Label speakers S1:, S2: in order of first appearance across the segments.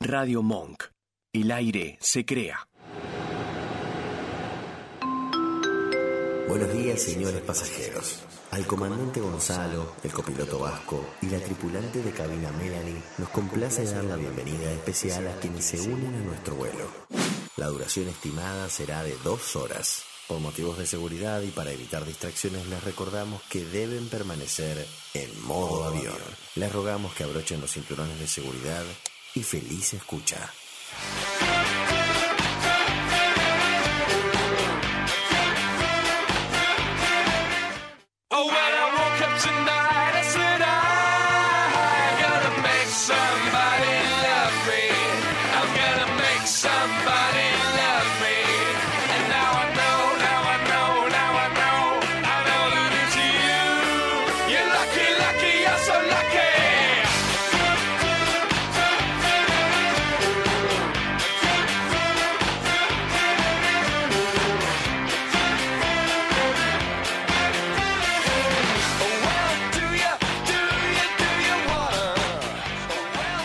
S1: Radio Monk. El aire se crea.
S2: Buenos días, señores pasajeros. Al comandante Gonzalo, el copiloto Vasco y la tripulante de cabina Melanie, nos complace dar la bienvenida especial a quienes se unen a nuestro vuelo. La duración estimada será de dos horas. Por motivos de seguridad y para evitar distracciones les recordamos que deben permanecer en modo avión. Les rogamos que abrochen los cinturones de seguridad y feliz escucha.
S3: Oh, when I woke up tonight, I said, I gotta make somebody love me. I'm gonna make somebody love me. And now I know, now I know, now I know, I know that it's you. You're lucky, lucky, you're so lucky.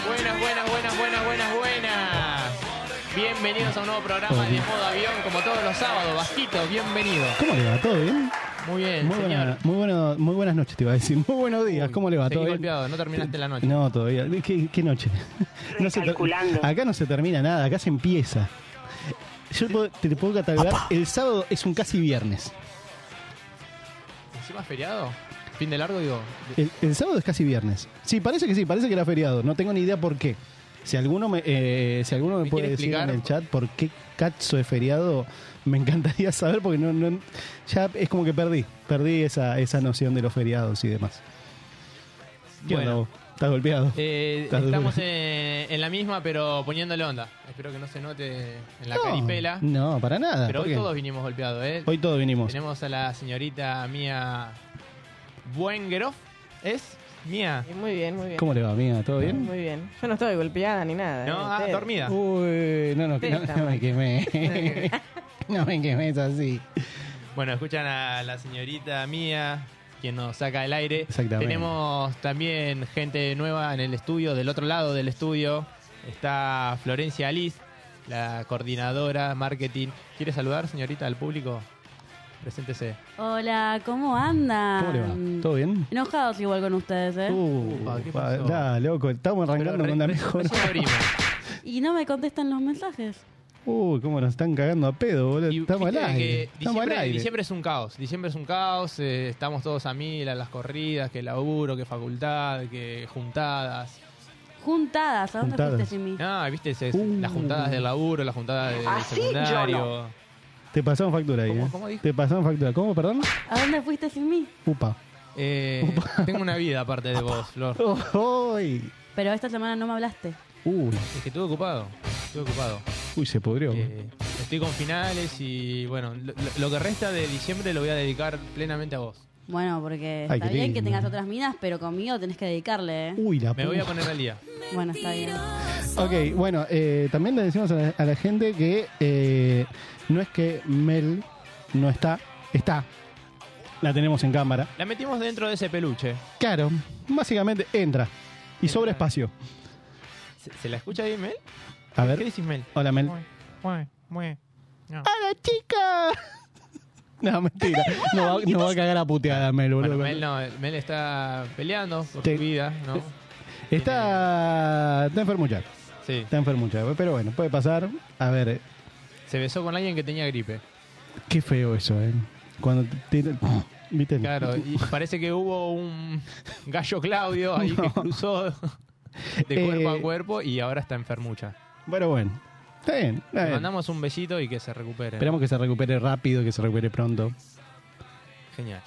S4: Buenas, buenas, buenas, buenas, buenas, buenas. Bienvenidos a un nuevo programa de modo avión, como todos los sábados. Vasquito, bienvenido.
S5: ¿Cómo le va? ¿Todo bien?
S4: Muy bien,
S5: Muy,
S4: señor.
S5: buena- muy, bueno- muy buenas noches, te iba a decir. Muy buenos días. ¿Cómo le va?
S4: Seguí
S5: ¿Todo bien?
S4: golpeado, no terminaste la noche.
S5: No, todavía. ¿Qué, qué noche? No se ter-
S6: Recalculando.
S5: acá no se termina nada, acá se empieza. Yo puedo- te puedo catalogar, el sábado es un casi viernes.
S4: ¿Encima feriado? ¿Fin de largo, digo?
S5: El, el sábado es casi viernes. Sí, parece que sí, parece que era feriado. No tengo ni idea por qué. Si alguno me, eh, si alguno me,
S4: ¿Me
S5: puede
S4: quiere
S5: decir
S4: explicar?
S5: en el chat por qué cazzo es feriado, me encantaría saber porque no, no- ya es como que perdí, perdí esa, esa noción de los feriados y demás. ¿Qué
S4: Bueno.
S5: onda vos? ¿Estás golpeado?
S4: Eh,
S5: Estás
S4: estamos
S5: duro.
S4: en, en la misma, pero poniéndole onda. Espero que no se note en la
S5: No,
S4: caripela.
S5: No, para nada.
S4: pero
S5: ¿por
S4: hoy
S5: qué?
S4: todos vinimos golpeados, ¿eh?
S5: Hoy todos vinimos.
S4: Tenemos a la señorita Mía Buengroff. ¿Es? Mía.
S7: Sí, Muy bien, muy bien.
S5: ¿Cómo le va, amiga? ¿Todo bien?
S7: Muy bien. Yo no estoy golpeada ni nada.
S4: No,
S7: ¿eh?
S4: ah,
S7: Ustedes.
S4: dormida.
S5: Uy, no, no,
S7: Sí,
S5: no,
S7: está
S5: no me
S7: mal.
S5: quemé. no me quemé, es así.
S4: Bueno, escuchan a la señorita mía, quien nos saca el aire.
S5: Exactamente.
S4: Tenemos también gente nueva en el estudio, del otro lado del estudio. Está Florencia Alice, la coordinadora marketing. ¿Quiere saludar, señorita, al público? Preséntese.
S8: Hola, ¿cómo andan?
S5: ¿Cómo le va? ¿Todo bien?
S8: Enojados igual con ustedes, ¿eh?
S5: Uh,
S4: Upa, ¿qué
S5: pa-
S4: pasó?
S5: da, loco, estamos arrancando
S4: re-
S5: con la
S4: re-
S5: mejor.
S4: recién abrimos.
S8: Y no me contestan los mensajes.
S5: Uy, cómo nos están cagando a pedo, boludo.
S4: Y
S5: Estamos al
S4: viste Eh,
S5: aire.
S4: que
S5: Estamos al
S4: diciembre,
S5: aire.
S4: diciembre es un caos. Diciembre es un caos. eh, estamos todos a mil, a las corridas, que laburo, que facultad, que juntadas.
S8: Juntadas, ¿a dónde
S5: Juntadas.
S8: fuiste sin mí?
S4: No, viste, se-
S5: Uh.
S4: las juntadas del laburo, las juntadas del
S6: Así ¿Ah, yo no.
S4: secundario.
S5: Te pasaron factura ahí,
S4: ¿Cómo-
S5: eh.
S4: cómo dijo?
S5: Te pasaron factura. ¿Cómo, perdón?
S8: ¿A dónde fuiste sin mí?
S5: Upa.
S4: Eh, tengo una vida aparte de vos, Flor.
S5: Oh. Uy.
S8: Pero esta semana no me hablaste.
S5: Uy,
S4: Es que estuve ocupado, estuve ocupado.
S5: uy, se pudrió.
S4: Eh, estoy con finales y bueno, lo, lo que resta de diciembre lo voy a dedicar plenamente a vos.
S8: Bueno, porque
S5: Ay,
S8: está
S5: qué
S8: bien
S5: lindo.
S8: que tengas otras minas, pero conmigo tenés que dedicarle, ¿eh?
S5: Uy, la
S4: Me voy
S5: puta.
S4: a poner al día.
S8: Bueno, está bien.
S5: Ok, bueno, eh, también le decimos a la, a la gente que eh, no es que Mel no está, está. La tenemos en cámara.
S4: La metimos dentro de ese peluche.
S5: Claro, básicamente entra. Y sobre espacio.
S4: ¿Se, se la escucha bien, Mel?
S5: A
S4: ¿Qué
S5: ver.
S4: decís, Mel?
S5: Hola, Mel.
S4: Mue, mue, mue. No.
S5: ¡Hola, chica! No, mentira. No va, no va a cagar a puteada, Mel, boludo.
S4: Bueno, Mel no, Mel está peleando por
S5: Te-
S4: su vida, ¿no?
S5: Está, está enfermucha.
S4: Sí.
S5: Está enfermucha. Pero bueno, puede pasar. A ver, eh,
S4: Se besó con alguien que tenía gripe.
S5: qué feo eso, ¿eh? Cuando te- te- ¿Viste?
S4: Claro, y parece que hubo un gallo Claudio ahí que cruzó de
S5: Eh,
S4: cuerpo a cuerpo y ahora está enfermucha.
S5: Pero bueno. Está bien. está
S4: Le
S5: bien.
S4: mandamos un besito y que se recupere.
S5: Esperamos que se recupere rápido, que se recupere pronto.
S4: Genial.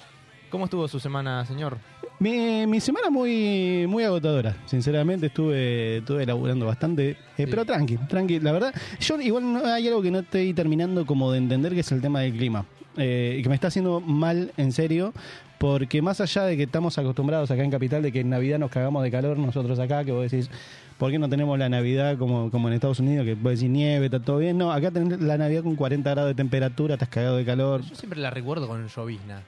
S4: ¿Cómo estuvo su semana, señor?
S5: Mi, mi semana muy muy agotadora, sinceramente estuve, estuve laburando bastante, eh, pero tranqui, tranqui, la verdad, yo igual no- hay algo que no estoy terminando como de entender que es el tema del clima, eh, que me está haciendo mal en serio, porque más allá de que estamos acostumbrados acá en Capital de que en Navidad nos cagamos de calor nosotros acá, que vos decís, ¿por qué no tenemos la Navidad como, como en Estados Unidos, que vos decís nieve, está todo bien? No, acá tenés la Navidad con 40 grados de temperatura, estás cagado de calor,
S4: Yo siempre la recuerdo con llovizna.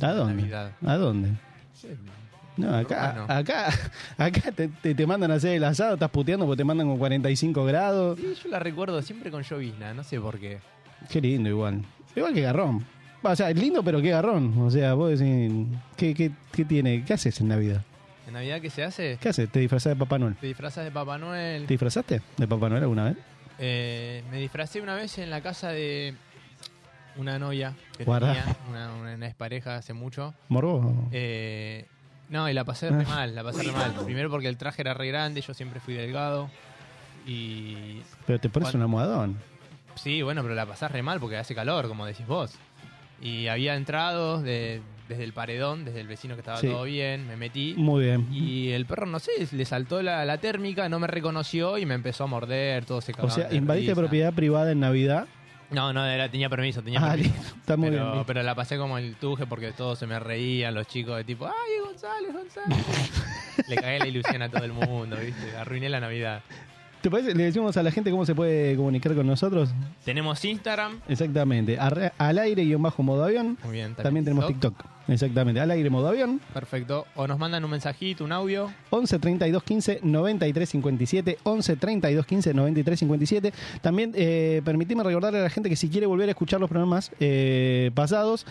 S5: ¿a dónde?
S4: Navidad.
S5: ¿A dónde? No, acá,
S4: Bueno.
S5: acá, acá te, te- te mandan a hacer el asado, estás puteando porque te mandan con 45 grados.
S4: Sí, yo la recuerdo siempre con llovizna, no sé por qué.
S5: Qué lindo igual. Igual que garrón. Va, O sea, es lindo pero qué garrón. O sea, vos decís, ¿qué, qué, qué tiene? ¿Qué haces en Navidad?
S4: ¿En Navidad qué se hace?
S5: ¿Qué haces? ¿Te disfrazás de Papá Noel?
S4: Te disfrazas de Papá Noel.
S5: ¿Te disfrazaste de Papá Noel alguna vez?
S4: Eh, me disfracé una vez en la casa de una novia que
S5: Guarda.
S4: tenía, una, una, una expareja hace mucho.
S5: ¿Morbo? Ah.
S4: Eh, no, y la pasé re mal, la pasé re mal. Primero porque el traje era re grande, yo siempre fui delgado. Y
S5: Pero te pones un almohadón.
S4: sí, bueno, pero la pasás re mal porque hace calor, como decís vos. Y había entrado de- desde el paredón, desde el vecino que estaba
S5: Sí.
S4: todo bien, me metí.
S5: Muy bien.
S4: Y el perro, no sé, le saltó la, la térmica, no me reconoció y me empezó a morder, todo se
S5: O sea, invadiste propiedad privada en Navidad.
S4: No, no, era, tenía permiso, tenía
S5: Ah,
S4: permiso.
S5: listo. Está muy
S4: Pero,
S5: bien.
S4: pero la pasé como el tuje porque todos se me reían, los chicos de tipo, ¡ay, González, González! Le cagué la ilusión a todo el mundo, ¿viste? Arruiné la Navidad.
S5: ¿Te parece? Le decimos a la gente cómo se puede comunicar con nosotros.
S4: Tenemos Instagram.
S5: Exactamente. Arre- al aire y bajo modo avión.
S4: Muy bien,
S5: También tenemos TikTok. Exactamente. Al aire modo avión.
S4: Perfecto. O nos mandan un mensajito, un audio.
S5: 11 32 15 93 57 11 32 15 93 57 también eh, permitime recordarle a la gente que si quiere volver a escuchar los programas eh, pasados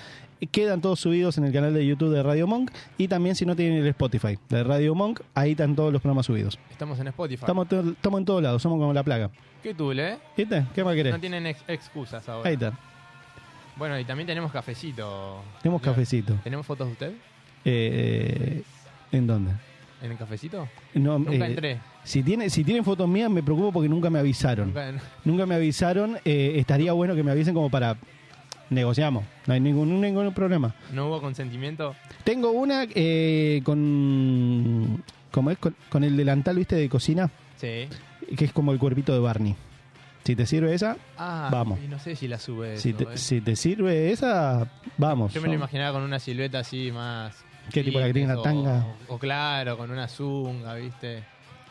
S5: quedan todos subidos en el canal de YouTube de Radio Monk y también si no tienen el Spotify de Radio Monk ahí están todos los programas subidos
S4: Estamos en Spotify.
S5: estamos, to- estamos en todos lados somos como la plaga
S4: ¿Qué tule, eh?
S5: ¿viste? ¿qué más querés?
S4: No tienen ex- excusas ahora.
S5: ahí está
S4: Bueno, y también tenemos cafecito.
S5: tenemos
S4: Leo.
S5: cafecito
S4: ¿Tenemos fotos de usted?
S5: Eh, ¿en dónde?
S4: ¿En el cafecito?
S5: No,
S4: Nunca
S5: eh,
S4: entré.
S5: si, tiene, si tienen fotos mías me preocupo porque nunca me avisaron
S4: Nunca,
S5: Nunca me avisaron. eh, estaría bueno que me avisen como para... Negociamos. No hay ningún, ningún problema.
S4: no hubo consentimiento.
S5: Tengo una eh, con... ¿Cómo es? Con, con el delantal, viste, de cocina.
S4: Sí.
S5: Que es como el cuerpito de Barney. Si te sirve esa,
S4: Ah,
S5: Vamos.
S4: y no sé si la sube.
S5: si,
S4: eso,
S5: te,
S4: eh.
S5: si te sirve esa, vamos.
S4: Yo me lo
S5: ¿no?
S4: imaginaba con una silueta así más.
S5: ¿Qué tipo la que tiene
S4: fitness
S5: la
S4: o-
S5: tanga?
S4: O, claro, con una zunga, ¿viste?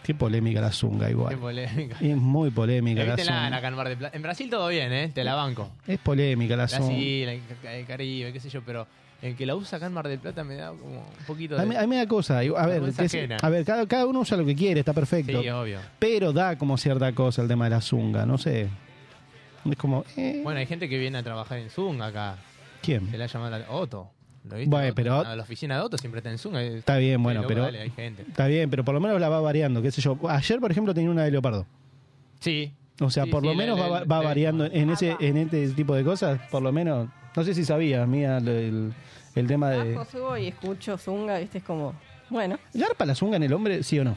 S5: Qué polémica la zunga
S4: Qué
S5: igual.
S4: polémica.
S5: es muy polémica la
S4: Eviten la-
S5: zunga.
S4: la Can Mar del Pla- En Brasil todo bien, ¿eh? Te la banco.
S5: Es polémica la zunga.
S4: Brasil, en Ca- en Caribe, qué sé yo, pero el que la usa acá en Mar del Plata me da como un poquito de.
S5: A mí, a mí me da cosa. digo, A ver,
S4: Vergüenza
S5: que se-
S4: ajena.
S5: a ver cada, cada uno usa lo que quiere, está perfecto.
S4: sí, obvio.
S5: pero da como cierta cosa el tema de la zunga, no sé. Es como, eh,
S4: Bueno, hay gente que viene a trabajar en zunga acá. Se
S5: ¿quién?
S4: la ha llamado la- Otto. ¿Lo viste?
S5: Bueno,
S4: Otto?
S5: pero-
S4: Ah, la oficina de Otto siempre está en zunga.
S5: Está bien, bueno, pero
S4: Dale, hay gente.
S5: está bien, pero por lo menos la va variando, qué sé yo. Ayer, por ejemplo, tenía una de leopardo.
S4: Sí.
S5: O sea,
S4: Sí,
S5: por
S4: sí,
S5: lo
S4: la-
S5: menos
S4: la-
S5: va,
S4: la-
S5: va
S4: la-
S5: variando en ese en este tipo de cosas, por lo menos. No sé si sabía, mía, lo- el, el tema de...
S7: Abajo subo y escucho zunga, viste, es como, bueno.
S5: ¿Garpa la zunga en el hombre, sí o no?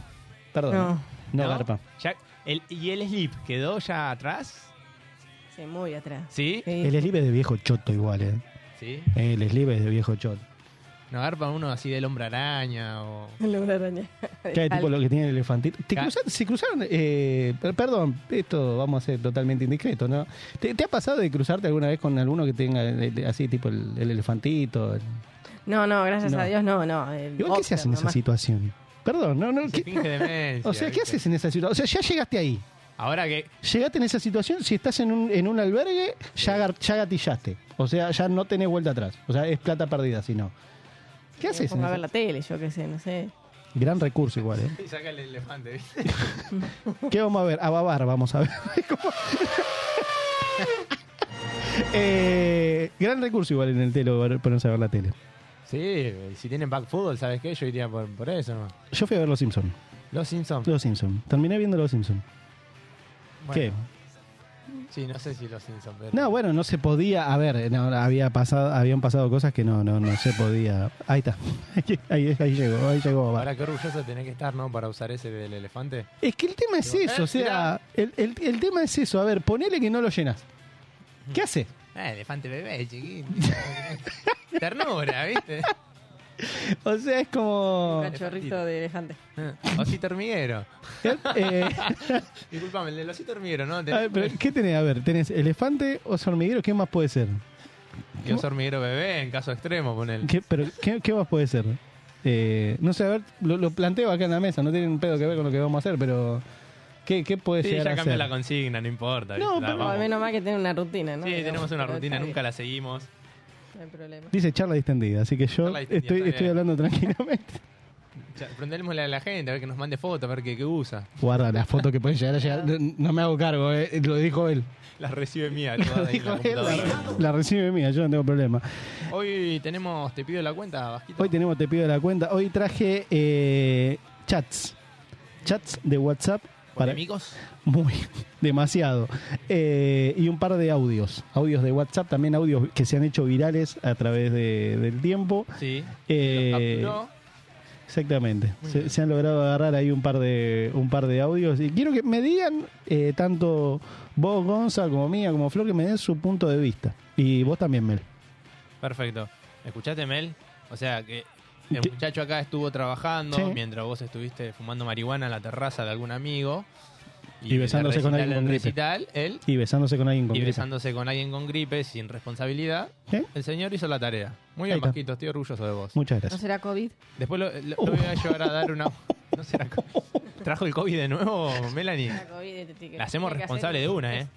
S5: Perdón. No,
S7: No.
S4: ¿No?
S5: garpa.
S4: Ya- el, ¿Y el slip quedó ya atrás?
S7: Sí, muy atrás.
S4: ¿Sí?
S7: Sí.
S5: El slip es de viejo choto igual, eh.
S4: Sí.
S5: El slip es de viejo choto.
S4: No garpa uno así del hombre araña o.
S7: El hombre araña.
S5: Cae tipo lo que tiene el elefantito. ¿Te
S4: Ca-
S5: cruzaron- se cruzaron, eh, per- perdón, esto vamos a ser totalmente indiscreto, ¿no? ¿Te, te ha pasado de cruzarte alguna vez con alguno que tenga eh, eh, así tipo el, el elefantito? el-
S7: No, no, gracias
S5: No.
S7: a Dios, no, no. el
S5: ¿Y vos qué se
S7: boxer
S5: hace en esa
S7: nomás.
S5: situación? Perdón, no, no.
S4: Se
S5: ¿qué-
S4: finge demencia.
S5: o sea, ¿qué
S4: ¿viste? Ah, eh.
S5: haces en esa situación? O sea, ya llegaste ahí.
S4: Ahora que.
S5: Llegaste en esa situación, si estás en un, en un albergue, ya, gar- ya gatillaste. O sea, ya no tenés vuelta atrás. O sea, es plata perdida, si no. ¿Qué
S7: Me
S5: haces? en
S7: pongo a ver
S5: esa-
S7: la tele, yo qué sé, no sé.
S5: Gran recurso igual, ¿eh?
S4: Y saca el elefante, ¿viste?
S5: ¿Qué vamos a ver? A babar, vamos a ver. ¿Cómo? Eh, gran recurso igual en el telo ver- ponerse a ver la tele.
S4: Sí, si tienen back football, ¿sabes qué? Yo iría por, por eso, ¿no?
S5: Yo fui a ver Los Simpsons.
S4: Los Simpsons.
S5: Los Simpsons. Terminé viendo Los Simpsons. ¿Qué?
S4: Sí, no sé si los Simpsons, pero.
S5: No, bueno, no se podía. A ver, no, había pasado, habían pasado cosas que no, no, no se podía. Ahí está. Ahí, ahí llegó, ahí llegó. Babar.
S4: Ahora qué orgulloso tenés que estar, ¿no? Para usar ese del elefante.
S5: Es que el tema es eso, o sea, el, el- el tema es eso. A ver, ponele que no lo llenas. ¿Qué haces?
S4: Ah, elefante bebé, chiquito. Ternura, ¿viste?
S5: O sea, es como.
S7: Un cachorrito de elefante.
S4: Ah, Osito hormiguero.
S5: Eh,
S4: Disculpame, el del osito hormiguero, ¿no?
S5: A ver, pero ¿qué tenés? A ver, tenés elefante, oso hormiguero, ¿qué más puede ser?
S4: Que oso hormiguero bebé, en caso extremo, ponele.
S5: ¿Qué, pero, ¿qué, qué más puede ser? Eh, no sé, a ver, lo, lo planteo acá en la mesa, no tiene un pedo que ver con lo que vamos a hacer, pero ¿qué, qué puede
S4: Sí,
S5: llegar
S4: ya
S5: a
S4: cambió
S5: ser?
S4: la consigna, no importa.
S5: No,
S4: ¿viste? La
S5: pero
S4: vamos.
S7: Al menos más que tiene una rutina, ¿no?
S4: Sí,
S7: Digamos,
S4: tenemos una
S7: pero
S4: rutina,
S7: está
S4: nunca
S7: bien,
S4: la seguimos.
S7: No hay problema.
S5: Dice charla distendida, así que yo
S4: Charla distendida,
S5: estoy,
S4: está
S5: estoy
S4: bien.
S5: hablando tranquilamente.
S4: Ya, Preguntémosle a la gente, a ver que nos mande fotos, a ver qué, qué usa.
S5: Guarda las fotos que pueden llegar a llegar. No, no me hago cargo, eh, lo dijo él.
S4: Las recibe mía. todas ahí en la
S5: Dijo él,
S4: computadora.
S5: la, la recibe mía, yo no tengo problema.
S4: Hoy tenemos, te pido la cuenta, Vasquito.
S5: Hoy tenemos Te pido la cuenta. Hoy traje eh, chats. Chats de WhatsApp. Para,
S4: amigos.
S5: muy, demasiado. Eh, y un par de audios. Audios de WhatsApp, también audios que se han hecho virales a través de- del tiempo.
S4: Sí.
S5: Eh,
S4: Los capturó.
S5: Exactamente.
S4: Muy
S5: Se,
S4: bien.
S5: se han logrado agarrar ahí un par de un par de audios y quiero que me digan eh, tanto vos Gonza como mía como Flor que me den su punto de vista y vos también Mel.
S4: Perfecto. ¿Escuchaste, Mel? O sea, que el
S5: ¿Qué?
S4: muchacho acá estuvo trabajando
S5: Sí.
S4: mientras vos estuviste fumando marihuana en la terraza de algún amigo.
S5: Y besándose con alguien con
S4: en el
S5: gripe.
S4: recital, él,
S5: Y besándose con alguien con
S4: y
S5: gripe.
S4: besándose con alguien con gripe sin responsabilidad.
S5: ¿Eh?
S4: El señor hizo la tarea. Muy
S5: Ahí
S4: bien,
S5: está.
S4: Vasquito, estoy orgulloso de vos.
S5: Muchas
S8: ¿No
S5: gracias. Uh.
S8: será COVID?
S4: Después lo, lo- lo voy a llevar a dar una... ¿No será COVID? ¿Trajo el COVID de nuevo, Melanie?
S7: este
S4: La hacemos responsable de una, ¿eh?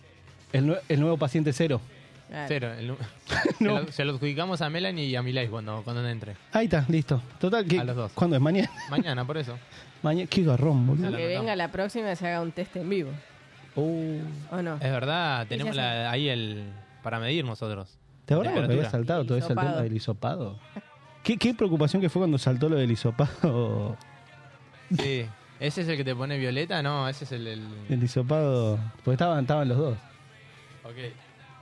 S5: El, nue- el nuevo paciente cero.
S7: Claro.
S4: Cero. el nu- se, lo, se lo adjudicamos a Melanie y a Milay cuando, cuando entre.
S5: Ahí está, listo. Total que
S4: A los dos.
S5: ¿Cuándo es mañana?
S4: Mañana, por eso.
S5: Mañana qué garrón, boludo.
S4: la
S7: Que
S4: anotamos.
S7: venga la próxima y se haga un test en vivo.
S5: Uh,
S7: ¿O no?
S4: Es verdad, tenemos la- ahí el... Para medir nosotros.
S5: ¿Te acuerdas cuando había
S4: Temperatura.
S5: saltado todo eso el
S7: Hisopado.
S5: tema del hisopado? ¿Qué, qué preocupación que fue cuando saltó lo del hisopado.
S4: Sí. ¿Ese es el que te pone violeta? No, ese es el... el-
S5: El hisopado. Porque estaban, estaban los dos.
S4: Ok.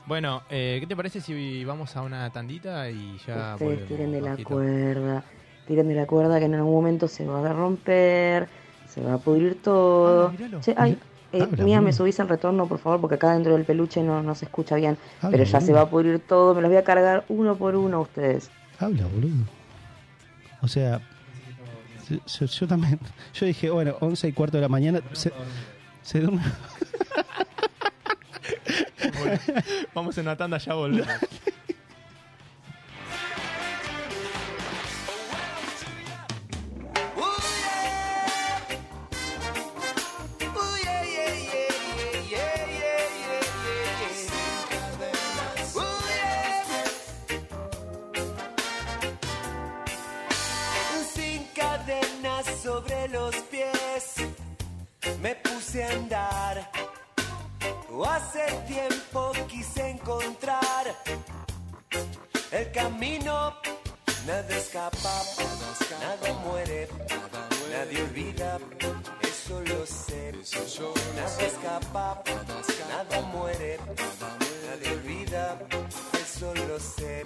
S4: Bueno, eh, ¿qué te parece si vamos a una tandita y ya
S6: Ustedes
S4: volvemos,
S6: tiren de la
S4: Vasquito?
S6: cuerda, tiren de la cuerda que en algún momento se va a romper, se va a pudrir todo.
S4: Ah, míralo. Ah,
S6: che, ay, eh,
S5: Habla,
S6: mía,
S5: boludo.
S6: me subís el retorno, por favor, porque acá dentro del peluche no, no se escucha bien.
S4: Ah,
S5: Habla,
S6: pero ya
S5: boludo.
S6: se va a pudrir todo, me los voy a cargar uno por uno a ustedes.
S5: Habla, boludo. O sea, yo, yo- yo también. Yo dije, bueno, 11 y cuarto de la mañana. Se, se duerme.
S4: Bueno, vamos en una tanda, ya volvemos.
S9: Sin cadenas sobre los pies, me puse a andar. Hace tiempo quise encontrar el camino. Nada escapa, nada muere, nadie olvida. Eso lo sé. Nada escapa, nada muere, nadie olvida. Eso lo sé.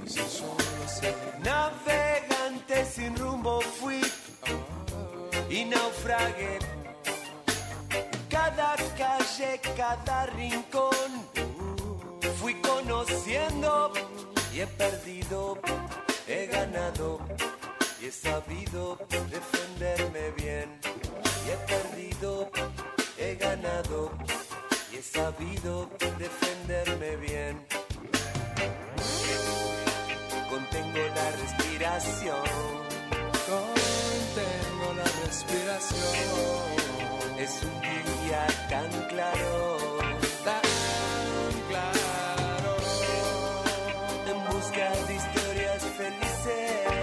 S9: Navegante sin rumbo fui y naufragué. Cada calle, cada rincón fui conociendo y he perdido, he ganado y he sabido defenderme bien. Y he perdido, he ganado y he sabido defenderme bien contengo la respiración. Contengo la respiración. Es un día tan claro, tan claro. En busca de historias felices.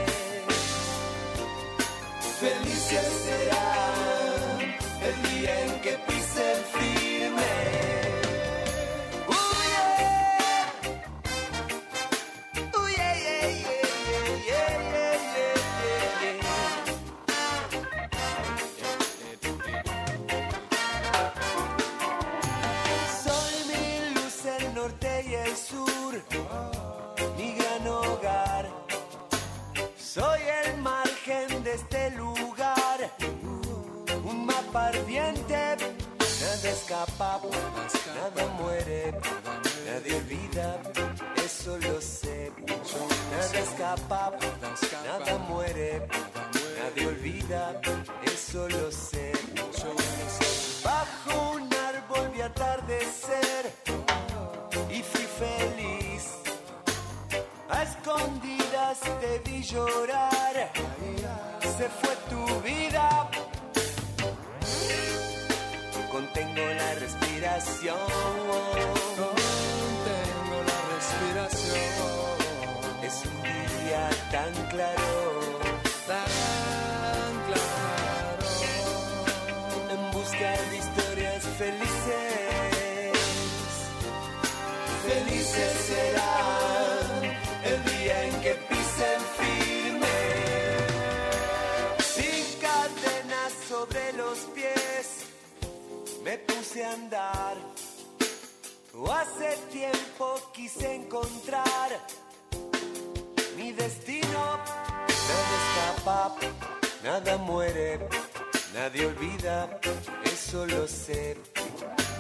S9: Felices será el día en que pisen firme. ¡Uh, yeah! Ooh, yeah, yeah, yeah, yeah, yeah, yeah, yeah, yeah, yeah. Soy mi luz, el norte y el sur, mi gran hogar. Soy el margen de este lugar, un mapa ardiente. Nada escapa, nada muere, nadie olvida, eso lo sé. Nada escapa, nada muere, nadie olvida, eso lo sé. Bajo un árbol vi atardecer y fui feliz. A escondidas te vi llorar, se fue tu vida. Contengo la respiración. Contengo la respiración. Es un día tan claro, tan claro. felices serán el día en que pisen firme. Sin cadenas sobre los pies, me puse a andar. Hace tiempo quise encontrar mi destino. Nada escapa, nada muere, nadie olvida, eso lo sé.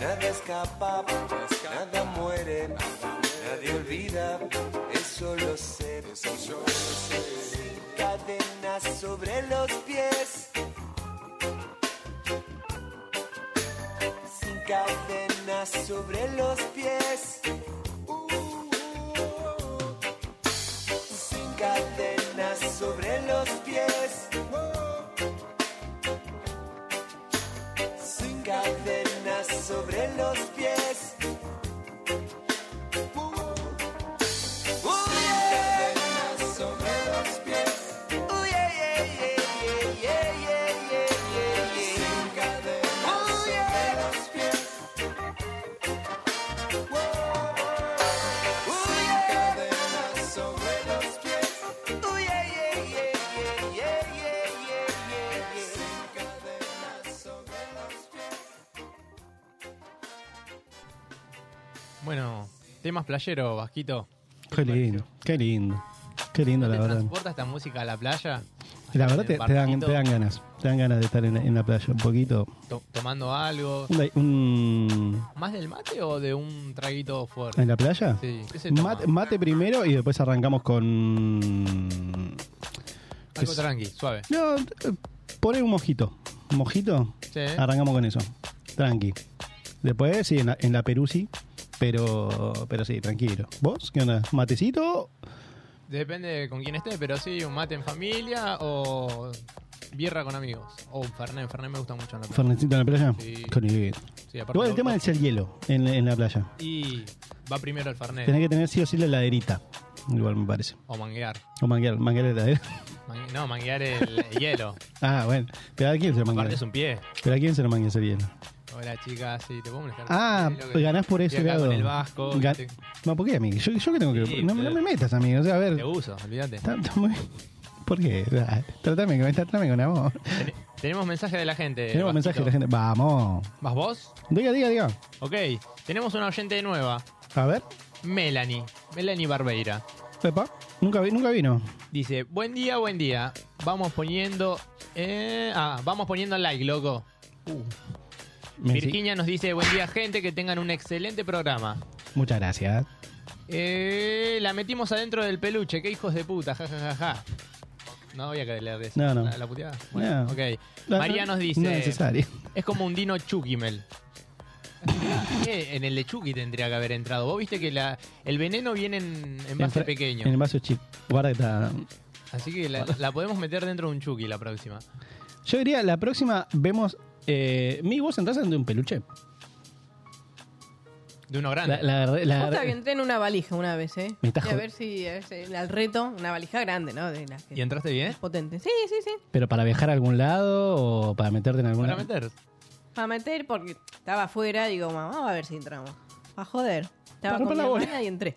S9: Nada escapa, nada muere, nadie olvida, eso lo sé. Sin cadenas sobre los pies. Sin cadenas sobre los pies. Sin cadenas sobre los pies. Sin cadenas sobre los pies.
S4: Bueno, temas playero, Vasquito.
S5: Qué lindo, qué lindo. Qué lindo,
S4: ¿Te
S5: la verdad.
S4: transporta esta música a la playa?
S5: La verdad te,
S4: en el
S5: te dan,
S4: barquito?
S5: te dan ganas. Te dan ganas de estar en la, en la playa un poquito.
S4: To- ¿Tomando algo?
S5: Un- un-
S4: ¿Más del mate o de un traguito fuerte?
S5: ¿En la playa?
S4: Sí, ¿qué se toma?
S5: Mate, mate primero y después arrancamos con.
S4: Algo
S5: es-
S4: tranqui, suave.
S5: No, eh, poné un mojito. ¿Un mojito?
S4: Sí.
S5: Arrancamos con eso. Tranqui. Después, sí, en la, en la Perú sí. Pero, pero sí, tranquilo. ¿Vos? ¿Qué onda? ¿Matecito?
S4: Depende con quién esté, pero sí, un mate en familia o birra con amigos. O un Fernet, Fernet me gusta mucho en la playa.
S5: ¿Fernecito en la playa?
S4: Sí.
S5: Con el...
S4: Sí, aparte
S5: Igual el
S4: va-
S5: tema
S4: va-
S5: es el hielo en, en la playa.
S4: Y va primero el Fernet.
S5: Tenés que tener sí o sí la laderita. Igual me parece.
S4: O manguear.
S5: O manguear, manguear la heladera.
S4: Mangue- no, manguear el hielo.
S5: Ah, bueno. ¿Pero a quién se lo
S4: Aparte
S5: manguea?
S4: es un pie.
S5: ¿Pero a quién se lo manguea ese hielo?
S4: Hola, chicas, sí, te puedo molestar.
S5: Ah,
S4: Lo que-
S5: ganás por ese
S4: estoy acá
S5: lado.
S4: con el vasco,
S5: Gan-
S4: ¿viste?
S5: No, ¿por qué, amigo? Yo, yo que tengo que.
S4: Sí,
S5: no,
S4: te-
S5: no me metas, amigo. O sea, a ver.
S4: Te uso, olvídate.
S5: Está- está muy- ¿Por qué? Ah, Tratame, con- tratame con amor.
S4: Ten- tenemos mensaje de la gente.
S5: Tenemos
S4: Eh, Vasquito.
S5: mensaje de la gente. Vamos.
S4: ¿Vas vos?
S5: Diga, diga, diga.
S4: Ok. Tenemos una oyente nueva,
S5: A ver.
S4: Melanie. Melanie Barbeira.
S5: Epa. Nunca, vi- nunca vino.
S4: Dice, buen día, buen día. Vamos poniendo... eh, ah, vamos poniendo like, loco.
S5: Me- sí.
S4: Virginia nos dice, buen día, gente, que tengan un excelente programa.
S5: Muchas gracias.
S4: Eh, la metimos adentro del peluche, qué hijos de puta, jajajaja. No había que leer eso.
S5: No, no.
S4: ¿La, la puteada? Bueno,
S5: No.
S4: ok.
S5: No,
S4: María
S5: no-
S4: nos dice,
S5: No es necesario.
S4: es como un dino Chukimel. Eh, en el de Chucky tendría que haber entrado. Vos viste que la, el veneno viene en envase
S5: En fra-
S4: pequeño.
S5: En el vaso chip. Guarda que está-
S4: Así que la, la podemos meter dentro de un Chucky la próxima.
S5: Yo diría, la próxima vemos. Eh, Mi vos entras dentro de un peluche.
S4: De uno grande.
S5: La, la, la-
S7: Yo también entré en una valija una vez, ¿eh?
S5: Me estás
S7: Y a
S5: jod-
S7: ver si, a ver si- al reto, una valija grande, ¿no? De las que-
S4: ¿Y entraste bien?
S7: potente. Sí, sí, sí.
S5: Pero para viajar a algún lado o para meterte en algún
S4: Para
S5: lado.
S4: meter.
S7: Para meter, porque estaba afuera, digo, mamá, va a ver si entramos. Va a joder.
S5: Para
S7: Estaba con
S5: romper
S7: mi
S5: la bola.
S7: hermana y entré.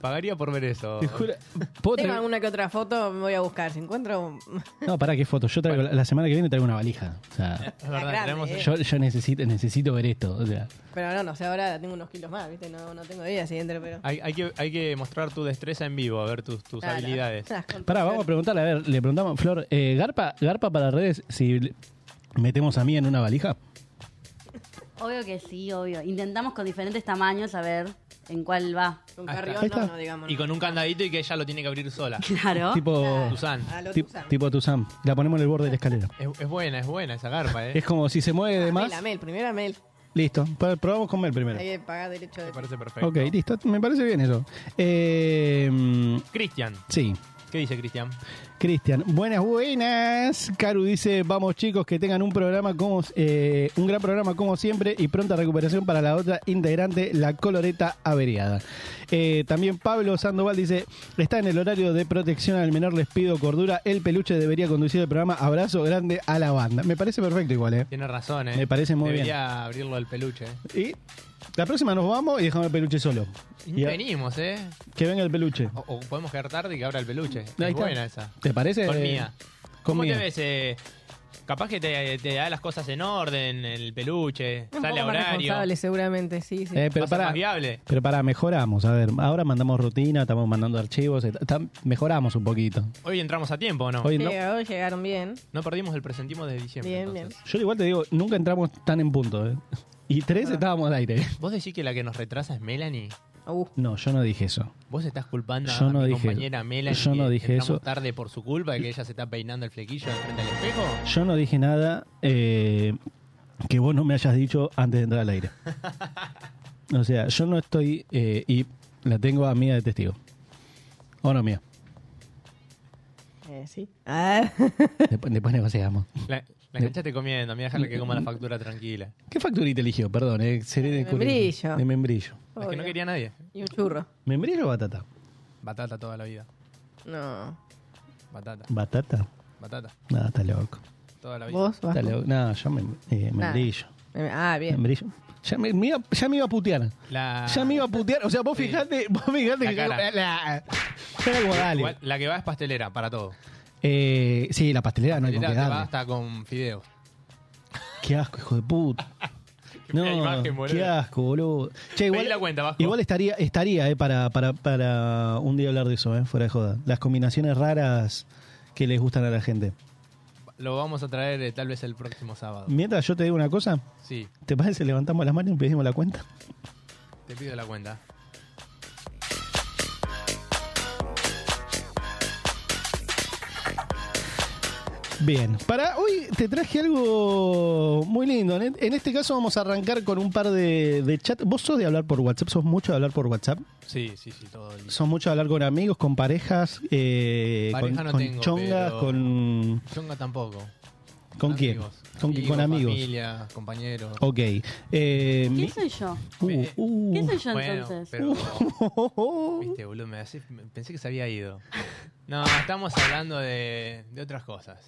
S4: Pagaría por ver eso.
S5: Te juro, ¿puedo
S7: Tengo
S5: traer-
S7: alguna que otra foto, me voy a buscar. Si encuentro,
S5: No, pará, qué foto. Yo traigo, la, la semana que viene traigo una valija. O sea,
S4: Es verdad,
S7: grande,
S4: tenemos-
S7: eh.
S5: yo, yo necesito, necesito ver esto. O sea,
S7: Pero no, no sé, ahora tengo unos kilos más, ¿viste? No, no tengo idea si entro, pero.
S4: hay, hay que, hay que mostrar tu destreza en vivo, a ver tus, tus
S7: Claro.
S4: habilidades.
S7: Las contra-
S5: pará, vamos a preguntarle. A ver, le preguntamos, Flor, eh, Garpa, Garpa para redes, si le- metemos a mí en una valija.
S8: Obvio que sí, obvio. Intentamos con diferentes tamaños a ver en cuál va.
S7: Con
S4: Ahí está.
S7: carrión,
S5: Ahí
S7: no,
S5: está.
S7: no, digamos.
S4: Y con un candadito y que ella lo tiene que abrir sola.
S8: Claro.
S5: Tipo,
S4: Susan.
S7: A lo
S5: ti-
S7: Tuzán.
S5: tipo Tuzán. La ponemos en el borde de la escalera.
S4: Es, es buena, es buena esa garpa, ¿eh?
S5: Es como si se mueve de
S7: Ah,
S5: más.
S7: Mel, a Mel, primero a Mel.
S5: Listo, Pa- probamos con Mel primero.
S7: Hay que pagar derecho de.
S4: Me parece perfecto.
S5: Ok, listo, me parece bien eso. Eh, mm,
S4: Cristian.
S5: sí,
S4: ¿Qué dice Cristian?
S5: Cristian, buenas, buenas. Caru dice, vamos chicos, que tengan un programa como eh, un gran programa como siempre y pronta recuperación para la otra integrante, la coloreta averiada. Eh, también Pablo Sandoval dice, está en el horario de protección al menor, les pido cordura, el peluche debería conducir el programa, abrazo grande a la banda. Me parece perfecto igual, ¿eh?
S4: Tiene razón, ¿eh?
S5: Me parece muy
S4: Debería abrirlo el el peluche.
S5: Y
S4: ¿eh?
S5: la próxima nos vamos y dejamos el peluche solo. Y a-
S4: Venimos, ¿eh?
S5: que venga el peluche.
S4: O, o podemos quedar tarde y que abra el peluche. Es
S5: Ahí está.
S4: buena esa.
S5: ¿Te parece?
S4: Con mía.
S5: Con
S4: ¿Cómo
S5: mía.
S4: te ves? eh? capaz que te, te da las cosas en orden, el peluche,
S7: Un
S4: sale a
S7: poco más
S4: horario.
S7: responsable, seguramente, sí, sí.
S5: Eh, pero
S4: va a ser
S5: para,
S4: más viable.
S5: pero para mejoramos, a ver, ahora mandamos rutina, estamos mandando archivos, et- tam- mejoramos un poquito.
S4: Hoy entramos a tiempo, ¿o ¿no?
S5: Hoy
S7: Sí,
S5: no-
S7: hoy llegaron bien.
S4: No perdimos el presentimos de diciembre.
S7: Bien,
S4: entonces.
S5: yo igual te digo, nunca entramos tan en punto. ¿eh? Y tres estábamos al aire.
S4: ¿Vos decís que la que nos retrasa es Melanie?
S7: Uh,
S5: No, yo no dije eso.
S4: ¿Vos estás culpando
S5: Yo
S4: a
S5: no
S4: mi
S5: dije-
S4: compañera Melanie
S5: yo no
S4: que
S5: dije
S4: entramos
S5: eso.
S4: tarde por su culpa de que ella se está peinando el flequillo frente al espejo?
S5: Yo no dije nada eh, que vos no me hayas dicho antes de entrar al aire. O sea, yo no estoy eh, y la tengo a mía de testigo. ¿O no mía?
S7: eh, sí. Ah,
S5: Después, después negociamos.
S4: La, la enganchaste comiendo, mira, dejarle que coma la factura tranquila.
S5: ¿Qué facturita eligió? Perdón, eh, seré
S7: De
S5: de curioso.
S7: membrillo.
S5: De membrillo.
S4: Es que no
S7: obvio.
S4: quería a nadie.
S7: Y un churro.
S5: ¿Membrillo o batata?
S4: Batata toda la vida.
S7: No. Ah,
S4: Batata,
S5: ¿Batata?
S4: batata,
S5: Nada, está loco.
S4: toda la vida.
S7: ¿Vos? Vasco?
S5: Está loco. No, yo me, eh,
S7: Nada.
S5: membrillo.
S7: Ah, bien.
S5: Membrillo. Ya me, me iba, ya me iba a putear.
S4: La,
S5: Ya me iba a putear. O sea, vos
S4: Sí.
S5: fijate, vos fijate
S4: La
S5: que. eh,
S4: cara.
S5: La- Era como, dale.
S4: Igual, la que va es pastelera para todo.
S5: Eh, sí, la pastelera no hay con
S4: Pastelera
S5: qué
S4: te va
S5: darle.
S4: hasta con fideos.
S5: Qué asco, hijo de puta. No,
S4: fea imagen, boludo.
S5: qué asco, boludo. Che,
S4: Pedí la cuenta, Vasco.
S5: igual estaría, estaría eh, para, para, para un día hablar de eso, eh, fuera de joda. Las combinaciones raras que les gustan a la gente.
S4: Lo vamos a traer eh, tal vez el próximo sábado.
S5: Mientras yo te digo una cosa,
S4: Sí,
S5: ¿te parece? Levantamos las manos y pedimos la cuenta.
S4: te pido la cuenta.
S5: Bien, para hoy te traje algo muy lindo. En en este caso vamos a arrancar con un par de, de chat. ¿Vos sos de hablar por WhatsApp? ¿Sos mucho de hablar por WhatsApp?
S4: Sí, sí, sí, todo lindo.
S5: Son mucho de hablar con amigos, con parejas, eh,
S4: Pareja
S5: con,
S4: no
S5: con
S4: tengo,
S5: chongas,
S4: pero-
S5: con...
S4: Chonga tampoco.
S5: ¿Con quién?
S4: Amigos.
S5: ¿Con, qui- con amigos. Oh.
S4: Familia, compañeros.
S5: Ok. Eh, mi-
S8: ¿Quién soy yo?
S5: Uh, uh.
S8: ¿Quién soy yo
S4: bueno,
S8: entonces?
S4: pero. Viste, boludo, me hace- me- pensé que se había ido. No, estamos hablando de, de otras cosas.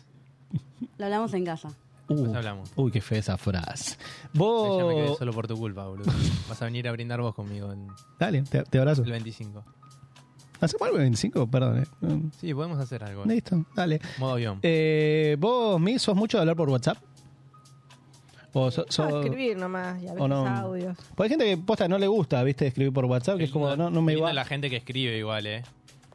S8: Lo hablamos en casa.
S5: Uh,
S4: hablamos.
S5: Uy, qué fea esa frase.
S4: Ya me quedé
S5: Vos...
S4: solo por tu culpa, boludo. Vas a venir a brindar vos conmigo en
S5: Dale, te, te abrazo.
S4: el 25.
S5: ¿Hacemos algo en 5? Perdón. eh. Mm,
S4: Sí, podemos hacer algo.
S5: Listo, dale.
S4: Modo avión.
S5: Eh, ¿Vos, Mi, sos mucho de hablar por WhatsApp? ¿O so-
S7: No,
S5: so-
S7: escribir nomás y a
S5: o
S7: veces
S5: no?
S7: audios.
S5: Porque hay gente que posta no le gusta, ¿viste? Escribir por WhatsApp, que es como,
S4: Linda-
S5: no, no me
S4: linda
S5: va.
S4: la gente que escribe igual, ¿eh?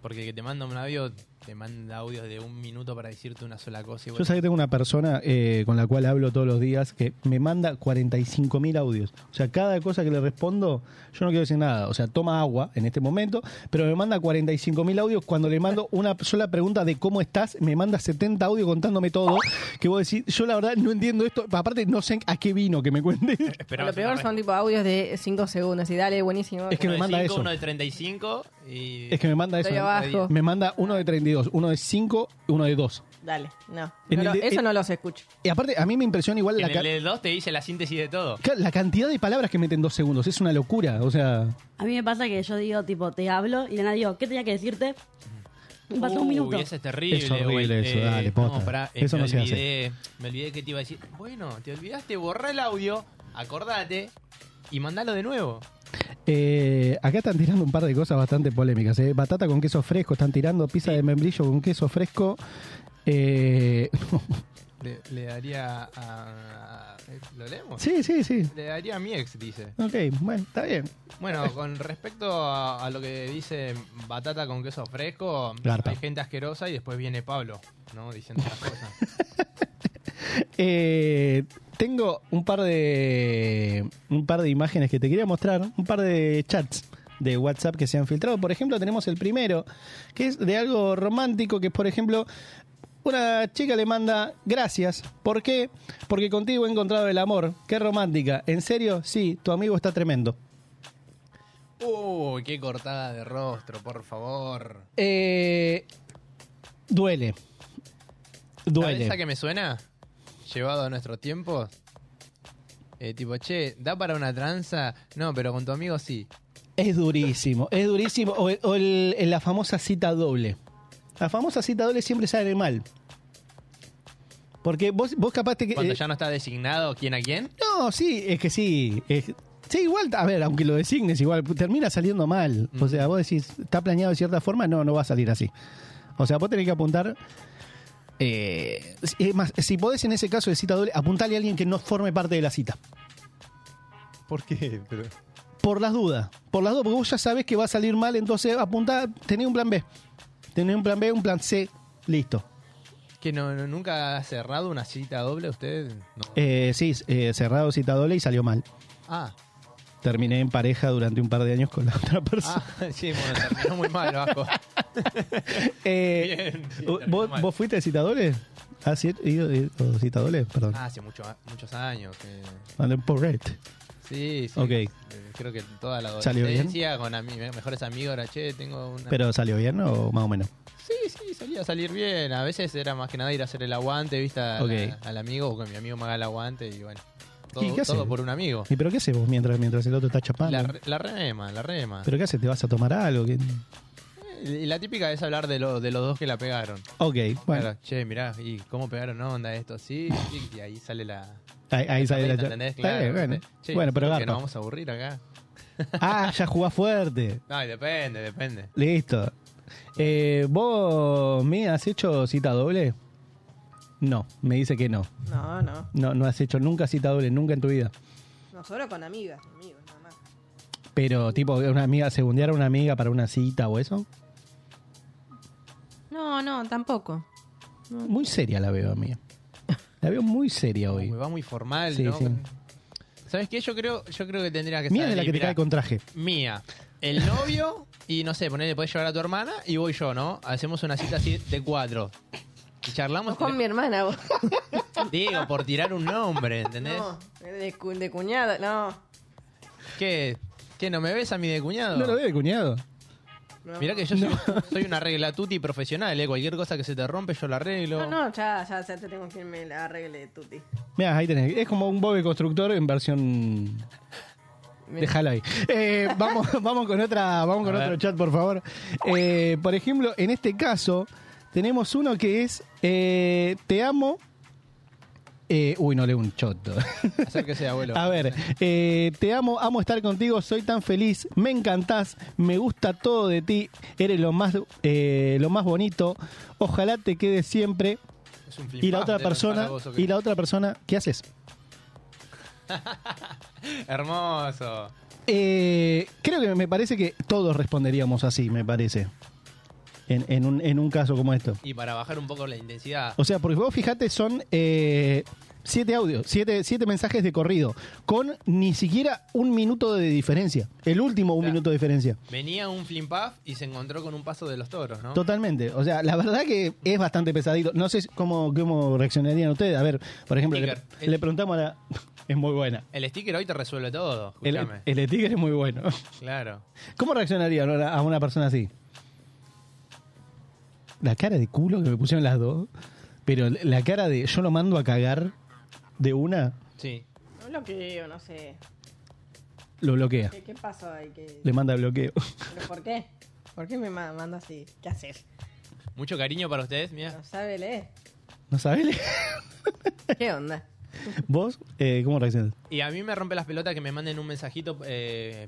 S4: Porque que te manda un audio, te manda audios de un minuto para decirte una sola cosa. Y
S5: Yo sabía que tengo una persona eh, con la cual hablo todos los días que me manda 45.000 audios. O sea, cada cosa que le respondo, yo no quiero decir nada. O sea, toma agua en este momento, pero me manda 45.000 audios. Cuando le mando una sola pregunta de cómo estás, me manda 70 audios contándome todo. Que vos decís, yo la verdad no entiendo esto. Aparte, no sé a qué vino que me cuentes.
S4: Pero
S7: lo peor son tipo audios de 5 segundos y dale, buenísimo.
S5: Es que me manda eso.
S4: Uno de 35 y...
S5: Es que me manda eso.
S7: Estoy abajo.
S5: Me manda uno de 32, uno de 5, uno de 2.
S7: Dale, no.
S5: En
S7: No
S5: el
S7: lo-
S5: de-
S7: eso
S5: en-
S7: no los escucho.
S5: Y aparte, a mí me impresiona igual
S4: en
S5: la, ca-
S4: el e- 2 te dice la síntesis de todo.
S5: ca- la cantidad de palabras que mete en dos segundos. Es una locura. O sea.
S8: A mí me pasa que yo digo, tipo, te hablo y Lena digo, ¿qué tenía que decirte? Pasó
S4: Uy,
S8: un minuto.
S4: ese es terrible.
S5: Es horrible
S4: güey. Eh,
S5: eso, dale, posta.
S4: No, pará, eh,
S5: Eso
S4: me
S5: no se hace.
S4: olvidé, Me olvidé que te iba a decir, bueno, te olvidaste, borra el audio, acordate y mandalo de nuevo.
S5: Eh, acá están tirando un par de cosas bastante polémicas. ¿eh? Batata con queso fresco, están tirando pizza de membrillo con queso fresco. Eh,
S4: Le, le daría a... ¿eh? ¿Lo leemos?
S5: sí, sí, sí.
S4: Le daría a mi ex, dice.
S5: Ok, bueno, está bien.
S4: Bueno, con respecto a, a lo que dice batata con queso fresco,
S5: Garpa.
S4: hay gente asquerosa y después viene Pablo, ¿no? Diciendo las cosas.
S5: Eh, tengo un par de un par de imágenes que te quería mostrar, un par de chats de WhatsApp que se han filtrado. Por ejemplo, tenemos el primero, que es de algo romántico, que es, por ejemplo, una chica le manda gracias. ¿Por qué? Porque contigo he encontrado el amor. Qué romántica. ¿En serio? Sí, tu amigo está tremendo.
S4: Uy, qué cortada de rostro, por favor.
S5: Eh, duele.
S4: ¿Sabes
S5: Duele.
S4: esa que me suena? Llevado a nuestros tiempos. Eh, tipo, che, ¿da para una tranza? No, pero con tu amigo sí.
S5: Es durísimo, es durísimo. O, o el- la famosa cita doble. La famosa cita doble siempre sale mal. Porque vos, vos capaz te... que-
S4: Cuando
S5: eh,
S4: ya no está designado quién a quién.
S5: No, sí, es que sí. es- sí, igual, a ver, aunque lo designes, igual termina saliendo mal. O sea, vos decís, está planeado de cierta forma, no, no va a salir así. O sea, vos tenés que apuntar. eh, es más, si podés en ese caso de cita doble, apuntale a alguien que no forme parte de la cita.
S3: ¿Por qué? Pero-
S5: Por las dudas. Por las dudas, porque vos ya sabés que va a salir mal, entonces apuntá, tenés un plan B. Tenés un plan B, un plan C, listo.
S4: Que no, no- nunca ha cerrado una cita doble usted. No.
S5: Eh, sí, eh, cerrado cita doble y salió mal.
S4: Ah,
S5: Terminé en pareja durante un par de años con la otra persona.
S4: ah, sí, bueno, terminó muy mal, Vasco.
S5: Eh,
S4: Bien, sí,
S5: ¿vos-
S4: terminó
S5: Eh, ¿vos,
S4: mal.
S5: vos fuiste Ah, de citadores? ¿Has ido- ido de citadores? Perdón.
S4: Ah, hace mucho- muchos años. eh.
S5: Vale, Porret.
S4: Sí, sí.
S5: Ok.
S4: Eh, Creo que toda la
S5: ¿Salió bien?
S4: adolescencia con ami- mejores amigos era, che, tengo una...
S5: Pero salió bien o más o menos.
S4: Sí, sí, solía salir bien. A veces era más que nada ir a hacer el aguante, ¿viste? A-
S5: Ok.
S4: a- al amigo o que mi amigo me haga el aguante y bueno. Todo,
S5: ¿Y qué hace?
S4: todo por un amigo.
S5: ¿Y pero qué haces vos mientras, mientras el otro está chapando?
S4: Oh. La, re- la rema, la rema.
S5: ¿Pero qué haces? ¿Te vas a tomar algo? ¿Qué-
S4: Y la típica es hablar de, lo- de los dos que la pegaron.
S5: Ok, bueno.
S4: Claro, che, mirá, ¿y cómo pegaron onda esto? Sí, sí, y ahí sale la...
S5: Ahí, ahí sale la
S4: ¿Entendés?
S5: Está
S4: Claro,
S5: bien, bueno.
S4: che,
S5: bueno, pero
S4: creo que nos
S5: garpa.
S4: vamos a aburrir acá.
S5: Ah, ya jugás fuerte.
S4: Ay, depende, Ah, depende.
S5: Listo. Eh, ¿Vos me has hecho cita doble? No, me dice que no.
S7: No, no.
S5: No, no has hecho nunca cita doble, nunca en tu vida.
S7: No, solo con amigas, amigos, nada más.
S5: Pero, tipo, una amiga, segundear a una amiga para una cita o eso.
S7: No, no, tampoco.
S5: Muy seria la veo, amiga. La veo muy seria hoy.
S4: Como que va muy formal,
S5: Sí,
S4: ¿no?
S5: sí.
S4: ¿Sabes qué? Yo creo, yo creo que tendría que
S5: Mía de la
S4: salir,
S5: que te
S4: mirá,
S5: cae con traje.
S4: Mía, el novio y no sé, ponele, podés llevar a tu hermana y voy yo, ¿no? Hacemos una cita así de cuatro. Y charlamos.
S7: No con mi hermana, vos.
S4: Digo, por tirar un nombre, ¿entendés?
S7: No, de, cu- de cuñada, no.
S4: ¿Qué? ¿Qué? ¿No me ves a mí de cuñado?
S5: No lo veo de cuñado.
S7: no.
S4: Mirá que yo soy, soy una regla tuti profesional, ¿eh? Cualquier cosa que se te rompe, yo la arreglo.
S7: No, no, ya, ya, ya te tengo quien me la arregle, Tuti.
S5: Mira, ahí tenés. Es como un Bob constructor en versión. Déjalo ahí. Eh, vamos, vamos con otra, vamos con
S4: A
S5: otro
S4: ver.
S5: chat, por favor. Eh, por ejemplo, en este caso, tenemos uno que es eh, Te amo. Eh, uy, no leo un choto.
S4: Acérquese, abuelo.
S5: A ver, eh, te amo, amo estar contigo, soy tan feliz, me encantás, me gusta todo de ti, eres lo más, eh, lo más bonito, ojalá te quedes siempre.
S4: Es un
S5: Y la
S4: flipante,
S5: otra
S4: ¿no?
S5: persona,
S4: Para vos, ¿o qué?
S5: y la otra persona, ¿qué haces?
S4: Hermoso.
S5: Eh, creo que me parece que todos responderíamos así, me parece, en, en un, en un caso como esto.
S4: Y para bajar un poco la intensidad.
S5: O sea, porque vos fijate, son eh, siete audios, siete, siete mensajes de corrido, con ni siquiera un minuto de diferencia, el último un
S4: Claro.
S5: minuto de diferencia.
S4: Venía un flimpaf y se encontró con un paso de los toros, ¿no?
S5: Totalmente. O sea, la verdad que es bastante pesadito. No sé cómo, cómo reaccionarían ustedes. A ver, por ejemplo, le,
S4: Sticker.
S5: le preguntamos a la... Es muy buena.
S4: El sticker hoy te resuelve todo,
S5: El,
S4: escúchame.
S5: el sticker es muy bueno.
S4: Claro.
S5: ¿Cómo reaccionarían ahora a una persona así? La cara de culo que me pusieron las dos. Pero la cara de yo lo mando a cagar de una,
S4: Sí.
S7: No bloqueo, no sé.
S5: lo bloquea.
S7: ¿Qué, qué pasó ahí? ¿Qué-
S5: Le manda bloqueo.
S7: pero ¿Por qué? ¿Por qué me ma- manda así? ¿Qué haces?
S4: Mucho cariño para ustedes, mira.
S7: No sabe leer.
S5: ¿No sabés?
S7: ¿Qué onda?
S5: ¿Vos eh, cómo reaccionas?
S4: Y a mí me rompe las pelotas que me manden un mensajito, eh,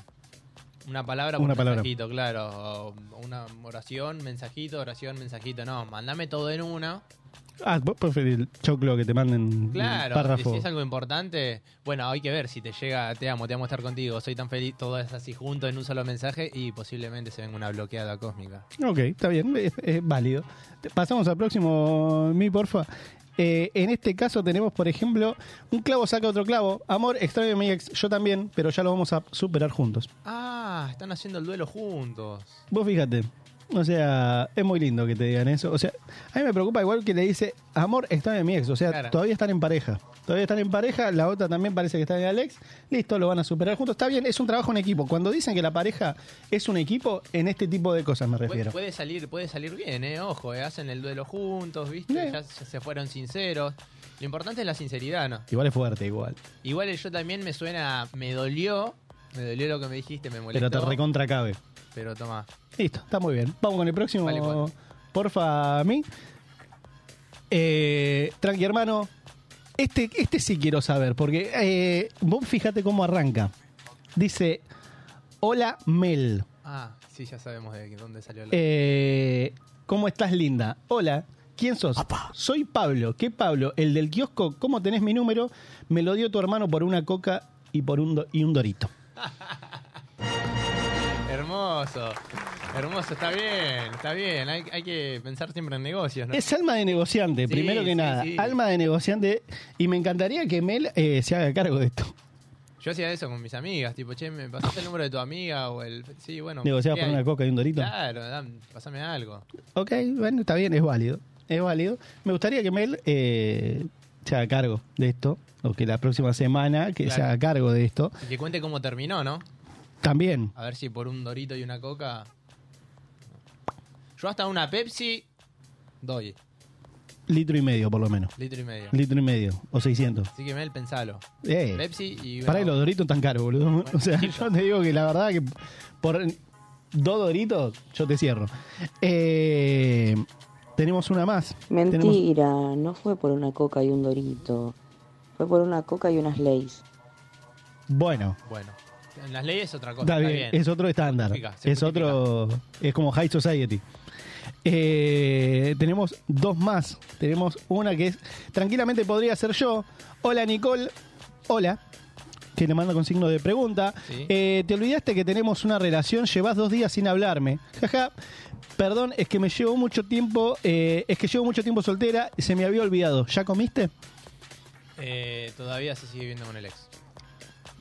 S4: una palabra por
S5: Una palabra.
S4: mensajito, claro. O una oración, mensajito, oración, mensajito. No, mandame todo en una.
S5: Ah, vos preferís choclo que te manden
S4: Claro,
S5: párrafo.
S4: si es algo importante, bueno, hay que ver si te llega, te amo, te amo estar contigo, soy tan feliz, todo es así junto en un solo mensaje y posiblemente se venga una bloqueada cósmica.
S5: Ok, está bien, es, es válido. Te- Pasamos al próximo, mi porfa. Eh, en este caso tenemos, por ejemplo, un clavo saca otro clavo. Amor, extraño a mi ex, yo también, pero ya lo vamos a superar juntos.
S4: Ah, están haciendo el duelo juntos.
S5: Vos fíjate, o sea, es muy lindo que te digan eso. O sea, a mí me preocupa igual que le dice, amor, extraño a mi ex. O sea,
S4: Claro.
S5: todavía están en pareja. Todavía están en pareja, la otra también parece que está en Alex. Listo, lo van a superar juntos. Está bien, es un trabajo en equipo. Cuando dicen que la pareja es un equipo, en este tipo de cosas me
S4: Puede,
S5: refiero.
S4: puede salir, puede salir bien, eh, ojo, eh, hacen el duelo juntos, viste,
S5: Sí.
S4: ya, se- se fueron sinceros. Lo importante es la sinceridad, ¿no?
S5: Igual es fuerte, igual.
S4: Igual el yo también me suena, me dolió, me dolió lo que me dijiste, me molestó.
S5: Pero te recontra cabe.
S4: pero toma.
S5: Listo, está muy bien. Vamos con el próximo.
S4: Vale, bueno.
S5: Porfa, a mí. Eh, tranqui, hermano. Este, este sí quiero saber, porque eh, vos fíjate cómo arranca. Dice, hola Mel.
S4: Ah, sí, ya sabemos de dónde salió la.
S5: Eh, ¿Cómo estás, linda? Hola, ¿quién sos? Soy Pablo. ¿Qué Pablo? El del kiosco, ¿cómo tenés mi número? Me lo dio tu hermano por una coca y por un, do- y un dorito.
S4: Hermoso. Hermoso, está bien, está bien. Hay, hay que pensar siempre en negocios, ¿no?
S5: Es alma de negociante,
S4: Sí,
S5: primero que
S4: sí,
S5: nada.
S4: sí.
S5: Alma de negociante. Y me encantaría que Mel eh, se haga cargo de esto.
S4: Yo hacía eso con mis amigas, tipo, che, ¿me pasaste el número de tu amiga? O el. Sí, bueno.
S5: Negociaba
S4: ¿qué
S5: por
S4: hay?
S5: una coca y un dorito.
S4: Claro, dam- pasame algo.
S5: Ok, bueno, está bien, es válido. Es válido. Me gustaría que Mel eh, se haga cargo de esto. O que la próxima semana que se
S4: Claro.
S5: haga cargo de esto.
S4: Y que cuente cómo terminó, ¿no?
S5: También.
S4: A ver si por un dorito y una coca. Yo hasta una Pepsi doy,
S5: Litro y medio, por lo menos.
S4: litro y medio.
S5: Litro y medio, o 600.
S4: Así que Mel, pensalo.
S5: Eh.
S4: Pepsi y.
S5: Para los doritos tan caros, boludo. o sea, yo te digo que la verdad que por dos doritos yo te cierro. Eh, tenemos una más. Tenemos-
S6: Mentira, no fue por una coca y un dorito. Fue por una coca y unas leyes.
S5: Bueno,
S4: Bueno, en las leyes es otra cosa.
S5: está bien, es otro estándar.
S4: Justifica, se
S5: es otro. Es como High Society. Eh, tenemos dos más. Tenemos una que es. Tranquilamente podría ser yo. Hola, Nicole. Hola. Que le manda con signo de pregunta.
S4: Sí.
S5: Eh, Te olvidaste que tenemos una relación. Llevas dos días sin hablarme. Jaja. Perdón, es que me llevo mucho tiempo. eh, es que llevo mucho tiempo soltera. y Se me había olvidado. ¿Ya comiste?
S4: Eh, todavía se sigue viendo con el ex.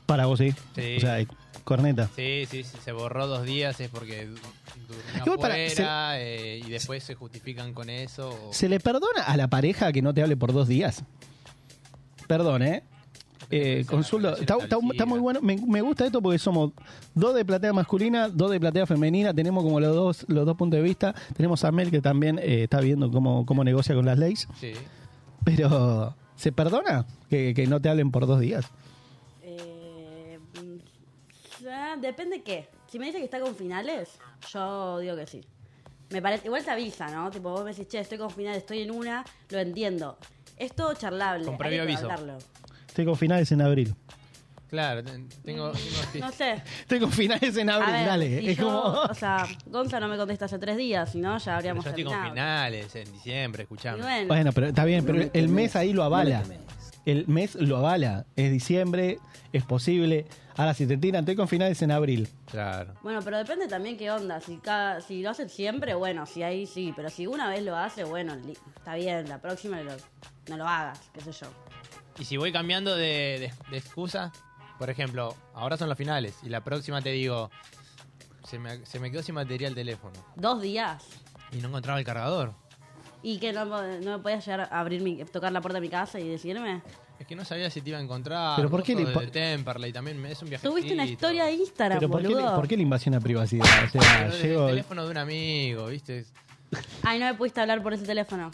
S5: Para vos, sí.
S4: Sí.
S5: O sea, eh, corneta.
S4: Sí, sí, sí, se borró dos días, es porque du- durmió
S5: Igual para-
S4: afuera, eh, y después se justifican con eso. o-
S5: ¿Se le perdona a la pareja que no te hable por dos días? Perdón, ¿eh? Eh, consulta, está, está- está muy bueno. Me, me gusta esto porque somos dos de platea masculina, dos de platea femenina. Tenemos como los dos los dos puntos de vista. Tenemos a Mel que también eh, está viendo cómo, cómo negocia con las leyes.
S4: Sí.
S5: Pero, ¿se perdona que, que no te hablen por dos días?
S8: Eh, mm, ya, depende qué. Si me dice que está con finales, yo digo que sí. Me parece, igual te avisa, ¿no? Tipo, vos me decís, che, estoy con finales, estoy en una, lo entiendo. Es todo charlable.
S4: Con
S8: hay
S4: previo
S8: que
S4: aviso.
S8: hablarlo.
S5: Estoy con finales en abril.
S4: Claro, ten- tengo. tengo-
S8: No sé.
S5: Estoy con finales en
S8: A
S5: abril,
S8: ver,
S5: dale.
S8: si
S5: Es
S8: yo-
S5: como.
S8: O sea, Gonza no me contesta hace tres días, si no, ya
S4: Pero
S8: habríamos
S4: yo estoy con
S8: terminado.
S4: finales en diciembre, escuchame.
S8: Y bueno,
S5: Bueno, pero está bien,
S10: No
S5: pero
S10: me
S5: el
S10: temés,
S5: mes ahí lo
S10: no me
S5: avala.
S10: temés.
S5: el mes lo avala. Es diciembre, es posible. Ahora, si te tiran, estoy con finales en abril.
S4: Claro.
S8: Bueno, pero depende también qué onda. Si, cada, si lo hacen siempre, bueno, si ahí sí. Pero si una vez lo hace, bueno, li- está bien. La próxima lo- no lo hagas, qué sé yo.
S4: Y si voy cambiando de, de- de excusa, por ejemplo, ahora son los finales y la próxima te digo, se me, se me quedó sin batería el teléfono
S8: Dos días.
S4: y no encontraba el cargador.
S8: Y que no, po- no me podías llegar a abrir mi, tocar la puerta de mi casa y decirme.
S4: Es que no sabía si te iba a encontrar.
S5: Pero ¿por qué
S4: cosas
S5: le po-
S4: de Temperley también me- es un viaje.
S8: Tuviste una historia de Instagram,
S5: Pero ¿por qué, le-
S8: boludo.
S5: por qué la invasión a privacidad? O sea, llego-
S4: El teléfono de un amigo, ¿viste?
S8: Ay, no me pudiste hablar por ese teléfono.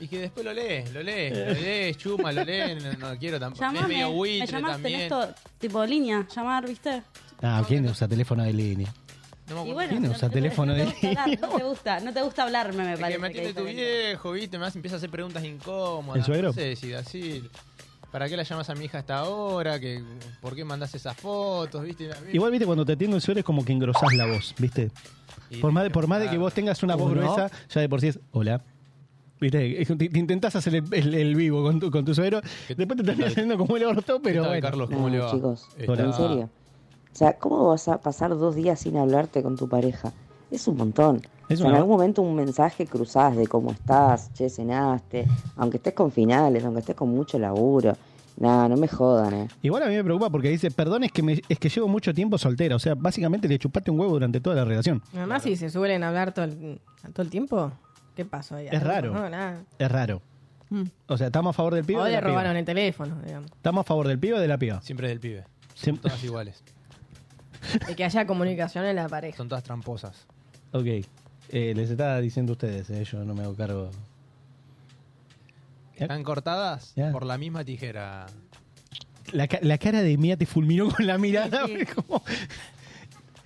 S4: Y que después lo lees, lo lees, lo lees, chuma, lo lees, no, no quiero tampoco. Es
S8: Llamame.
S4: medio
S8: Me
S4: buitre
S8: llamás,
S4: también.
S8: tenés todo, tipo línea, llamar, ¿viste?
S5: Ah, ¿quién usa teléfono de línea?
S4: No me
S8: Y
S4: acuerdo.
S8: bueno,
S5: ¿Quién
S8: si no
S5: usa
S8: te-
S5: teléfono
S8: no te
S5: de
S8: gusta hablar,
S5: línea?
S8: No te gusta, no te gusta hablarme, me
S4: Es
S8: parece.
S4: que me atiende
S8: que
S4: tu
S8: diferente.
S4: viejo, ¿viste? Me hace- empieza a hacer preguntas incómodas.
S5: ¿El suegro?
S4: No sé si de así. ¿Para qué la llamas a mi hija hasta ahora? ¿Que, ¿Por qué mandas esas fotos? ¿Viste? A mí-
S5: Igual, viste, cuando te atiende un suelo es como que engrosás la voz, ¿viste?
S4: Y ah,
S5: Por más, de,
S4: tenés
S5: por más de
S4: hablar.
S5: que vos tengas una voz
S10: ¿O no?
S5: gruesa, ya de por sí es, hola. Viste, es que te, te intentás hacer el, el- el vivo con tu, con tu suegro,
S4: ¿Qué-
S5: después te
S4: qué
S5: terminas
S4: tal?
S5: haciendo como el orto,
S4: ¿Qué
S5: pero
S4: tal,
S5: bueno.
S4: Carlos,
S6: No,
S4: ¿cómo le va?
S6: chicos,
S4: Está-
S6: en serio. O sea, ¿cómo vas a pasar dos días sin hablarte con tu pareja? Es un montón.
S5: Es
S6: O sea, en
S5: una-
S6: algún momento un mensaje cruzás de cómo estás, che, cenaste, aunque estés con finales, aunque estés con mucho laburo. Nah, no me jodan, eh.
S5: Igual a mí me preocupa porque dice, perdón, es que, me, es que llevo mucho tiempo soltera. O sea, básicamente le chupaste un huevo durante toda la relación.
S7: Además, si se suelen hablar todo el, todo el tiempo, ¿qué pasó? ahí? Ah,
S5: Es raro.
S7: No, nada.
S5: Es raro.
S7: Mm.
S5: O sea, estamos a favor del pibe.
S7: O
S5: o de
S7: le
S5: la piba?
S7: robaron el teléfono, digamos.
S5: Estamos a favor del pibe o de la piba.
S4: Siempre del pibe. Son
S5: Siempre-
S4: todas iguales.
S7: De que haya comunicación en la pareja.
S4: Son todas tramposas.
S5: Ok. Eh, les estaba diciendo ustedes, eh, yo no me hago cargo.
S4: Están cortadas
S5: Ya.
S4: por la misma tijera.
S5: La, ca- la cara de Mía te fulminó con la mirada.
S8: Sí, sí.
S5: como-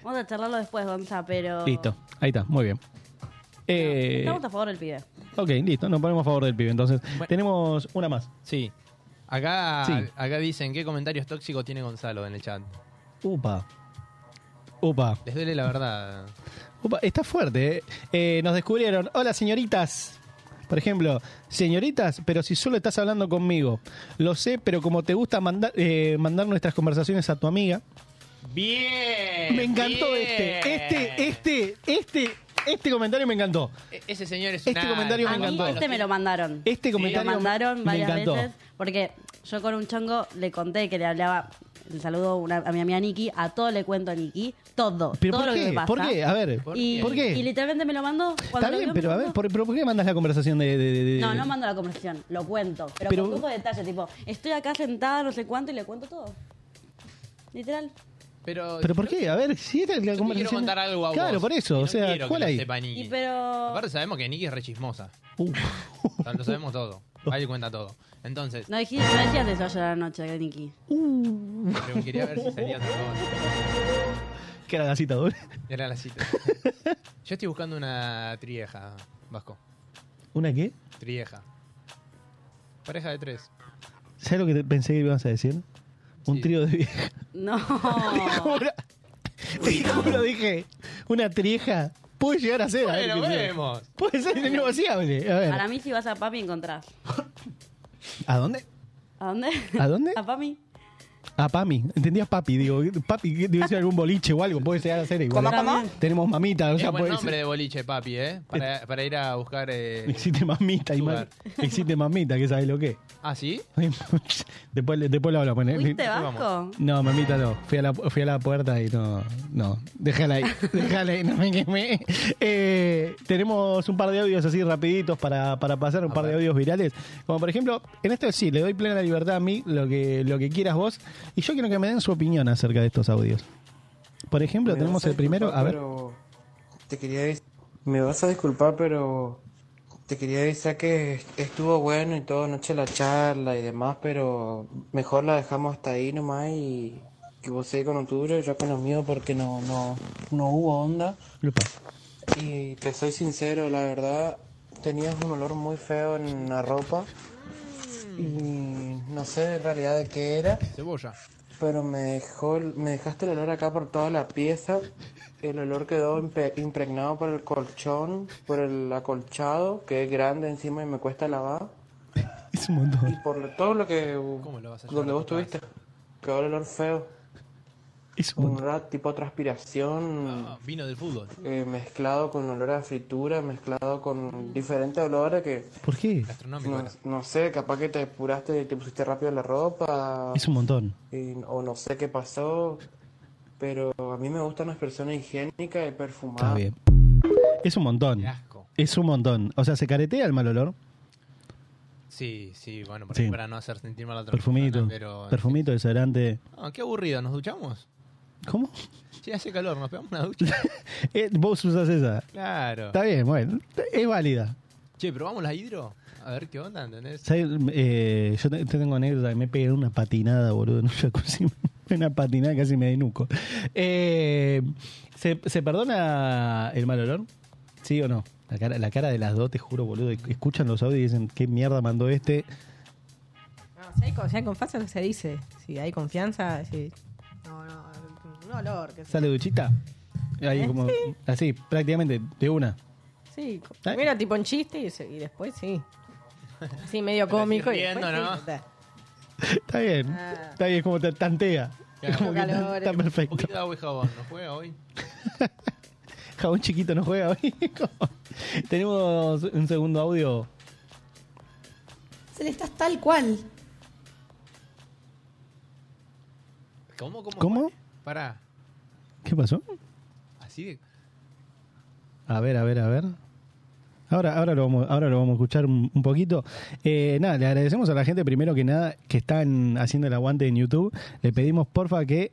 S8: Vamos a charlarlo después, Gonza, pero.
S5: Listo, ahí está, muy bien.
S8: No,
S5: Eh,
S8: Estamos a favor del pibe.
S5: Ok, listo, nos ponemos a favor del pibe. Entonces, tenemos una más.
S4: Sí. Acá,
S5: Sí.
S4: acá dicen qué comentarios tóxicos tiene Gonzalo en el chat.
S5: Upa. Upa.
S4: Les duele la verdad.
S5: Upa, está fuerte, ¿eh? Eh, Nos descubrieron. Hola, señoritas. Por ejemplo, señoritas, pero si solo estás hablando conmigo. Lo sé, pero como te gusta mandar, eh, mandar nuestras conversaciones a tu amiga.
S4: Bien.
S5: Me encantó este. Este, este, este, este comentario me encantó.
S4: E-, Ese señor es
S5: Este
S4: una-
S5: comentario me
S8: A mí
S5: encantó.
S8: este me lo mandaron.
S5: Este
S8: me
S5: comentario
S8: lo mandaron
S5: me
S8: varias
S5: encantó.
S8: veces. Porque yo con un chongo le conté que le hablaba. Le saludo una- a mi amiga Nikki. A todo le cuento a Nikki. Todo.
S5: ¿Pero
S8: todo
S5: por
S8: lo que
S5: qué?
S8: me pasa.
S5: ¿Por qué? A ver,
S8: y,
S5: ¿por qué?
S8: y literalmente me lo mandó. cuando
S5: Está
S8: lo
S5: bien,
S8: vio, me
S5: pero a
S8: lo
S5: ver,
S8: mandó.
S5: ¿por, pero por qué mandas la conversación de...? de- de- de-
S8: No, no mando la conversación. Lo cuento. Pero,
S5: Pero-
S8: con poco detalle. Tipo, estoy acá sentada, no sé cuánto, y le cuento todo. Literal.
S4: Pero,
S5: ¿Pero por qué? A ver, si esta es la
S4: te
S5: conversación...
S4: quiero contar algo a vos,
S5: Claro, por eso.
S4: y
S5: O
S4: no
S5: sea,
S4: quiero que
S5: ¿cuál
S4: lo
S5: hay?
S4: sepa Nicky.
S8: Y pero.
S4: Aparte sabemos que Nicky es rechismosa.
S5: Uh.
S4: O sea, lo sabemos todo. Vale cuenta todo. Entonces,
S8: No dijiste, no decías eso ayer a la noche, Nikki.
S5: Uh.
S4: pero quería ver si salía todo.
S5: ¿Qué era la cita doble?
S4: Era la cita. Yo estoy buscando una trieja, Vasco.
S5: ¿Una qué?
S4: Trieja. Pareja de tres.
S5: ¿Sabes lo que te- pensé que ibas a decir? Un
S4: Sí.
S5: trío de viejas.
S8: No.
S5: Ahora- Te juro, dije, una trieja puede llegar a ser. a ver
S4: Bueno,
S5: qué sea.
S4: vemos.
S5: Puede ser innegociable. A ver,
S8: Para mí, si vas a Papi, encontrás.
S5: ¿a dónde?
S8: ¿A dónde?
S5: ¿A dónde?
S8: A Papi.
S5: A Pami. ¿Entendías papi? Digo, papi, que debe ser algún boliche o algo. Puede llegar a ser igual.
S8: ¿Cómo, cómo?
S5: Tenemos mamita, o
S4: Es
S5: sea,
S4: buen
S5: puede
S4: nombre
S5: ser.
S4: de boliche, papi, ¿eh? Para, para ir a buscar... eh,
S5: Existe mamita, y
S4: Lugar.
S5: más- Existe mamita, que sabes lo que.
S4: ¿Ah, sí?
S5: es. después, le- después lo hablamos. ¿eh?
S8: ¿Fuiste, Vasco?
S5: No, mamita, no. Fui a la, fui a la puerta y no. No. Déjala ahí. Déjala ahí, no me quemé. Eh, tenemos un par de audios así rapiditos para, para pasar, un
S4: A
S5: par de
S4: ver.
S5: audios virales. Como por ejemplo, en esto sí, le doy plena libertad a mí, lo que, lo que quieras vos. Y yo quiero que me den su opinión acerca de estos audios. Por ejemplo,
S11: Me
S5: tenemos
S11: vas a
S5: el primero.
S11: disculpar,
S5: A ver.
S11: pero Te quería decir. Me vas a disculpar, pero. Te quería avisar que estuvo bueno y toda noche la charla y demás, pero mejor la dejamos hasta ahí nomás y que vos seguís con lo tuyo y yo con lo mío porque no, no, no hubo onda.
S5: Lupa.
S11: Y te soy sincero, la verdad, tenías un olor muy feo en la ropa y no sé en realidad de qué era.
S4: Cebolla.
S11: Pero me dejó, me dejaste el olor acá por toda la pieza. El olor quedó impe- impregnado por el colchón, por el acolchado, que es grande encima y me cuesta lavar.
S5: Es un montón.
S11: Y por lo- todo lo que...
S4: ¿Cómo lo vas a llevar
S11: donde
S4: a
S11: vos
S4: tu
S11: estuviste. Quedó el olor feo.
S5: Es un
S11: Un
S5: montón.
S11: rat tipo transpiración
S4: Ah, vino del fútbol.
S11: eh, mezclado con olor a fritura, mezclado con diferentes olores que...
S5: ¿Por qué?
S4: Gastronómico.
S11: No,
S4: era.
S11: no sé, capaz que te apuraste y te pusiste rápido la ropa.
S5: Es un montón.
S11: y- o no sé qué pasó, pero a mí me gustan las personas higiénicas y perfumadas.
S5: Está bien. Es un montón.
S4: Qué asco.
S5: Es un montón. O sea, se caretea el mal olor.
S4: Sí, sí, bueno, por-
S5: Sí.
S4: para no hacer sentir mal a otra
S5: Perfumito.
S4: persona, pero...
S5: Perfumito, desodorante.
S4: Ah, qué aburrido, ¿nos duchamos?
S5: ¿Cómo?
S4: Sí, hace calor, ¿nos pegamos una ducha?
S5: Eh, vos usas esa.
S4: claro.
S5: Está bien, bueno. Es válida.
S4: Che, probamos la hidro. A ver qué onda, ¿entendés?
S5: ¿Sabes? Eh, yo te- te tengo anécdota que me pegué una patinada, boludo, en un jacuzzi. Una patinada casi me denuco. Eh, ¿se, se perdona el mal olor? ¿Sí o no? La cara, la cara de las dos, te juro, boludo. Escuchan los audios y dicen, ¿qué mierda mandó este?
S7: No, si hay, con- si hay confianza, se dice. Si hay confianza, sí. No, no, un olor. Que
S5: ¿Sale duchita? Ahí
S7: Eh,
S5: como, así, prácticamente, de una.
S7: Sí,
S5: ¿Eh?
S7: co- primero tipo en chiste y, se- y después sí. Así medio
S4: Pero así
S7: cómico. y después,
S4: riendo,
S7: sí,
S4: ¿no?
S7: está.
S5: Está bien,
S7: Ah.
S5: está bien, es como te tantea. Es como que está,
S7: Calores.
S5: está
S4: Un
S5: perfecto.
S4: poquito de agua y jabón, ¿nos juega hoy?
S5: Jabón chiquito no juega hoy. Tenemos un segundo audio.
S12: Se le estás tal cual.
S4: ¿Cómo? ¿Cómo?
S5: ¿Cómo?
S4: Pará.
S5: ¿Qué pasó?
S4: Así de...
S5: A ver, a ver, a ver. Ahora, ahora, lo, vamos, ahora lo vamos a escuchar un, un poquito. Eh, nada, le agradecemos a la gente primero que nada que están haciendo el aguante en YouTube. Le pedimos porfa que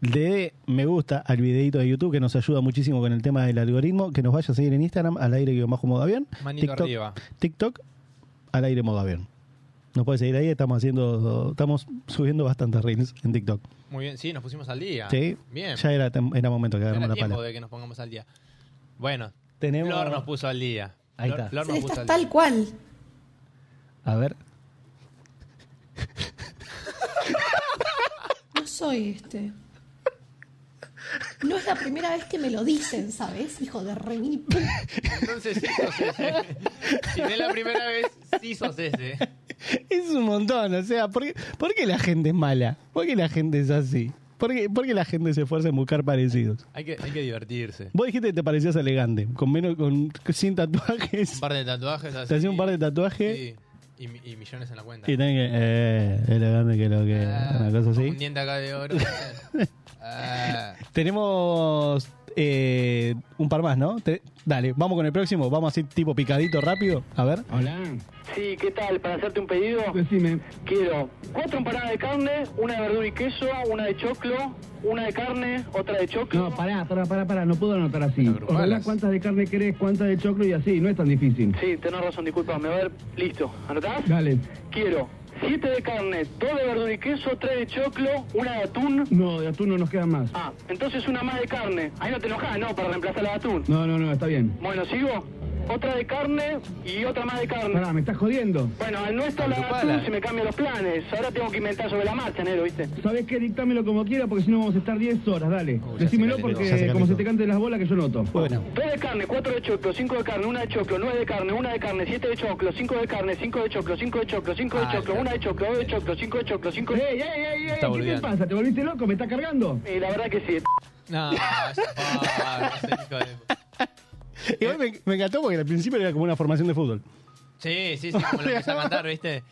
S5: le dé me gusta al videito de YouTube que nos ayuda muchísimo con el tema del algoritmo. Que nos vaya a seguir en Instagram al aire guión bajo modo avión.
S4: Manito arriba.
S5: TikTok al aire modo avión. Nos puede seguir ahí. Estamos haciendo, estamos subiendo bastantes reels en TikTok.
S4: Muy bien, sí, nos pusimos al día.
S5: sí,
S4: Bien.
S5: ya era, tem- era momento que
S4: Ya
S5: agarramos la
S4: era tiempo
S5: pala.
S4: de que nos pongamos al día. Bueno,
S5: Tenemos
S4: Flor nos puso al día.
S5: Ahí está.
S4: Lorma
S13: Celeste,
S4: puso
S13: estás
S4: el-
S13: tal cual.
S5: A ver.
S13: No soy este. No es la primera vez que me lo dicen, ¿sabes? Hijo de re mil pu-
S4: Entonces sí sos ese. Si no es la primera vez, sí sos ese.
S5: Es un montón, o sea, ¿por qué, por qué la gente es mala? ¿Por qué la gente es así? ¿Por qué, por qué la gente se esfuerza en buscar parecidos?
S4: Hay que, hay que divertirse.
S5: Vos dijiste que te parecías elegante, con menos, con, sin
S4: Un
S5: tatuajes.
S4: par de tatuajes así.
S5: Te hacía un par de tatuajes
S4: Sí. Y, mi- y millones en la cuenta.
S5: y tenés que, eh, elegante que lo que, una cosa así.
S4: Ah, Un diente acá de oro. Ah,
S5: Tenemos eh, un par más, ¿no? Te- dale, vamos con el próximo. Vamos así tipo picadito rápido. A ver. Hola.
S14: Sí, ¿qué tal? Para hacerte un pedido, quiero cuatro empanadas de carne, una de verdura y queso, una de choclo, una de carne, otra de choclo.
S15: No, pará, pará, pará, pará, no puedo anotar así. Ojalá
S14: malas.
S15: cuántas de carne querés, cuántas de choclo y así, no es tan difícil.
S14: Sí, tenés razón, disculpa, me va a ver. Listo, ¿anotás?
S15: Dale.
S14: Quiero siete de carne, dos de verdura y queso, tres de choclo, una de atún.
S15: No, de atún no nos queda más.
S14: Ah, entonces una más de carne. Ahí no te enojas, ¿no? Para reemplazar la de atún.
S15: No, no, no, está bien.
S14: Bueno, sigo. Otra de carne y otra más de carne.
S15: Pará, me estás jodiendo.
S14: Bueno, al no estar la de atún se me cambian los planes. Ahora tengo que inventar sobre la marcha, Nero, ¿viste?
S15: ¿Sabés qué? Dictámelo como quiera porque si no vamos a estar 10 horas, dale.
S5: Oh,
S14: se
S15: Decímelo
S14: calentó.
S15: porque
S14: Ya se calentó.
S15: como se te cante las bolas que yo noto. Bueno.
S14: Tres de carne, cuatro de choclo, cinco de carne, una de choclo, nueve de carne, una de carne, siete de choclo, cinco de carne, cinco de choclo, cinco de choclo, cinco de choclo, una de choclo, dos de choclo, cinco de choclo, cinco de...
S15: ¡Ey, ey, ey, ey! ¿Qué te pasa? ¿Te volviste loco? ¿Me estás cargando?
S14: Y la verdad que sí.
S4: No,
S5: Igual me, me encantó porque al principio era como una formación de fútbol.
S4: sí, sí, sí, como lo empezó a cantar, ¿viste?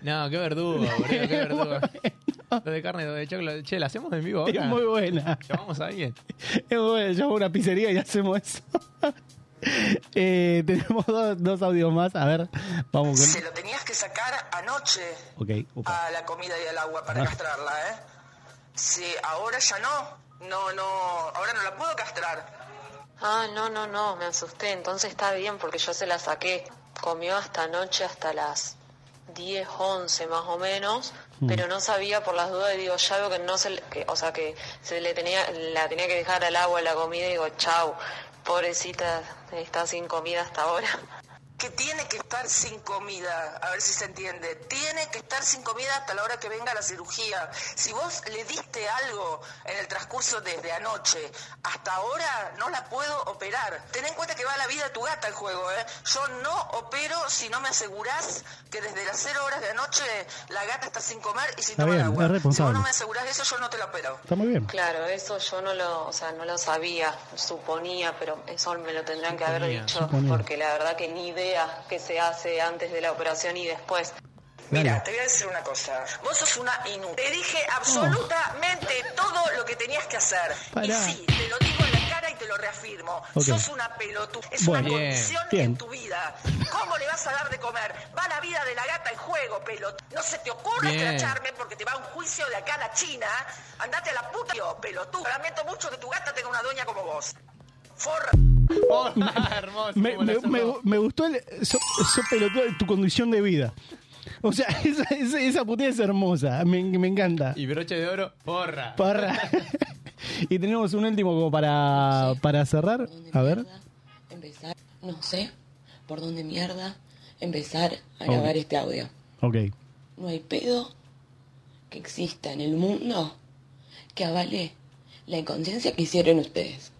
S4: No, qué verdugo, boludo, qué verdugo. Dos de carne, dos de choclo. Che, ¿la hacemos en vivo ahora?
S5: Es muy buena.
S4: ¿Llamamos a alguien?
S5: Es muy buena. Yo a una pizzería y hacemos eso. Eh, tenemos dos, dos audios más. A ver, vamos
S16: Se
S5: con.
S16: lo tenías que sacar anoche
S5: Ok, upa.
S16: a la comida y al agua para
S5: Ah.
S16: castrarla, ¿eh? Sí, ahora ya no. No, no, ahora no la puedo castrar.
S17: Ah, no, no, no, me asusté. Entonces está bien porque yo se la saqué. Comió hasta noche, hasta las 10, 11 más o menos,
S18: Mm.
S17: pero no sabía por las dudas y digo, ya veo que no se le, que- o sea, que se le tenía, la tenía que dejar al agua, la comida y digo, chau, pobrecita, está sin comida hasta ahora.
S16: Que tiene que estar sin comida, a ver si se entiende. Tiene que estar sin comida hasta la hora que venga la cirugía. Si vos le diste algo en el transcurso desde anoche hasta ahora, no la puedo operar. Ten en cuenta que va la vida de tu gata al juego, ¿eh? Yo no opero si no me asegurás que desde las cero horas de anoche la gata está sin comer y sin
S5: Está
S16: tomar
S5: bien,
S16: agua.
S5: es responsable.
S16: Si vos no me asegurás eso, yo no te la opero.
S5: Está muy bien.
S17: Claro, eso yo no lo, o sea, no lo sabía, suponía, pero eso me lo tendrán que haber
S5: Suponía,
S17: dicho,
S5: suponía.
S17: porque la verdad que ni idea que se hace antes de la operación y después.
S16: Mira, te voy a decir una cosa. Vos sos una inútil. Te dije
S5: Oh.
S16: absolutamente todo lo que tenías que hacer.
S5: Pará.
S16: Y sí, te lo digo en la cara y te lo reafirmo.
S5: Ok.
S16: Sos una pelotuda. Es
S5: Bueno.
S16: una
S5: Bien,
S16: condición
S5: bien.
S16: en tu vida. ¿Cómo le vas a dar de comer? Va la vida de la gata en juego, pelotuda. No se te ocurra
S5: Bien.
S16: escracharme porque te va a un juicio de acá a la China. Andate a la puta, tío, pelotuda. Lamento mucho que tu gata tenga una dueña como vos. Forra.
S5: Me, me- me- me gustó el. So, so pelotudo de tu condición de vida. O sea, esa, esa, esa puteada es hermosa. Me, me encanta.
S4: Y broche de oro, porra.
S5: Parra. y tenemos un último como para, para cerrar. A ver.
S19: empezar, no sé por dónde mierda, empezar a grabar
S5: Ok.
S19: este audio.
S5: Ok.
S19: No hay pedo que exista en el mundo que avale la inconsciencia que hicieron ustedes.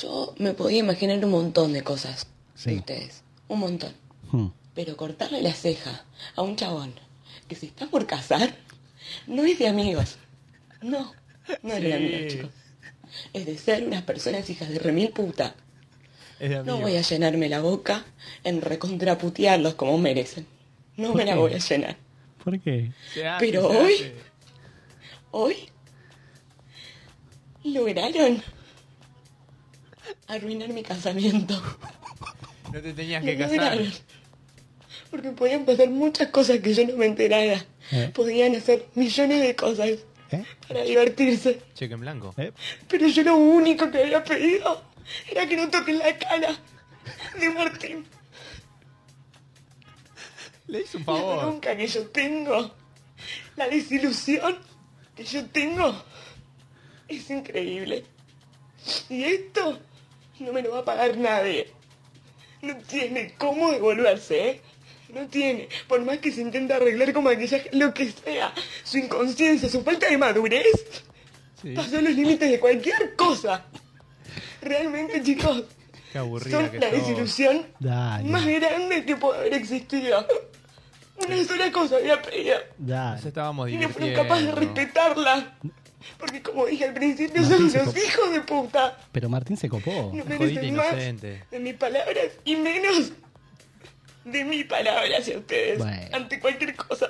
S19: Yo me podía imaginar un montón de cosas de ustedes, un montón.
S5: Hmm.
S19: Pero cortarle la ceja a un chabón que se está por casar no es de amigos. No, no es de
S20: Sí.
S19: amigos, chicos. Es de ser unas personas hijas de remil puta. No voy a llenarme la boca en recontraputearlos como merecen. No
S5: ¿Por
S19: me la
S5: qué?
S19: voy a llenar.
S5: ¿Por qué?
S19: Pero hoy, hoy, lograron arruinar mi casamiento.
S4: No te tenías
S19: Lo
S4: que casar.
S19: lograron. Porque podían pasar muchas cosas que yo no me enterara.
S4: ¿Eh?
S19: Podían hacer millones de cosas para divertirse.
S4: Cheque en blanco.
S5: Eh,
S19: Pero yo lo único que había pedido era que no toquen la cara de Martín.
S4: Le hice un
S19: La
S4: favor.
S19: bronca que yo tengo, la desilusión que yo tengo, es increíble. Y esto no me lo va a pagar nadie.
S20: No tiene cómo devolverse, ¿eh? No tiene. Por más que se intenta arreglar con maquillaje, lo que sea, su inconsciencia, su falta de madurez, pasó los límites de cualquier cosa. Realmente, chicos,
S4: Qué aburrida
S20: son
S4: que
S20: la
S4: sos.
S20: desilusión
S5: Dale,
S20: más grande que puede haber existido. Una sola cosa había pedido
S5: dale.
S4: estábamos
S20: y no fueron capaces de respetarla. Porque como dije al principio, son
S5: Martín se
S20: unos
S5: copó.
S20: hijos de puta.
S5: Pero Martín se
S4: Oh,
S5: copó.
S20: No merecen más de mis palabras y menos de mi palabra hacia ustedes.
S5: Bueno.
S20: Ante cualquier cosa.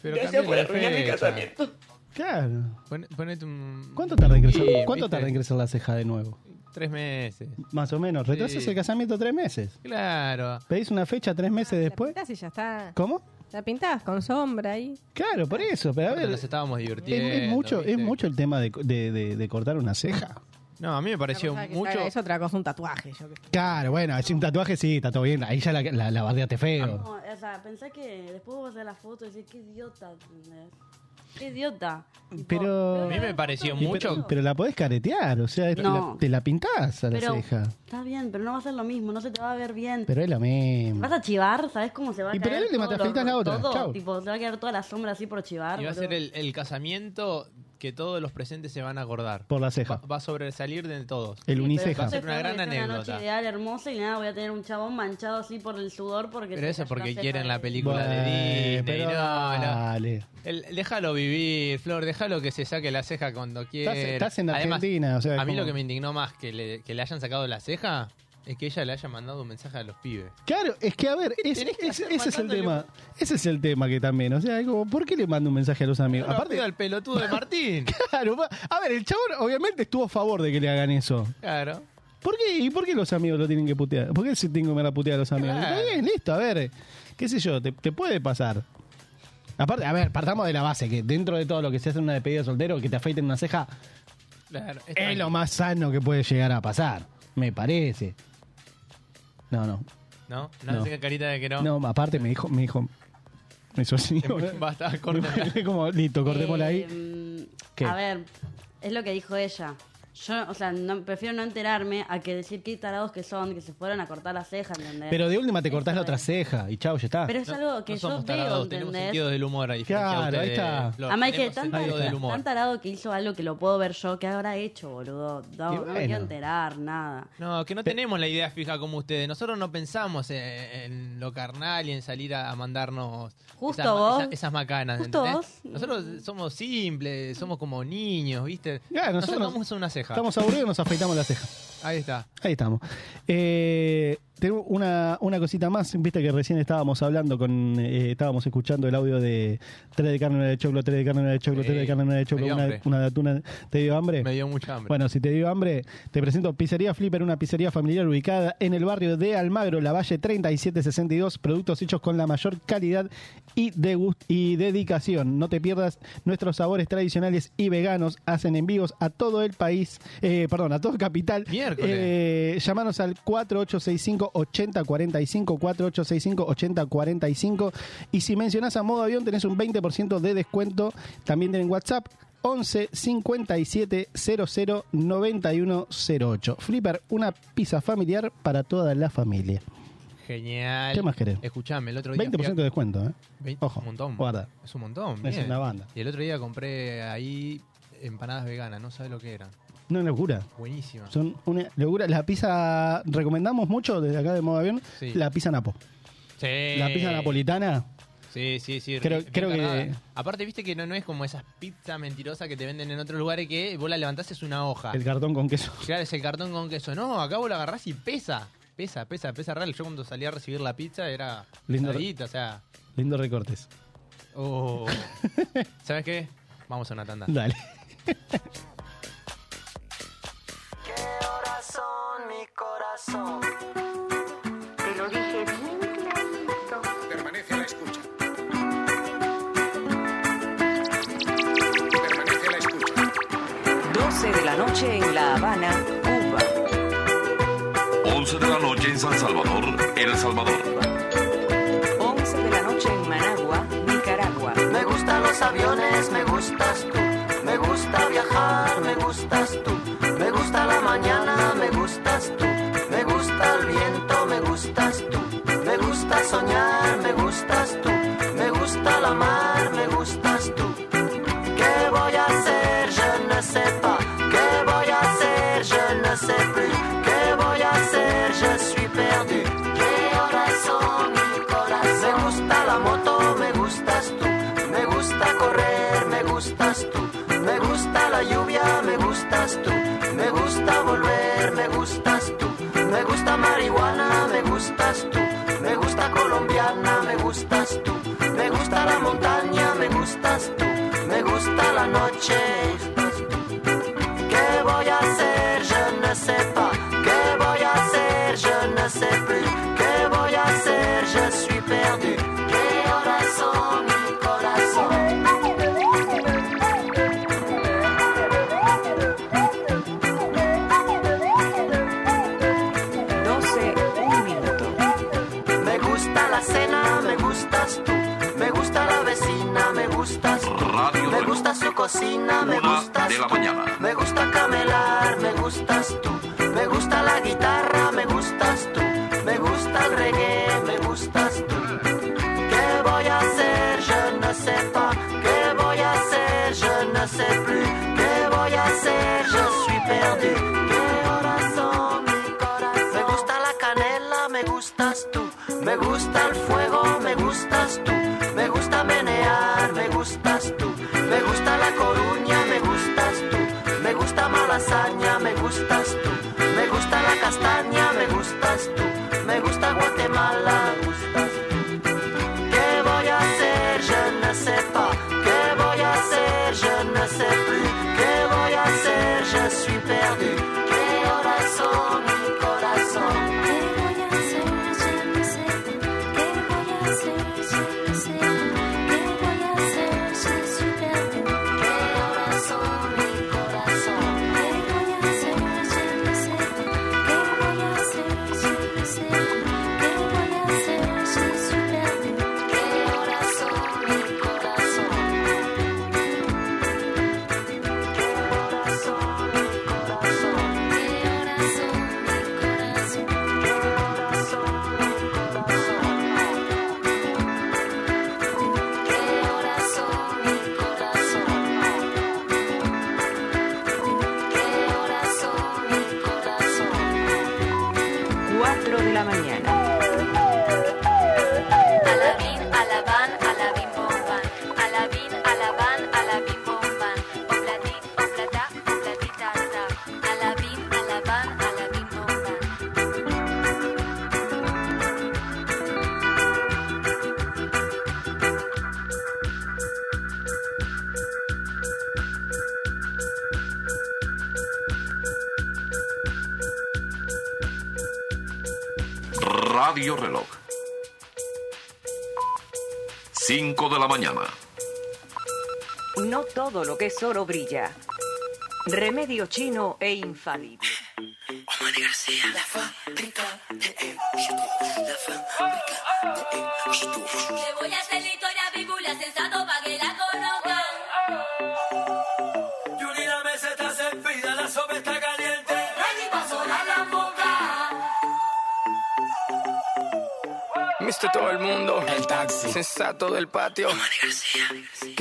S4: Pero
S20: Gracias por
S4: cambiale la
S20: arruinar mi
S4: fecha.
S20: casamiento.
S5: Claro.
S4: Pon- ponete un...
S5: ¿Cuánto tarda en crecer,
S4: Sí,
S5: ¿cuánto
S4: ¿viste?
S5: tarda en crecer la ceja de nuevo?
S4: Tres meses.
S5: Más o menos. Retrasas
S4: Sí.
S5: el casamiento tres meses.
S4: Claro.
S5: Pedís una fecha tres
S20: Ah,
S5: meses después.
S7: Pintás y ya está.
S5: ¿Cómo?
S7: La pintás con sombra ahí.
S5: Claro, por eso. Pero a ver,
S4: Nos
S5: es,
S4: estábamos divirtiendo.
S5: es mucho, es mucho el tema de, de- de- de cortar una ceja.
S4: No, a mí me pareció
S7: Sabe que
S4: mucho...
S7: sabe, Es otra cosa, un tatuaje. Yo que...
S5: Claro, bueno, es un tatuaje, sí, está todo bien. Ahí ya la, la, la bardeaste feo.
S8: No, o sea, pensé que después vos hacer la foto y decís, qué idiota, ¿entendés? Qué idiota.
S5: Pero.
S4: A mí me pareció
S5: Y pero-
S4: mucho.
S5: Pero, la podés caretear, o sea,
S8: No.
S5: la- te la pintás a la
S8: Pero-
S5: ceja.
S8: Está bien, pero no va a ser lo mismo, no se te va a ver bien.
S5: Pero es la misma.
S8: Vas a chivar, ¿sabes cómo se va a
S5: Y
S8: caer
S5: ponele,
S8: todo
S5: te
S8: lo-
S5: afeitas la otra,
S8: todo?
S5: chau.
S8: Tipo, se va a quedar toda la sombra así por chivar.
S4: Y va a
S8: boludo.
S4: ser el, el casamiento que todos los presentes se van a acordar.
S5: Por la ceja.
S4: Va, va a sobresalir de todos.
S5: El
S8: Sí, pero
S5: uniceja.
S4: Va a ser una
S8: Pensaba
S4: gran
S8: que iba a ser Una noche
S4: anécdota.
S8: ideal, hermosa, y nada, voy a tener un chabón manchado así por el sudor porque...
S4: Pero
S8: se
S4: eso
S8: cayó
S4: porque
S8: la ceja
S4: quieren la
S8: de-
S4: película de
S5: Bueno,
S4: Disney.
S5: pero
S4: no, no.
S5: dale.
S4: El- déjalo vivir, Flor, déjalo que se saque la ceja cuando quiera.
S5: Estás, estás en
S4: Además,
S5: Argentina, o sea.
S4: a mí
S5: como-
S4: lo que me indignó más que le, que le hayan sacado la ceja es que ella le haya mandado un mensaje a los pibes.
S5: Claro, es que a ver, es-
S4: tenés que
S5: es-
S4: hacer
S5: ese es el
S4: mandándole
S5: tema. Ese es el tema que también, o sea, es como, ¿por qué le mando un mensaje a los amigos?
S4: Pero
S5: Aparte,
S4: pido al pelotudo de Martín.
S5: claro, va- a ver, el chabón obviamente estuvo a favor de que le hagan eso.
S4: claro.
S5: ¿Por qué? ¿Y por qué los amigos lo tienen que putear? ¿Por qué se tienen que comer la puteada a los amigos?
S4: Claro.
S5: Está bien, listo, a ver, qué sé yo, te, te puede pasar. Aparte, a ver, partamos de la base, que dentro de todo lo que se hace en una despedida de soltero, que te afeiten una ceja,
S4: claro. Es
S5: es
S4: tranquilo,
S5: lo más sano que puede llegar a pasar, me parece. No, no,
S4: ¿No? No,
S5: No.
S4: hace carita de que no.
S5: No, aparte me dijo, me dijo, me hizo así.
S4: Basta, corta.
S5: como, listo, cortémosla ahí.
S8: Eh,
S5: ¿Qué?
S8: A ver, es lo que dijo ella. Yo, o sea, no, prefiero no enterarme a que decir qué tarados que son, que se fueron a cortar la ceja, ¿entendés?
S5: Pero de última te cortás la otra ceja y chao, ya está.
S8: Pero es algo que
S4: no
S8: yo
S4: somos
S8: veo,
S4: tarados, tenemos
S8: ¿entendés?
S4: sentido del humor a diferencia de
S5: Claro, ahí
S4: ustedes,
S5: está.
S4: Flor.
S8: Además, que
S4: Tenemos
S8: tan,
S4: sentido del humor.
S8: tan tarado que hizo algo que lo puedo ver yo, que habrá hecho, boludo. No,
S5: Y
S8: no me
S5: bueno.
S8: quiero enterar, nada.
S4: No, que no tenemos la idea fija como ustedes. Nosotros no pensamos eh, en lo carnal y en salir a, a mandarnos
S8: Justo
S4: esas, ma-
S8: vos.
S4: esa- esas macanas.
S8: Justo
S4: ¿entendés?
S8: vos.
S4: Nosotros somos simples, somos como niños, ¿viste?
S5: Ya,
S4: Nos
S5: nosotros
S4: sacamos una ceja.
S5: Estamos aburridos, nos afeitamos la ceja.
S4: Ahí está.
S5: Ahí estamos. Eh, tengo una, una cosita más, viste que recién estábamos hablando con, eh, estábamos escuchando el audio de tres de carne, una de choclo, tres de carne, una de choclo,
S4: Sí,
S5: tres de carne, una de choclo,
S4: me dio
S5: una,
S4: hambre.
S5: una de atún. ¿Te dio hambre?
S4: Me dio mucha hambre.
S5: Bueno, si te dio hambre, te presento Pizzería Flipper, una pizzería familiar ubicada en el barrio de Almagro, La Valle 3762, productos hechos con la mayor calidad y, degus- y dedicación. No te pierdas nuestros sabores tradicionales y veganos, hacen envíos a todo el país, eh, perdón, a todo Capital.
S4: Miércoles.
S5: Eh, llamanos al 4865-8045, 4865-8045. Y si mencionás a modo avión, tenés un 20% de descuento. También tienen WhatsApp. 11 57 00 91 08. Flipper, una pizza familiar para toda la familia.
S4: Genial.
S5: ¿Qué más querés?
S4: Escuchame, el otro día.
S5: 20% de descuento, ¿eh?
S4: Vein-
S5: Ojo,
S4: un montón.
S5: guarda.
S4: Es un montón.
S5: Es
S4: bien.
S5: una banda.
S4: Y el otro día compré ahí empanadas veganas, no sabes lo que eran.
S5: Una locura.
S4: Buenísimas.
S5: Son una locura. La pizza, recomendamos mucho desde acá de modo avión,
S4: Sí. Eh,
S5: la pizza napo.
S4: Sí.
S5: La pizza napolitana.
S4: Sí, sí, sí.
S5: Creo-
S4: bien
S5: creo que-
S4: cargada. Aparte, viste que no, no es como esas pizzas mentirosas que te venden en otros lugares que vos la levantás es una hoja.
S5: El cartón con queso.
S4: Claro, es el cartón con queso. No, acá vos lo agarrás y pesa. Pesa, pesa, pesa real. Yo cuando salí a recibir la pizza era
S5: Lindo re-
S4: pesadita, o sea.
S5: Lindo recortes.
S4: oh. ¿Sabes qué? Vamos a una tanda.
S5: Dale.
S9: Corazón, mi corazón. Te lo dije bien clarito. Permanece a la escucha. Permanece a la escucha.
S21: 12 de la noche en La Habana, Cuba.
S22: 11 de la noche en San Salvador, en El Salvador.
S21: 11 de la noche en Managua, Nicaragua.
S9: Me gustan los aviones, me gustas tú. Me gusta viajar, me gustas tú. Me gusta la mañana, me gustas tú. Me gusta el viento,
S21: je sais plus. Que voy a hacer? Je suis perdu. ¿Qué horas son, Nicolás? Me gusta la moto, me gustas tú. Me gusta correr, me gustas tú. Me gusta la lluvia, me gustas tú. Me gusta volver, me gustas tú. Me gusta marihuana, me gustas tú. Me gusta colombiana, me gustas tú. Me gusta la montaña, me gustas tú. Me gusta la noche. ¿Qué voy a hacer? Je ne sais pas. ¿Qué voy a hacer? Je ne sais plus. ¿Qué voy a hacer? Je suis perdu. ¿Qué horas son, mi corazón? Me gusta la cena, me gustas tú. Me gusta la vecina, me gustas tú. me gusta su cocina, me gustas
S3: de la
S21: tú.
S3: mañana.
S21: Me gusta camelar, me gustas tú. Me gusta la guitarra, me gustas tú. Me gusta el reggae, me gustas tú. ¿Qué voy a hacer? Je ne sais pas. ¿Qué voy a hacer? Je ne sais plus. ¿Qué voy a hacer? Je suis perdu. ¿Qué horas son, mi corazón? Me gusta la canela, me gustas tú. Me gusta el fuego, me gustas tú. Me gusta menear, me gustas tú. Me gusta la coruña, me gustas tú. Me gusta malasaña, me gustas tú. Me gusta la castaña, me gustas tú. Me gusta Guatemala, me gustas tú. ¿Qué voy a hacer? Je ne sais pas. ¿Qué voy a hacer? Je ne sais plus. ¿Qué voy a hacer? Je suis perdu. ¿Qué horas son, mi corazón? ¿Qué voy a hacer? Je ne sais ¿Qué voy a hacer? Je ne sais ¿Qué voy a hacer? Je suis perdu. ¿Qué horas son, mi corazón? ¿Qué voy a hacer? Je ne sais ¿Qué voy a hacer? Je ne sais ¿Qué voy a hacer? Je suis perdu. ¿Qué horas son, mi corazón? ¿Qué horas son, mi corazón? ¿Qué horas son, mi corazón? ¿Qué horas son, mi corazón? ¿Qué horas son, mi corazón? ¿Qué horas son, mi corazón?
S16: 4 de la mañana.
S21: Alabín, alabán, alabín bomban. Alabín, alabán, alabín bomban. Oblatín, oblata, oblatitata. Alabín, alabán, alabín bomban.
S3: Radio Reloj. 5 de la mañana.
S16: No todo lo que es oro brilla. Remedio chino e infalible.
S21: La fábrica de La Le voy a hacer la historia bíblica sensato para que la conozcan. Yuri, la mesa está servida, la sopa está caliente. Ready para sonar la boca.
S23: Mister todo el mundo, el taxi, sensato del patio.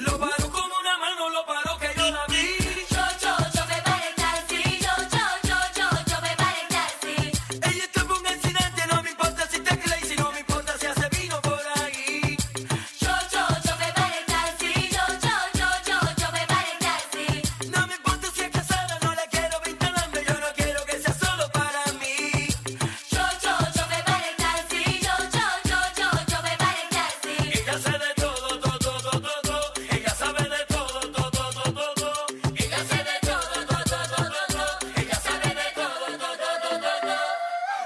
S21: Lo paró con una mano, lo paró que yo la vi. Yo, yo, yo me paré el taxi. Yo, yo, yo, yo, yo me paré el taxi. Ella está por un accidente, no me importa si te crees, si no me importa si hace vino por ahí. Yo, yo, yo me paré el taxi. Yo, yo, yo, yo, yo me paré el taxi. No me importa si es casada, no la quiero vinculando, yo no quiero que sea solo para mí. Yo, yo, yo me paré el taxi. Yo, yo, yo, yo, yo me paré el taxi. Ella sabe de todo, todo, todo, todo. Ella sabe de todo, todo, todo, todo. Ella sabe de todo, todo, todo, todo. Ella sabe de todo, todo, todo, todo.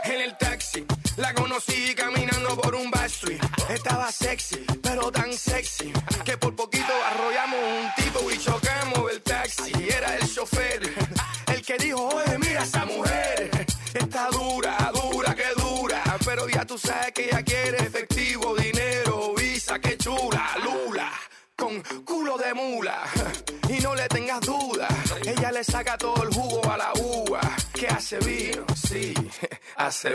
S23: en el taxi. La conocí caminando por un backstreet. Estaba sexy, pero tan sexy que por poquito arrollamos un tipo y chocamos el taxi. Era el chofer el que dijo: Oye, mira esa mujer. Está dura, dura, que dura. Pero ya tú sabes. Ella es que ella quiere efectivo, dinero, visa, que chula, lula, con culo de mula. Y no le tengas duda, ella le saca todo el jugo a la uva, que hace vino, sí, hace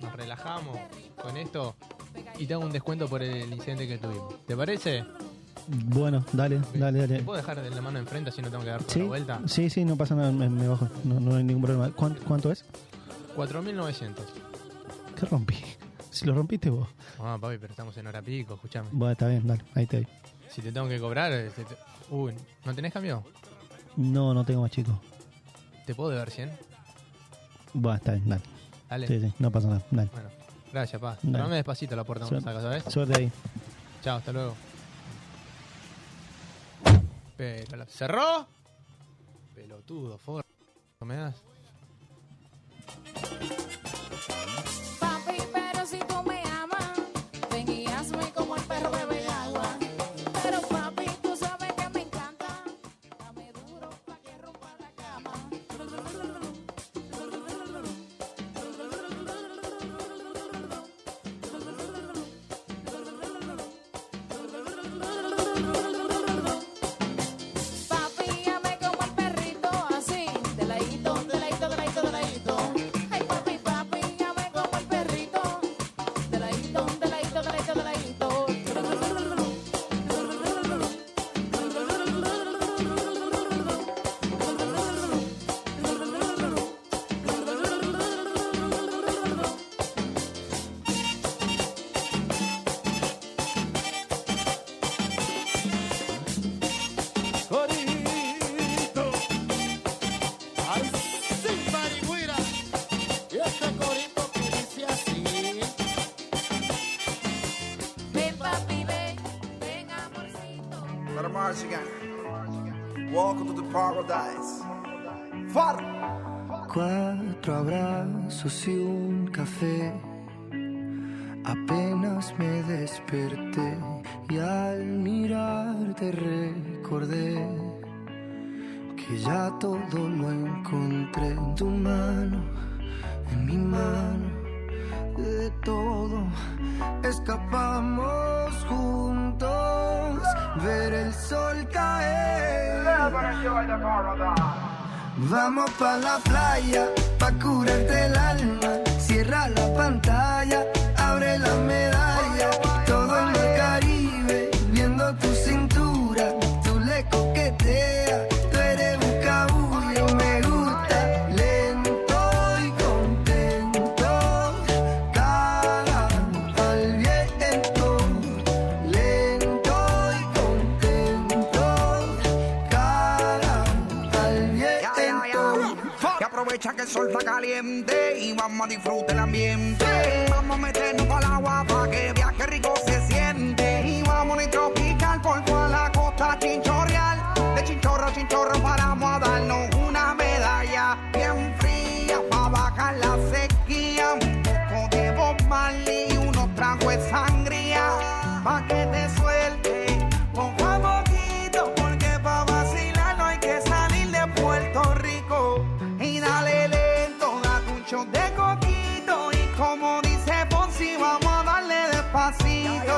S4: Nos relajamos con esto. Y te hago un descuento por el incidente que tuvimos. ¿Te parece?
S5: Bueno, dale, dale,
S4: ¿Te
S5: dale.
S4: puedo dejar de la mano enfrente así no tengo que dar toda
S5: ¿Sí?
S4: la vuelta?
S5: sí, sí, no pasa nada, me, me bajo. No, no hay ningún problema. ¿Cuán- ¿Cuánto, es?
S4: 4.900.
S5: ¿Qué rompí? Si lo rompiste vos.
S4: Ah, papi, pero estamos en hora pico, escúchame.
S5: Bueno, está bien, dale, ahí te doy.
S4: Si te tengo que cobrar... eh, te- te- Uy, ¿no tenés cambio?
S5: No, no tengo más chico.
S4: ¿Te puedo deber 100?
S5: Bueno, está bien, dale.
S4: Dale.
S5: Sí, sí, no pasa nada, dale.
S4: Bueno, gracias, pa.
S5: Dale.
S4: Cerrame despacito la puerta cuando
S5: Suerte-
S4: salgas, ¿sabes?
S5: Suerte ahí.
S4: Chao, hasta luego. Pero la- ¿Cerró? Pelotudo, for... ¿Me das?
S3: papi, pero si tú me amas, ven y hazme como el perro bebe agua. Pero papi, tú sabes que me encanta. Dame duro pa' que rompa la cama. Papi, ame como el perrito, así, de ladito, de ladito, de ladito, de ladito. Ay, papi,
S10: Para Michigan. Welcome to the paradise. Far.
S24: Cuatro abrazos y un café. Apenas me desperté y al mirarte recordé que ya todo lo encontré en tu mano, en mi mano, de todo escapamos juntos, ver el sol caer. Vamos pa la playa, pa curarte el alma. Cierra la pantalla, abre la medalla. Todo en el Caribe, viendo tu cintura. Tú le coqueteas, tú eres un cabullo. Me gusta, lento y contento. Cara al viento, lento y contento. Cara al
S10: Ya, ya, ya. Y aprovecha que el sol está caliente y vamos a disfrutar el ambiente. Vamos a meternos al agua para que viaje rico se siente. Y vamos a tropical por toda la costa chinchorreal. De chinchorro a chinchorro paramos a darnos una medalla bien fría para bajar la sequía. Un poco de Bob Marley y unos tragos de sangría para que te suelte. Con Juan Boquito, porque para vacilar no hay que salir de Puerto Rico. Y dale lento, date un shot de coquito. Y como dice Ponzi, vamos a darle despacito.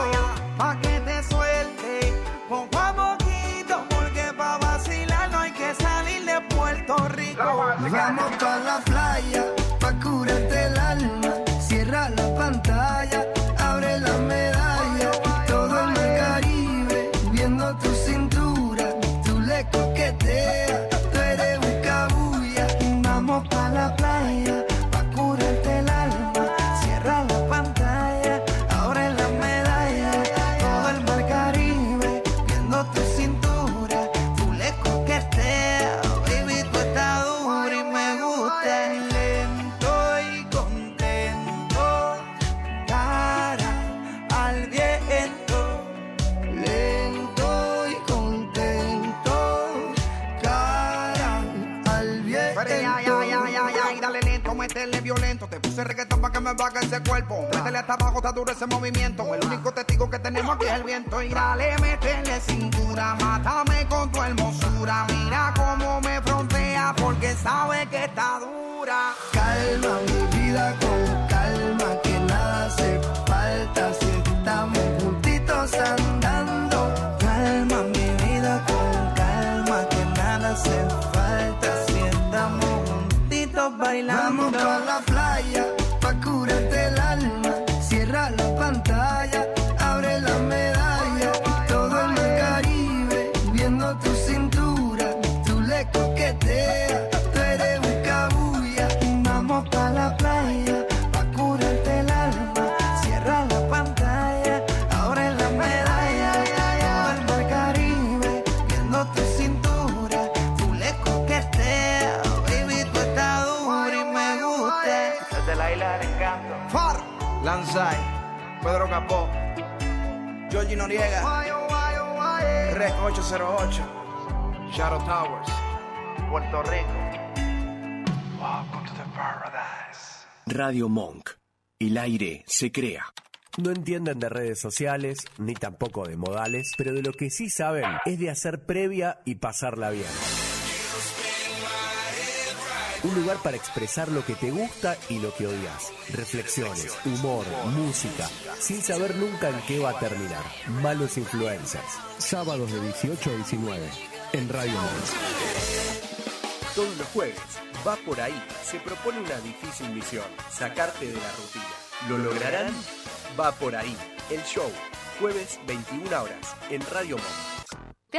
S10: Pa' que te suelte. Con Juan Boquito, porque para vacilar no hay que salir de Puerto Rico.
S24: Vamos pa la playa, pa curarte el alma. Cierra la pantalla, abre la medalla. Todo en el Caribe, viendo tu cintura. Tú le coqueteas, tú eres un cabulla. Vamos pa la playa, pa curarte el alma. Cierra la pantalla, abre la medalla. Todo el mar Caribe, viendo tu cintura. Tú le coqueteas, baby, tú estás dura y me gusta. Lento y contento, cara al viento. Lento y contento, cara al viento.
S10: Pero ya, ya, ya, ya, ya, y dale lento, métele violento. Te puse reggaetón para que me vaga ese cuerpo.
S24: Ah.
S10: Métele hasta abajo, está duro ese movimiento. El único testigo que tenemos aquí es el viento. Y dale, métele cintura, mátame con tu hermosura. Mira cómo me frontea, porque sabe que está dura.
S24: Calma mi vida con calma que nada hace falta si estamos juntitos andando. Calma mi vida con calma que nada hace falta si estamos juntitos bailando. Vamos pa la playa pa curarte el alma. Cierra la pantalla, abre la medalla. Todo en el Caribe viendo tu cintura. Tú le coqueteas, tú eres un cabulla. Vamos pa la playa, pa curarte el alma. Cierra la pantalla, abre la medalla. Todo el Caribe, viendo tu cintura. Tú le coqueteas, baby, tú estás dura y me gusta.
S10: Desde la isla del encanto. Far. Lanzai. Pedro Capó. Georgie Noriega. Red 808. Shadow Towers. Puerto Rico. Welcome to the paradise.
S25: Radio Monk. El aire se crea. No entienden de redes sociales, ni tampoco de modales, pero de lo que sí saben es de hacer previa y pasarla bien. Un lugar para expresar lo que te gusta y lo que odias. Reflexiones, humor, música, sin saber nunca en qué va a terminar. Malos influencers. Sábados de 18 a 19 en Radio Monk.
S15: Todos los jueves, va por ahí, se propone una difícil misión, sacarte de la rutina. ¿Lo lograrán? Va por ahí, el show, jueves 21 horas, en Radio Monk.
S17: ¿Te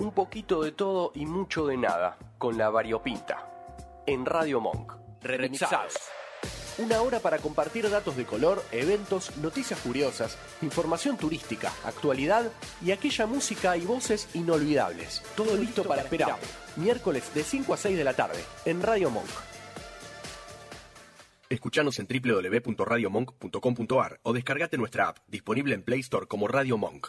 S15: un poquito de todo y mucho de nada, con la variopinta. En Radio Monk. Remixados. Una hora para compartir datos de color, eventos, noticias curiosas, información turística, actualidad y aquella música y voces inolvidables. Todo listo para esperar. Miércoles de 5 a 6 de la tarde, en Radio Monk. Escuchanos en www.radiomonk.com.ar o descargate nuestra app, disponible en Play Store como Radio Monk.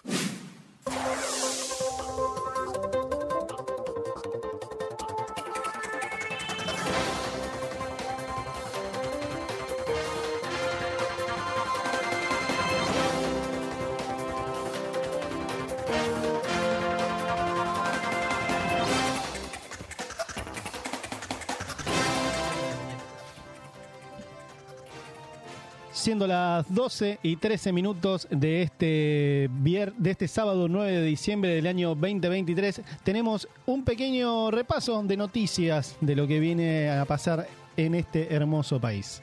S5: Siendo las 12 y 13 minutos de este, vier- de este sábado 9 de diciembre del año 2023, tenemos un pequeño repaso de noticias de lo que viene a pasar en este hermoso país.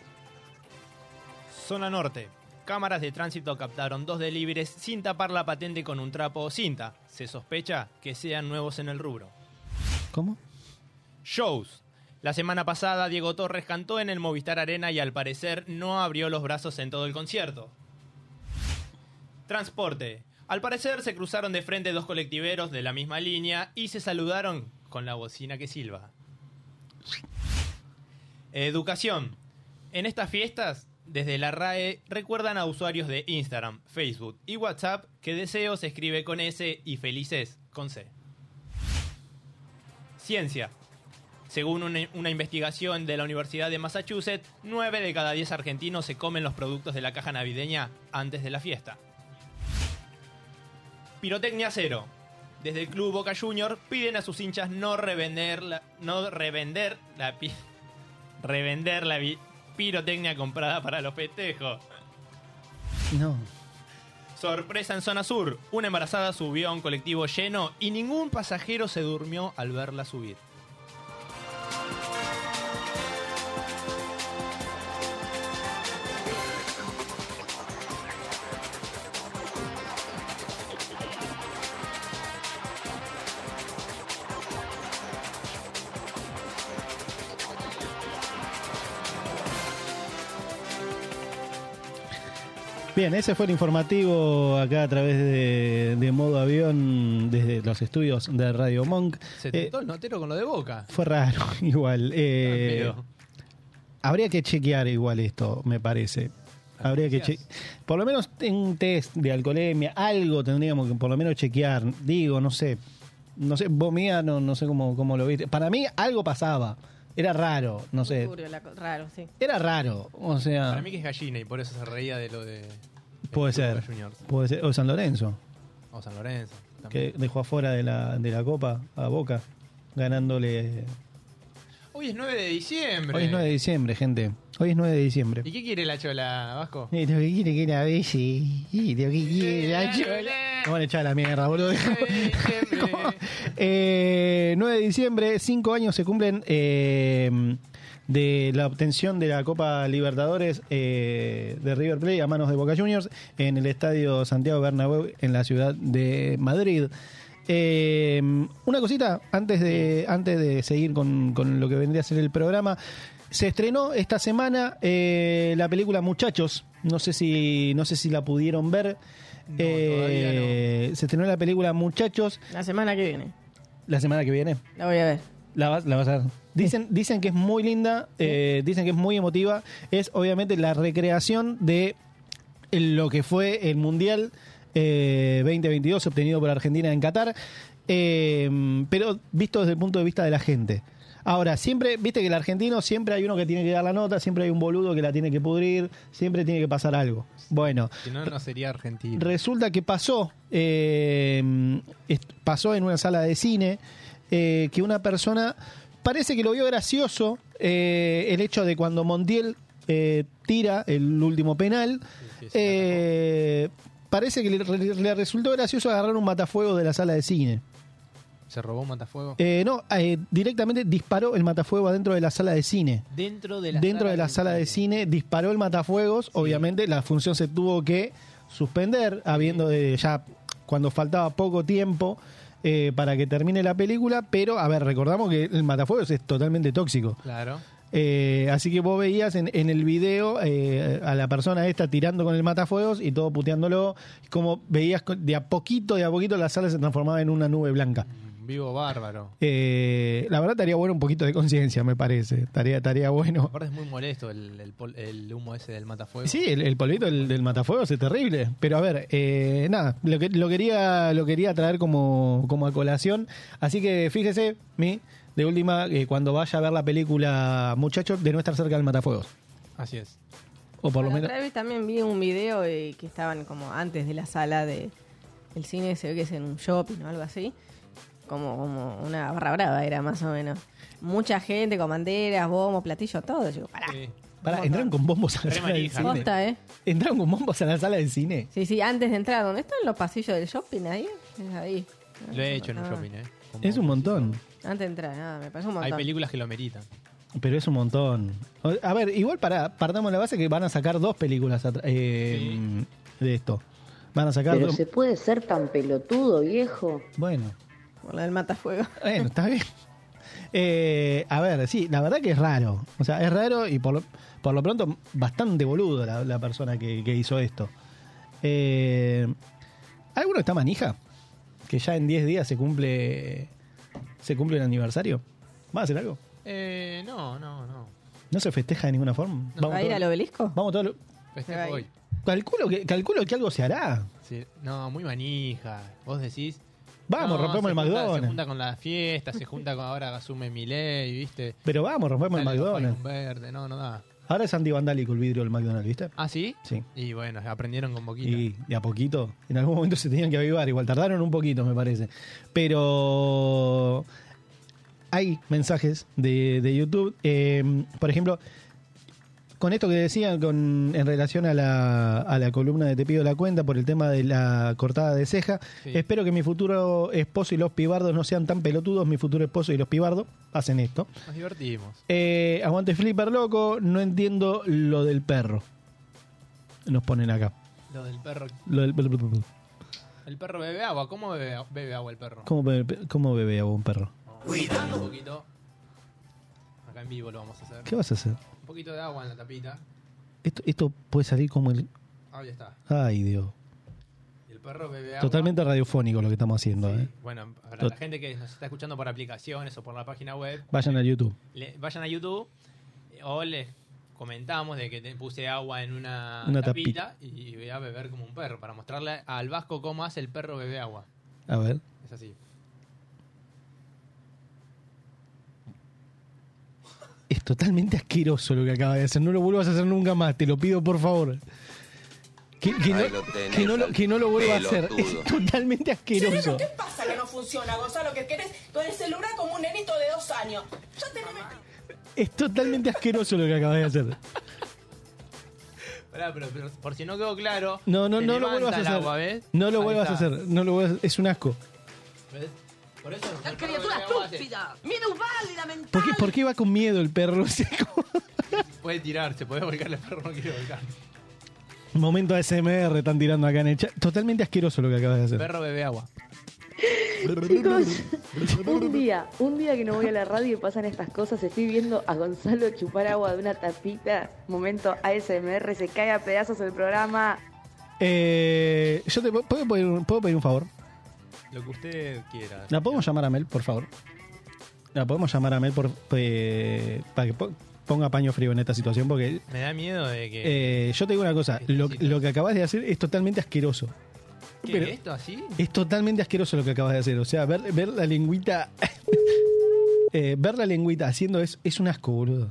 S4: Zona Norte. Cámaras de tránsito captaron dos delibres sin tapar la patente con un trapo o cinta. Se sospecha que sean nuevos en el rubro.
S5: ¿Cómo?
S4: Shows. La semana pasada Diego Torres cantó en el Movistar Arena y al parecer no abrió los brazos en todo el concierto. Transporte. Al parecer se cruzaron de frente dos colectiveros de la misma línea y se saludaron con la bocina que silba. Educación. En estas fiestas, desde la RAE recuerdan a usuarios de Instagram, Facebook y WhatsApp que deseo se escribe con S y felices con C. Ciencia. Según una, una investigación de la Universidad de Massachusetts, 9 de cada 10 argentinos se comen los productos de la caja navideña antes de la fiesta. Pirotecnia Cero. Desde el club Boca Junior piden a sus hinchas no revender la, no revender la, pi- revender la vi- pirotecnia comprada para los festejos.
S5: No.
S4: Sorpresa en zona sur. Una embarazada subió a un colectivo lleno y ningún pasajero se durmió al verla subir.
S5: Bien, ese fue el informativo acá a través de, de modo avión desde los estudios de Radio Monk.
S4: Se
S5: Eh,
S4: tentó el notero con lo de boca.
S5: Fue raro, igual. Eh,
S4: Al pedo.
S5: habría que chequear igual esto, me parece. Habría que che- Por lo menos un test de alcoholemia, algo tendríamos que por lo menos chequear. Digo, no sé. No sé, vos mía, no, no sé cómo, cómo lo viste. Para mí algo pasaba. Era raro, no sé.
S7: Turbio, la co- raro, sí.
S5: Era raro, o
S4: Para
S5: sea,
S4: mí que es gallina y por eso se reía de lo de
S5: puede ser.
S4: Juniors.
S5: Puede ser. O San Lorenzo,
S4: o San Lorenzo.
S5: que dejó afuera de la, de la copa a Boca, ganándole.
S4: Hoy es 9 de diciembre.
S5: Hoy es 9 de diciembre, gente. Hoy es 9 de diciembre.
S4: ¿Y qué quiere la chola, Vasco?
S5: Y Lo que quiere que la bella. Y lo que quiere la chola. Me van a echar a la mierda, boludo. Eh, 9 de diciembre, 5 años se cumplen eh, de la obtención de la Copa Libertadores eh, de River Plate a manos de Boca Juniors en el Estadio Santiago Bernabéu en la ciudad de Madrid. Eh, una cosita antes de, antes de seguir con, con lo que vendría a ser el programa. Se estrenó esta semana eh, la película Muchachos. No sé si, no sé si la pudieron ver. Eh, Se estrenó la película Muchachos.
S7: La semana que viene.
S5: La semana que viene.
S7: La voy a ver.
S5: La vas, la vas a ver. Dicen, dicen que es muy linda, eh, dicen que es muy emotiva. Es obviamente la recreación de lo que fue el Mundial eh, 2022 obtenido por Argentina en Qatar, eh, pero visto desde el punto de vista de la gente. Ahora, siempre, viste que el argentino siempre hay uno que tiene que dar la nota, siempre hay un boludo que la tiene que pudrir, siempre tiene que pasar algo. Bueno,
S4: Si no, no sería argentino.
S5: Resulta que pasó, eh, est- pasó en una sala de cine eh, que una persona parece que lo vio gracioso eh, el hecho de cuando Montiel eh, tira el último penal. eh, parece que le, re- le resultó gracioso agarrar un matafuego de la sala de cine.
S4: ¿Se robó un matafuego?
S5: Eh, no, eh, directamente disparó el matafuego adentro de la sala de cine
S4: Dentro de la
S5: dentro
S4: sala
S5: de la sala de cine, disparó el matafuegos, obviamente la función se tuvo que suspender, habiendo de ya cuando faltaba poco tiempo eh, para que termine la película, pero a ver, recordamos que el matafuegos es totalmente tóxico.
S4: Claro.
S5: Eh, así que vos veías en, en el video eh, a la persona esta tirando con el matafuegos y todo puteándolo, como veías co- de a poquito, de a poquito la sala se transformaba en una nube blanca.
S4: Vivo bárbaro.
S5: Eh, la verdad estaría bueno un poquito de conciencia, me parece. Estaría, estaría bueno.
S4: Aparte es muy molesto el, el pol- el humo ese del matafuego.
S5: Sí, el, el polvito del, del matafuegos es terrible. Pero a ver, eh, nada, lo, que- lo quería, lo quería traer como, como a colación. Así que fíjese, mi, de última, que cuando vaya a ver la película, muchachos, de no estar cerca del matafuegos.
S4: Así es.
S5: O por lo
S7: La
S5: menos.
S7: otra vez también vi un video eh, que estaban como antes de la sala de el cine, se ve que es en un shopping o algo así. Como, como una barra brava era más o menos. Mucha gente con banderas, bombos, platillos, todo. Yo, pará.
S5: Pará, entraron con bombos a la
S7: Re
S5: sala del
S7: manija.
S5: cine.
S7: Posta, ¿eh?
S5: Entraron con bombos a la sala del cine.
S7: Sí, sí, antes de entrar, ¿dónde están los pasillos del shopping ahí? Es ahí.
S4: Lo he hecho en un
S7: Ah.
S4: shopping, ¿eh?
S5: Es un montón.
S7: Antes de entrar, nada, me parece un
S4: Hay
S7: montón.
S4: películas que lo meritan.
S5: Pero es un montón. O- A ver, igual para, partamos la base que van a sacar dos películas atr- eh, de esto. Van a sacar
S6: Pero
S5: dos.
S6: se puede ser tan pelotudo, viejo.
S5: Bueno.
S7: Por la del matafuego.
S5: Bueno, está bien. Eh, a ver, sí, la verdad que es raro. O sea, es raro y por lo, por lo pronto bastante boludo la, la persona que, que hizo esto. Eh, ¿Alguno está manija? Que ya en 10 días se cumple se cumple el aniversario. ¿Va a hacer algo?
S4: Eh, no, no, no.
S5: ¿No se festeja de ninguna forma?
S7: ¿Va a ir
S5: todos-
S7: al obelisco?
S5: Vamos todos. los-
S4: Festejo hoy.
S5: Calculo que, calculo que algo se hará.
S4: Sí. No, muy manija. Vos decís.
S5: Vamos,
S4: no,
S5: rompemos
S4: se
S5: el
S4: junta- Se
S5: McDonald's.
S4: junta con la fiesta, se junta con ahora asume Miley, ¿viste?
S5: Pero vamos, rompemos el
S4: Dale, papá,
S5: McDonald's.
S4: un verde, no, no da.
S5: Ahora es antivandálico el vidrio del McDonald's, ¿viste?
S4: ¿Ah, sí?
S5: Sí.
S4: Y bueno, aprendieron con boquita.
S5: Y de a poquito, en algún momento se tenían que avivar, igual tardaron un poquito, me parece. Pero hay mensajes de, de YouTube. eh, por ejemplo, con esto que decían con, en relación a la, a la columna de Te pido la cuenta por el tema de la cortada de ceja,
S4: Sí.
S5: espero que mi futuro esposo y los pibardos no sean tan pelotudos. Mi futuro esposo y los pibardos hacen esto.
S4: Nos divertimos.
S5: Eh, aguante Flipper loco, no entiendo lo del perro. Nos ponen acá.
S4: Lo del perro.
S5: Lo del- bl- bl- bl- bl-
S4: ¿El perro bebe agua? ¿Cómo bebe, bebe agua el perro?
S5: ¿Cómo bebe, cómo bebe agua un perro?
S4: Un poquito. Acá en vivo lo vamos a hacer.
S5: ¿Qué vas a hacer?
S4: Un poquito de agua en la tapita.
S5: Esto, esto puede salir como el.
S4: Ahí está.
S5: Ay, Dios.
S4: Y el perro bebe agua.
S5: Totalmente radiofónico lo que estamos haciendo. ¿eh?
S4: Bueno, para
S5: Tot-
S4: la gente que nos está escuchando por aplicaciones o por la página web,
S5: Vayan a YouTube.
S4: le- vayan a YouTube eh, o les comentamos de que te puse agua en una,
S5: Una
S4: tapita, y voy a beber como un perro para mostrarle al vasco cómo hace el perro bebe agua.
S5: A ver.
S4: Es así.
S5: Es totalmente asqueroso lo que acaba de hacer. No lo vuelvas a hacer nunca más. Te lo pido, por favor. Que, que no,
S11: Ahí lo tenés
S5: que no lo,
S11: al
S5: que no lo vuelva a hacer.
S11: pelotudo.
S5: Es totalmente asqueroso.
S12: ¿Qué pasa que no funciona, Gonzalo? Que querés con el celular como un nenito de dos años. Yo te lo metí.
S5: Es totalmente asqueroso lo que acabas de hacer.
S4: Pará, pero, pero por si no quedó claro.
S5: No, no,
S4: se
S5: no lo
S4: levanta
S5: vuelvas a
S4: el
S5: hacer.
S4: agua, ¿ves?
S5: No lo
S4: Ahí
S5: vuelvas a
S4: está.
S5: hacer. No lo vuelvas- Es un asco.
S4: ¿Ves? Por eso. el perro
S12: Criatura
S4: bebe agua, hace-
S12: estúpida. Minusválida, mentira.
S5: ¿Por qué, por qué va con miedo el perro? O sea, como-
S4: Puede tirarse, puede volcar el perro, no quiere volcar.
S5: Momento ASMR están tirando acá en el chat. Totalmente asqueroso lo que acabas de hacer.
S4: Perro bebe agua.
S6: Chicos, un día, un día que no voy a la radio y pasan estas cosas, estoy viendo a Gonzalo chupar agua de una tapita. Momento ASMR, se cae a pedazos el programa.
S5: Eh, yo te puedo pedir, un- puedo pedir un favor.
S4: Lo que usted quiera.
S5: La podemos llamar a Mel, por favor. La podemos llamar a Mel por, eh, para que po- ponga paño frío en esta situación. Porque
S4: Me da miedo de que.
S5: eh, yo te digo una cosa: lo, lo que acabas de hacer es totalmente asqueroso.
S4: ¿Qué,
S5: pero- eh,
S4: ¿Esto así?
S5: Es totalmente asqueroso lo que acabas de hacer. O sea, ver, ver la lengüita. eh, ver la lengüita haciendo es, es un asco, boludo.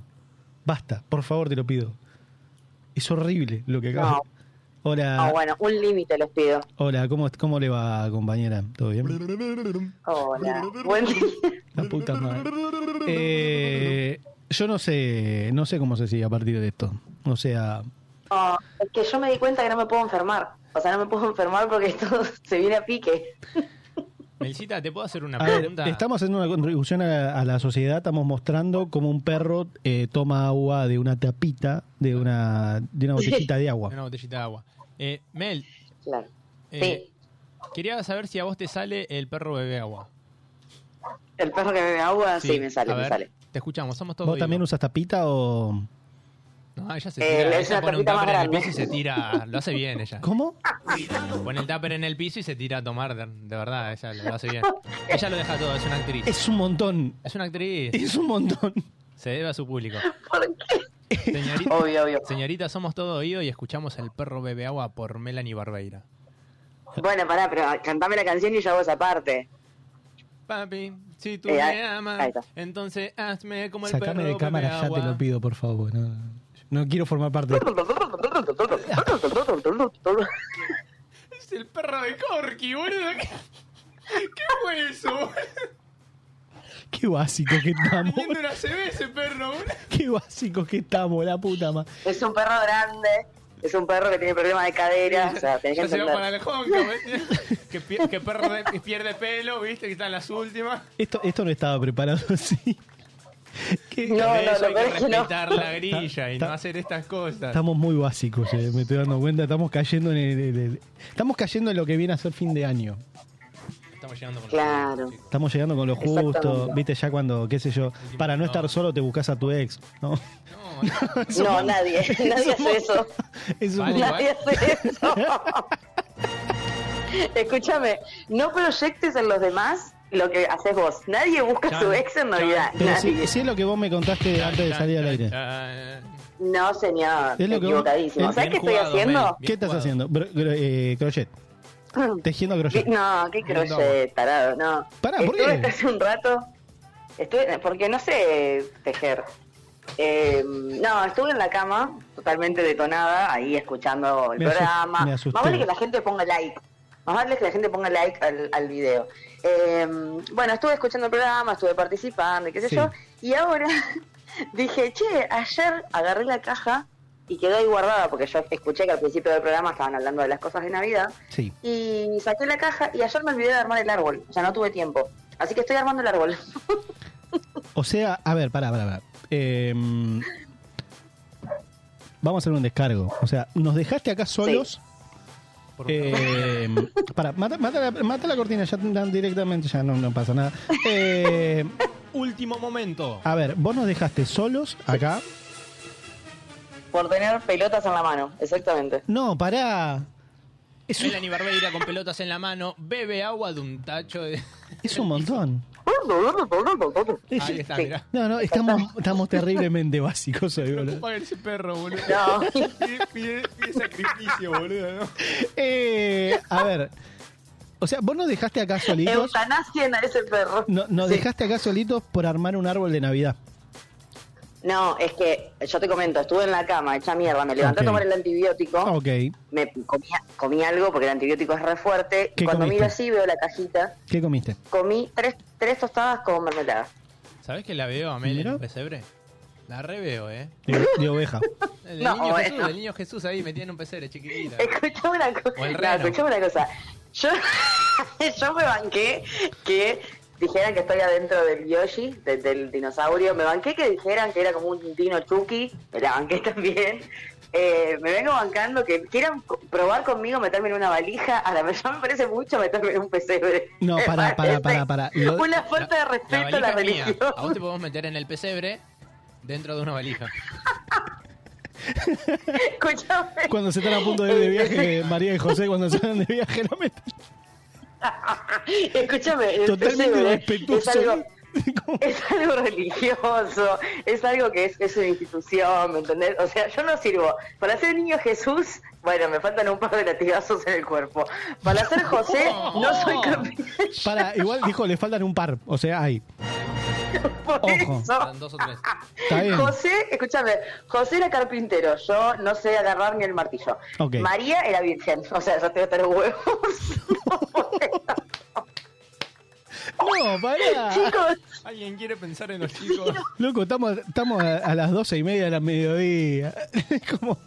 S5: Basta, por favor, te lo pido. Es horrible lo que acabas
S16: No.
S5: Hola.
S16: Ah, bueno, un límite les pido.
S5: Hola, ¿cómo, ¿cómo le va, compañera? ¿Todo bien?
S16: Hola. Buen día.
S5: La puta madre. Eh, yo no sé, no sé cómo se sigue a partir de esto. O sea,
S16: No, es que yo me di cuenta que no me puedo enfermar. O sea, no me puedo enfermar porque esto se viene a pique.
S4: Melcita, ¿te puedo hacer una
S5: a ver,
S4: pregunta?
S5: estamos haciendo una contribución a, a la sociedad, estamos mostrando cómo un perro eh, toma agua de una tapita, de una, de una botellita de agua.
S4: Una botellita de agua. Eh, Mel.
S16: Claro.
S4: eh, Quería saber si a vos te sale el perro bebe agua.
S16: El perro que bebe agua, sí, me sale,
S4: a
S16: me
S4: ver,
S16: sale.
S4: Te escuchamos, somos todos.
S5: ¿Vos también usas tapita o...?
S4: No, ella se
S16: Eh,
S4: tira.
S16: le
S4: ella
S16: hice una
S4: pone un
S16: tapita más
S4: tupper en el
S16: grande.
S4: piso y se tira. Lo hace bien ella.
S5: ¿Cómo?
S4: Pone el tupper en el piso y se tira a tomar. De, de verdad, ella lo hace bien. Ella lo deja todo, es una actriz.
S5: Es un montón.
S4: Es una actriz.
S5: Es un montón.
S4: Se debe a su público. Señorita, Señorita, somos todo oído y escuchamos El perro bebe agua por Melanie Barbeira.
S16: Bueno, pará, pero cantame la canción y yo hago esa parte.
S4: Papi, si tú
S16: Eh, ahí-
S4: me amas,
S16: ahí está.
S4: entonces hazme como el
S5: Sacame
S4: perro
S5: de cámara,
S4: bebe
S5: ya te lo
S4: agua.
S5: pido, por favor. No, no quiero formar parte.
S4: Es el perro de Corky, boludo. ¿Qué, qué fue eso? boludo?
S5: Qué básico que estamos.
S4: Viendo una CB ese perro, boludo.
S5: Qué básico que estamos, la puta madre.
S16: Es un perro grande, es un perro que tiene problemas de cadera, o sea, tenés que
S4: Ya se va
S16: entender.
S4: para la jonca, ¿ves? que, pier- que perro de- pierde pelo, viste, que están las últimas.
S5: Esto, esto no estaba preparado así.
S4: Por
S16: no,
S4: eso
S16: lo peor
S4: hay que
S16: es que no.
S4: respetar la grilla y
S5: Ta-
S4: no hacer estas cosas.
S5: Estamos muy básicos, eh, me estoy dando cuenta. Estamos cayendo en el- el- el- estamos cayendo en lo que viene a ser fin de año.
S4: Estamos llegando con
S16: Claro.
S5: Estamos llegando con lo justo,
S16: Exactamente.
S5: viste ya cuando, qué sé yo, para no estar solo te buscas a tu ex, ¿no?
S16: No, nadie, nadie hace eso.
S5: Es
S16: un- Nadie hace eso. Escúchame, no proyectes en los demás lo que haces vos. Nadie busca a su ex en Navidad.
S5: Pero
S16: nadie.
S5: si, si es lo que vos me contaste antes de salir al aire.
S16: No, señor.
S5: Es lo que vos-
S16: equivocadísimo.
S5: eh,
S16: ¿Sabes qué estoy haciendo?
S5: ¿Qué estás haciendo? Bro- gro- eh, crochet. Tejiendo crochet.
S16: No, qué crochet, tarado, no.
S5: Pará, ¿por
S16: estuve
S5: qué?
S16: hace un rato, estuve, porque no sé tejer. Eh, no, estuve en la cama, totalmente detonada, ahí escuchando el
S5: Me asus-
S16: programa.
S5: me asusté.
S16: Más vale que la gente ponga like. Más vale que la gente ponga like al, al video. Eh, bueno, estuve escuchando el programa, estuve participando, y qué sé
S5: Sí.
S16: yo. Y ahora dije, che, ayer agarré la caja y quedó ahí guardada, porque yo escuché que al principio del programa estaban hablando de las cosas de Navidad
S5: Sí.
S16: y saqué la caja y ayer me olvidé de armar el árbol, o sea, no tuve tiempo. Así que estoy armando el árbol.
S5: O sea, a ver, pará, pará, pará. Eh, vamos a hacer un descargo. O sea, nos dejaste acá solos. Eh, pará, mata, mata la, mata la cortina ya dan directamente, ya no, no pasa nada. Eh,
S4: Último momento.
S5: a ver, vos nos dejaste solos acá.
S16: Por tener pelotas en la mano, exactamente.
S5: No, pará.
S4: Melanie Barbeira con pelotas en la mano, bebe agua de un tacho de.
S5: Es un montón.
S4: Ahí está, mirá.
S5: No, no, estamos, estamos terriblemente básicos hoy, boludo.
S4: Paga ese perro, boludo.
S16: No.
S4: Qué, qué- qué sacrificio, boludo, ¿no?
S5: Eh, a ver. O sea, vos nos dejaste acá solitos.
S16: Eutanasia a ese perro.
S5: No, nos dejaste acá solitos por armar un árbol de Navidad.
S16: No, es que yo te comento, estuve en la cama, hecha mierda, me levanté
S5: Ok.
S16: a tomar el antibiótico,
S5: Ah, Ok.
S16: me comí, comí algo porque el antibiótico es re fuerte.
S5: ¿Qué
S16: Y cuando
S5: comiste?
S16: miro así veo la cajita,
S5: ¿Qué comiste?
S16: comí tres, tres tostadas con mermelada.
S4: ¿Sabés que la veo a Mel en un pesebre? La reveo, ¿eh?
S5: De, de oveja.
S4: El
S16: No,
S4: niño
S16: bueno.
S4: Jesús, el niño Jesús ahí metida en un pesebre, chiquitita.
S16: Escuchame una cosa.
S4: O el
S16: No,
S4: reno.
S16: escuchame una cosa. Yo, yo me banqué que dijeran que estoy adentro del Yoshi, de- del dinosaurio. Me banqué que dijeran que era como un dino Chucky. Me la banqué también. Eh, me vengo bancando que quieran co- probar conmigo meterme en una valija. A la ya me parece mucho meterme en un pesebre.
S5: No,
S16: Me
S5: pará, pará,
S16: parece
S5: pará, pará. Lo-
S16: Una falta de
S4: La
S16: respeto a la
S4: valija es mía.
S16: religión.
S4: A vos te podemos meter en el pesebre dentro de una valija.
S16: Escuchame.
S5: Cuando se están a punto de ir de viaje, María y José, cuando se van de viaje, no me...
S16: Escúchame, el
S5: Totalmente
S16: pesebre
S5: respetuoso.
S16: Es algo, es algo religioso, es algo que es, es una institución, ¿me entendés? O sea, yo no sirvo. Para ser niño Jesús, bueno, me faltan un par de latigazos en el cuerpo. Para ser José, no soy capaz.
S5: Pará, igual dijo, le faltan un par. O sea, hay.
S16: Por
S5: Ojo.
S16: eso.
S4: Dos o tres.
S5: Está bien.
S16: José, escúchame, José era carpintero, yo no sé agarrar ni el martillo.
S5: Ok.
S16: María era virgen, o sea, yo tengo tres huevos.
S5: No, pará.
S4: Chicos. Alguien quiere pensar en los chicos.
S5: Loco, estamos, estamos a, a las doce y media de la mediodía.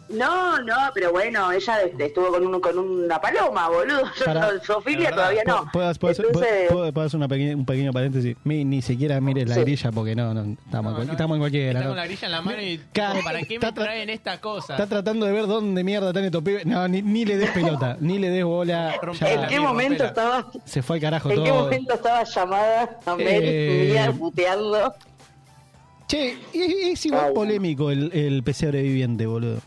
S16: No, no, pero bueno, ella de- de- estuvo con, un, con una paloma, boludo. Yo
S5: Para-
S16: no, Sofía todavía
S5: ¿Puedo-
S16: no.
S5: ¿Puedo, puedo hacer-
S16: Entonces-
S5: puedo- puedo- puedo hacer una pequeña- un pequeño paréntesis? Mi- ni siquiera mire la
S16: Sí.
S5: grilla porque no, no, estamos, en cual- estamos en cualquiera.
S4: Está
S5: ¿no?
S4: con la grilla en la mano y.
S5: Ca-
S4: como, ¿Para qué me traen esta cosa?
S5: Está tratando de ver dónde mierda están estos pibes. No, ni, ni le des pelota, ni le des bola. Ya,
S16: ¿En qué momento estaba?
S5: Se fue al carajo
S16: ¿En qué
S5: todo.
S16: momento estaba llamada a Mel
S5: Eh,
S16: Mía, putearlo?
S5: Che, es, es igual polémico el, el pesebre viviente, boludo.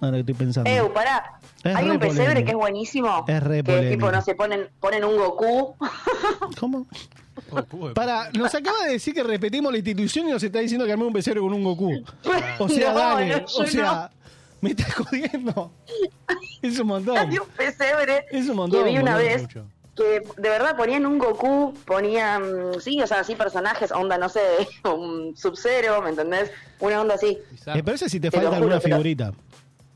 S5: Ahora que estoy pensando.
S16: Eh, pará.
S5: Es
S16: Hay
S5: re
S16: un pesebre
S5: polémico.
S16: que es buenísimo.
S5: Es re
S16: que tipo,
S5: polémico.
S16: no se ponen, ponen un Goku.
S5: ¿Cómo? Para, nos acaba de decir que repetimos la institución y nos está diciendo que armé un pesebre con un Goku. O sea,
S16: No,
S5: dale,
S16: no, yo
S5: o sea, me estás jodiendo. Es un montón.
S16: Hay un pesebre
S5: Es un montón.
S16: que vi una
S5: boludo.
S16: vez que de verdad ponían un Goku, ponían, mm, sí, o sea, así personajes, onda, no sé, un Sub-Zero, ¿me entendés? Una onda así.
S5: Me parece si te
S16: Te lo
S5: falta
S16: juro,
S5: alguna
S16: pero-
S5: figurita.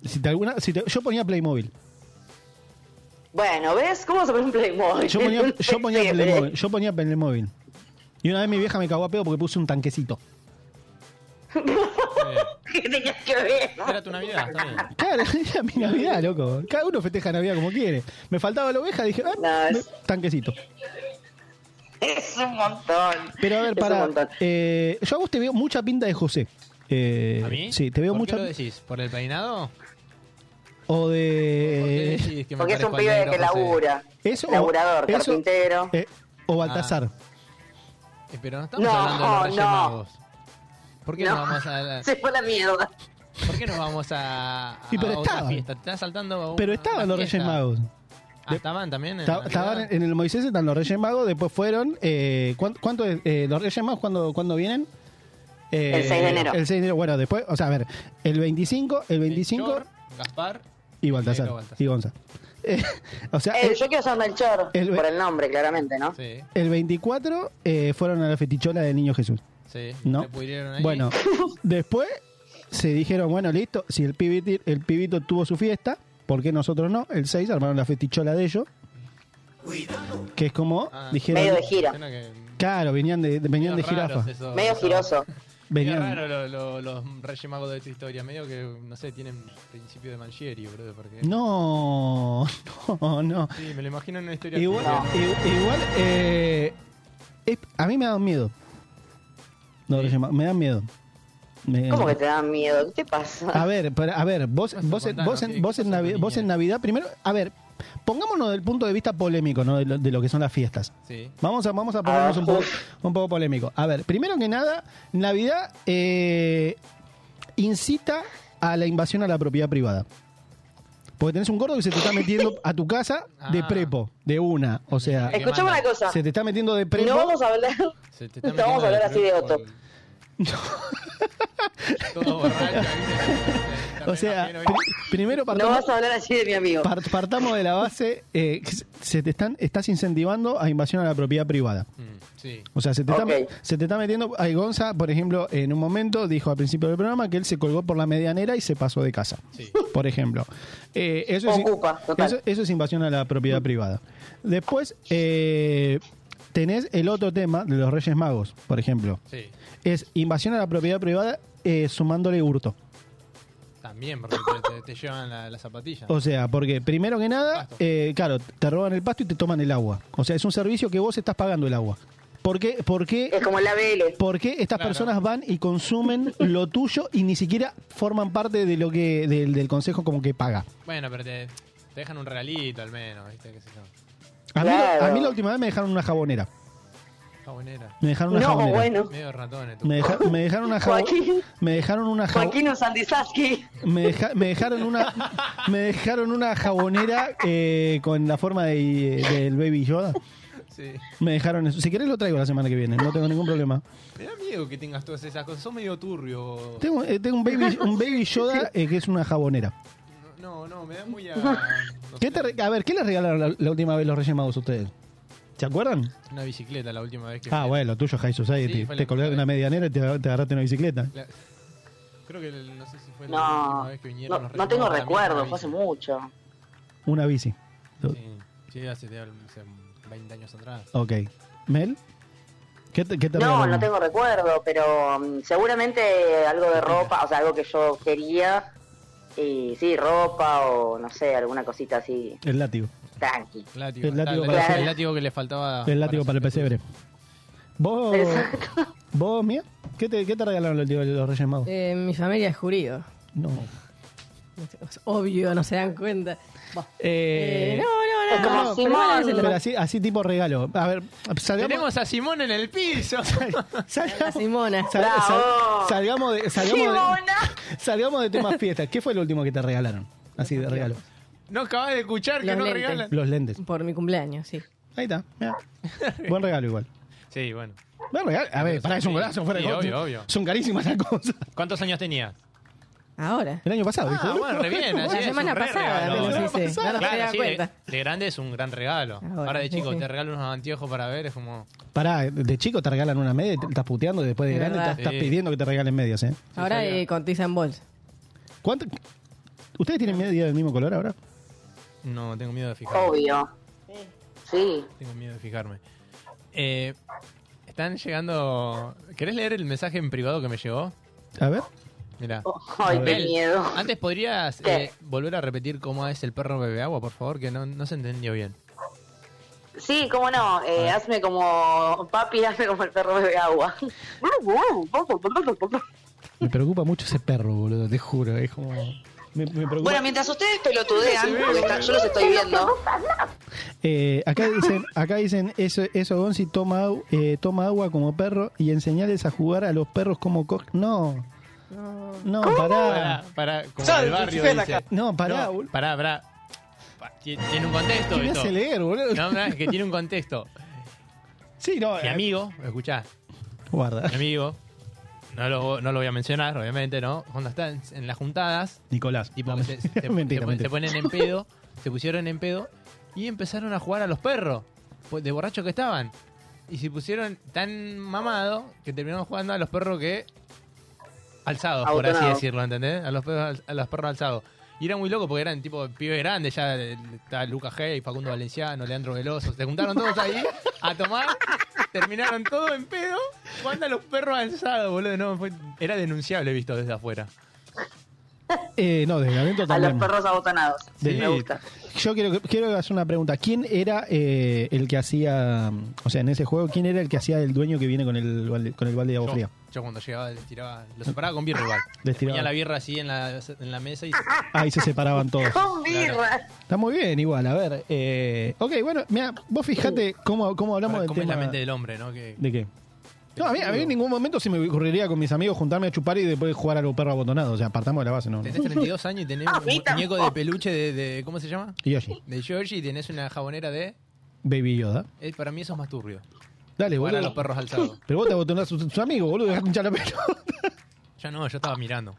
S5: Si te alguna, si te- yo ponía Playmobil.
S16: Bueno, ¿ves? ¿Cómo se pone un Playmobil?
S5: Yo ponía, yo ponía
S16: Sí,
S5: Playmobil. Yo ponía Playmobil. Y una vez mi vieja me cagó a pedo porque puse un tanquecito.
S16: ¿Qué tenías que ver?
S4: Era tu Navidad, está bien.
S5: Claro, era mi Navidad, loco. Cada uno festeja Navidad como quiere. Me faltaba la oveja, dije, ah, me- tanquecito.
S16: Es un montón.
S5: Pero a ver,
S16: Es un
S5: para.
S16: montón.
S5: eh, yo a vos te veo mucha pinta de José. Eh,
S4: ¿A mí?
S5: Sí, te veo
S4: ¿Por
S5: mucha.
S4: qué lo decís? ¿Por el peinado?
S5: O
S4: qué
S5: de.
S4: decís que me Porque es un parezco al pibe negro que José? labura.
S5: Eso, o-
S4: Laburador,
S5: eso-
S4: carpintero.
S5: eh, o Baltasar.
S4: Eh, Pero no Ah, estamos
S5: No,
S4: hablando de los Reyes
S5: no.
S4: Magos. ¿Por qué
S5: No.
S4: nos vamos a la...
S16: Se fue la mierda.
S4: ¿Por qué nos vamos a, a
S5: Y pero
S4: otra
S5: estaba.
S4: fiesta? Te estás saltando a
S5: Pero
S4: una
S5: estaban los
S4: fiesta.
S5: Reyes Magos.
S4: Ah, estaban también. en
S5: Ta-
S4: Navidad?
S5: Estaban en el Moisés, están los Reyes Magos. Después fueron. Eh, ¿cuán- ¿Cuánto es? Eh, ¿Los Reyes Magos cuándo, cuándo vienen? Eh,
S4: El 6 de enero.
S5: El 6 de enero. Bueno, después, o sea, a ver, el 25, el 25
S4: Gaspar.
S5: y Baltasar.
S4: Negro
S5: Y Gonza. Eh, o sea,
S16: Eh,
S5: el,
S16: yo quiero ser del Chor,
S5: el-
S16: por el nombre, claramente, ¿no?
S4: Sí.
S5: el 24 eh, fueron a la fetichola del Niño Jesús.
S4: Sí.
S5: ¿No?
S4: te pudrieron ahí.
S5: Bueno, después se dijeron, bueno, listo, si el pibito, el pibito tuvo su fiesta, ¿por qué nosotros no? El 6 armaron la fetichola de ellos. Que es como, dijeron...
S16: Medio de gira.
S5: Claro, venían de, de- venían de
S4: Ah, Medio raros
S5: jirafa.
S4: esos-
S16: Medio giroso.
S4: Medio
S5: Venían-
S4: raro lo- lo- los Reyes Magos de esta historia. Medio que, no sé, tienen principio de Manchieri, bro. Porque...
S5: No, no, no.
S4: Sí, me lo imagino en una historia.
S5: Igual,
S4: argentina.
S5: i- igual, eh, es- a mí me dan miedo. No, Reyes Magos, me dan miedo. Me-
S16: ¿Cómo que te dan miedo? ¿Qué te pasa?
S5: A ver, pero, a ver, vos, vos, en-
S16: contanos,
S5: vos, en,
S16: ¿qué-
S5: vos, en Navidad, vos en Navidad, primero, a ver, pongámonos del punto de vista polémico, ¿no? De lo, de lo que son las fiestas.
S4: Sí.
S5: Vamos a, vamos a ponernos un poco, un poco polémico. A ver, primero que nada, Navidad eh, incita a la invasión a la propiedad privada. Porque tenés un gordo que se te está metiendo a tu casa de
S16: Ah.
S5: prepo, de una. O sea,
S16: Escuchame una cosa.
S5: se te está metiendo de prepo.
S16: No vamos a hablar, no vamos a hablar así de Otto.
S5: o sea, pri- primero
S16: No
S5: partamos,
S16: vas a hablar así de mi amigo.
S5: par- partamos de la base eh, que se- se te están estás incentivando a invasión a la propiedad privada.
S4: Mm,
S3: Mm.
S4: Sí.
S5: O sea, se te,
S4: Ok.
S5: está, se te está metiendo. Ay, Gonza, por ejemplo, en un momento dijo al principio del programa que él se colgó por la medianera y se pasó de casa. Por ejemplo. Eh, eso, es,
S16: Ocupa, total.
S5: eso, eso es invasión a la propiedad privada. Después, eh, tenés el otro tema de los Reyes Magos, por ejemplo.
S4: Sí.
S5: Es invasión a la propiedad privada eh, sumándole hurto.
S4: También, porque te, te- te llevan la, la zapatilla.
S5: O sea, porque primero que nada, eh, claro, te roban el pasto y te toman el agua. O sea, es un servicio que vos estás pagando el agua. ¿Por qué? por qué-
S16: Es como la BL.
S5: ¿Por qué estas personas van y consumen lo tuyo y ni siquiera forman parte de lo que del, del consejo como que paga?
S4: Bueno, pero te, te dejan un regalito al menos, ¿viste? ¿Qué sé yo?
S5: A mí, lo-
S4: Claro.
S5: a mí la última vez me dejaron una jabonera.
S4: Jabonera.
S5: Me dejaron una No, jabonera. bueno.
S4: Medio ratones. tú.
S5: Me, deja- me dejaron una jabonera.
S16: Joaquín.
S5: Me dejaron una jabonera.
S16: Joaquino Sandisaski.
S5: Me, deja- me dejaron una me dejaron una jabonera eh, con la forma de- del baby Yoda.
S4: Sí.
S5: Me dejaron eso. Si querés lo traigo la semana que viene, no tengo ningún problema.
S4: Me da miedo que tengas todas esas cosas. Sos medio turbio.
S5: Tengo, eh, tengo un baby un baby Yoda eh, que es una jabonera.
S4: No, no, me da muy a...
S5: ¿Qué te re- a ver, ¿qué les regalaron la, la última vez los Reyes Magos a ustedes? ¿Se acuerdan?
S4: Una bicicleta la última vez que...
S5: Ah, bueno, lo tuyo High Society.
S4: Sí, fue la
S5: te colgaste una medianera y te, te agarraste una bicicleta.
S4: La- Creo que el- no sé si fue la
S16: No,
S4: última vez que vinieron
S16: no,
S4: los
S16: no tengo
S4: Reyes Magos, para
S16: recuerdo,
S4: mí
S16: fue hace mucho.
S5: Una bici.
S4: Sí, sí, hace, te hablo, hace 20 años atrás.
S5: Ok. ¿Mel? ¿Qué te, qué te
S16: No,
S5: regalaron?
S16: no tengo recuerdo, pero mm, seguramente algo de ropa, o sea, algo que yo quería. Y sí, ropa o no sé, alguna cosita así,
S5: El látigo.
S16: tranqui.
S4: Látigo,
S5: El
S4: está,
S5: látigo
S4: el
S5: para
S4: látigo-
S5: hacer-
S4: el látigo que le faltaba.
S5: El látigo para el pesebre. ¿Vos, vos mía? ¿Qué te, qué te regalaron los, los Reyes Magos?
S7: Eh, mi familia es jurío.
S5: No.
S7: Es obvio, no se dan cuenta. Bah.
S5: Eh,
S7: Eh, no, no, no, no, pero bueno, es el-
S5: Pero así, así tipo regalo. A ver, salgamos,
S4: Tenemos a Simón en el piso.
S7: Simona.
S5: sal- sal- salgamos de, salgamos de, salgamos de temas fiestas. ¿Qué fue lo último que te regalaron? Así de regalo.
S4: No acabas de escuchar que
S7: Los
S4: no
S7: lentes.
S4: regalan.
S5: Los lentes.
S7: Por mi cumpleaños, sí.
S5: Ahí está, mira. Buen regalo igual.
S4: Sí, bueno.
S5: Buen regalo. A ver, pará, es un golazo fuera de
S4: Sí,
S5: corte.
S4: obvio, obvio.
S5: Son carísimas las cosas.
S4: ¿Cuántos años tenía?
S7: Ahora.
S5: El año pasado,
S4: Ah,
S5: dijo.
S4: bueno, re bien.
S7: La
S4: así es,
S7: semana
S4: un re
S7: pasada
S4: regalo.
S7: apenas hice,
S4: Claro,
S7: ahora me
S4: claro,
S7: da
S4: sí, de,
S7: cuenta.
S4: de grande es un gran regalo. Ahora, de
S7: sí,
S4: chico
S7: sí.
S4: te regalo unos anteojos para ver, es como...
S5: Pará, de chico te regalan una media y te estás puteando y después de
S7: Es
S5: grande
S7: verdad.
S5: estás, estás
S7: Sí.
S5: pidiendo que te regalen medias, ¿eh?
S7: Ahora eh, cotiza en bolsa.
S5: ¿Cuánto? ¿Ustedes tienen media del mismo color ahora?
S4: No, tengo miedo de fijarme.
S16: Obvio. Sí.
S4: Tengo miedo de fijarme. Eh, están llegando... ¿Querés leer el mensaje en privado que me llegó?
S5: A ver.
S4: Mira.
S16: ay, qué
S4: miedo. Antes podrías eh, volver a repetir cómo es el perro bebe agua, por favor, que no, no se entendió bien.
S16: Sí, cómo no. eh, hazme como. Papi, hazme como el perro bebe agua.
S5: Me preocupa mucho ese perro, boludo, te juro. Es como. Me, me preocupa.
S11: Bueno, mientras ustedes pelotudean, porque está- yo los estoy viendo.
S5: Eh, acá dicen, acá dicen eso, eso Gonzi toma, au- eh, toma agua como perro y enseñales a jugar a los perros como co No. No, pará.
S4: Pará, pará, como
S5: Sal,
S4: del barrio
S5: Lucifela,
S4: dice.
S5: acá. No, pará, bol-
S4: pará, pará. Pa- ti- Tiene un contexto
S5: ¿Qué me
S4: esto.
S5: hace leer, boludo?
S4: No, pará, es que tiene un contexto.
S5: Sí, no. eh,
S4: Mi amigo, escuchá,
S5: Guarda.
S4: mi amigo, no lo, no lo voy a mencionar, obviamente, ¿no? Cuando están en las juntadas,
S5: Nicolás.
S4: tipo,
S5: No,
S4: se, se- se
S5: mentira,
S4: pon-
S5: mentira.
S4: se ponen en pedo, se pusieron en pedo y empezaron a jugar a los perros, po- de borrachos que estaban. Y se pusieron tan mamado que terminaron jugando a los perros que. alzados, por así
S14: Abotonado.
S4: decirlo, ¿entendés? A los perros, al- a los perros alzados. Y era muy loco porque eran tipo pibes grandes, ya eh, está Lucas Hey, Facundo Valenciano, Leandro Veloso, se juntaron todos ahí a tomar, terminaron todo en pedo, jugando a los perros alzados, boludo, no, fue- era denunciable visto desde afuera.
S5: Eh, no, desgarramiento
S16: A los
S5: también.
S16: perros abotonados.
S5: Sí.
S16: Me gusta.
S5: Yo quiero, quiero hacer una pregunta. ¿Quién era eh, el que hacía, o sea, en ese juego, quién era el que hacía el dueño que viene con el, balde- con el balde de agua fría?
S4: Yo cuando llegaba les tiraba, los separaba con birra igual.
S5: Les tiraba.
S4: Ponía la birra así en la, en la mesa y se...
S5: Ahí se separaban todos.
S4: Con birra.
S5: Está muy bien, igual. A ver, eh, ok, bueno, mira, vos fijate cómo, cómo hablamos
S4: Ahora,
S5: del
S4: ¿Cómo es
S5: tema.
S4: Uh. la mente del hombre, no? Que,
S5: ¿De qué? No, a mí, a mí en ningún momento se me ocurriría con mis amigos juntarme a chupar y después jugar a los perros abotonados. O sea, partamos de la base, ¿no?
S4: tenés 32 años y tenés
S16: Ah,
S5: A
S4: un
S5: mí
S4: muñeco de
S5: tampoco.
S4: peluche de, de- ¿Cómo se llama?
S5: Y Yoshi,
S4: De Georgie y tenés una jabonera de...
S5: Baby Yoda.
S4: eh, para mí eso es más turbio.
S5: Dale,
S4: Jugar
S5: boludo.
S4: a los perros alzados.
S5: Pero vos te abotonás a sus sus amigos, boludo, dejá hinchar la pelota.
S4: Yo no, yo estaba mirando.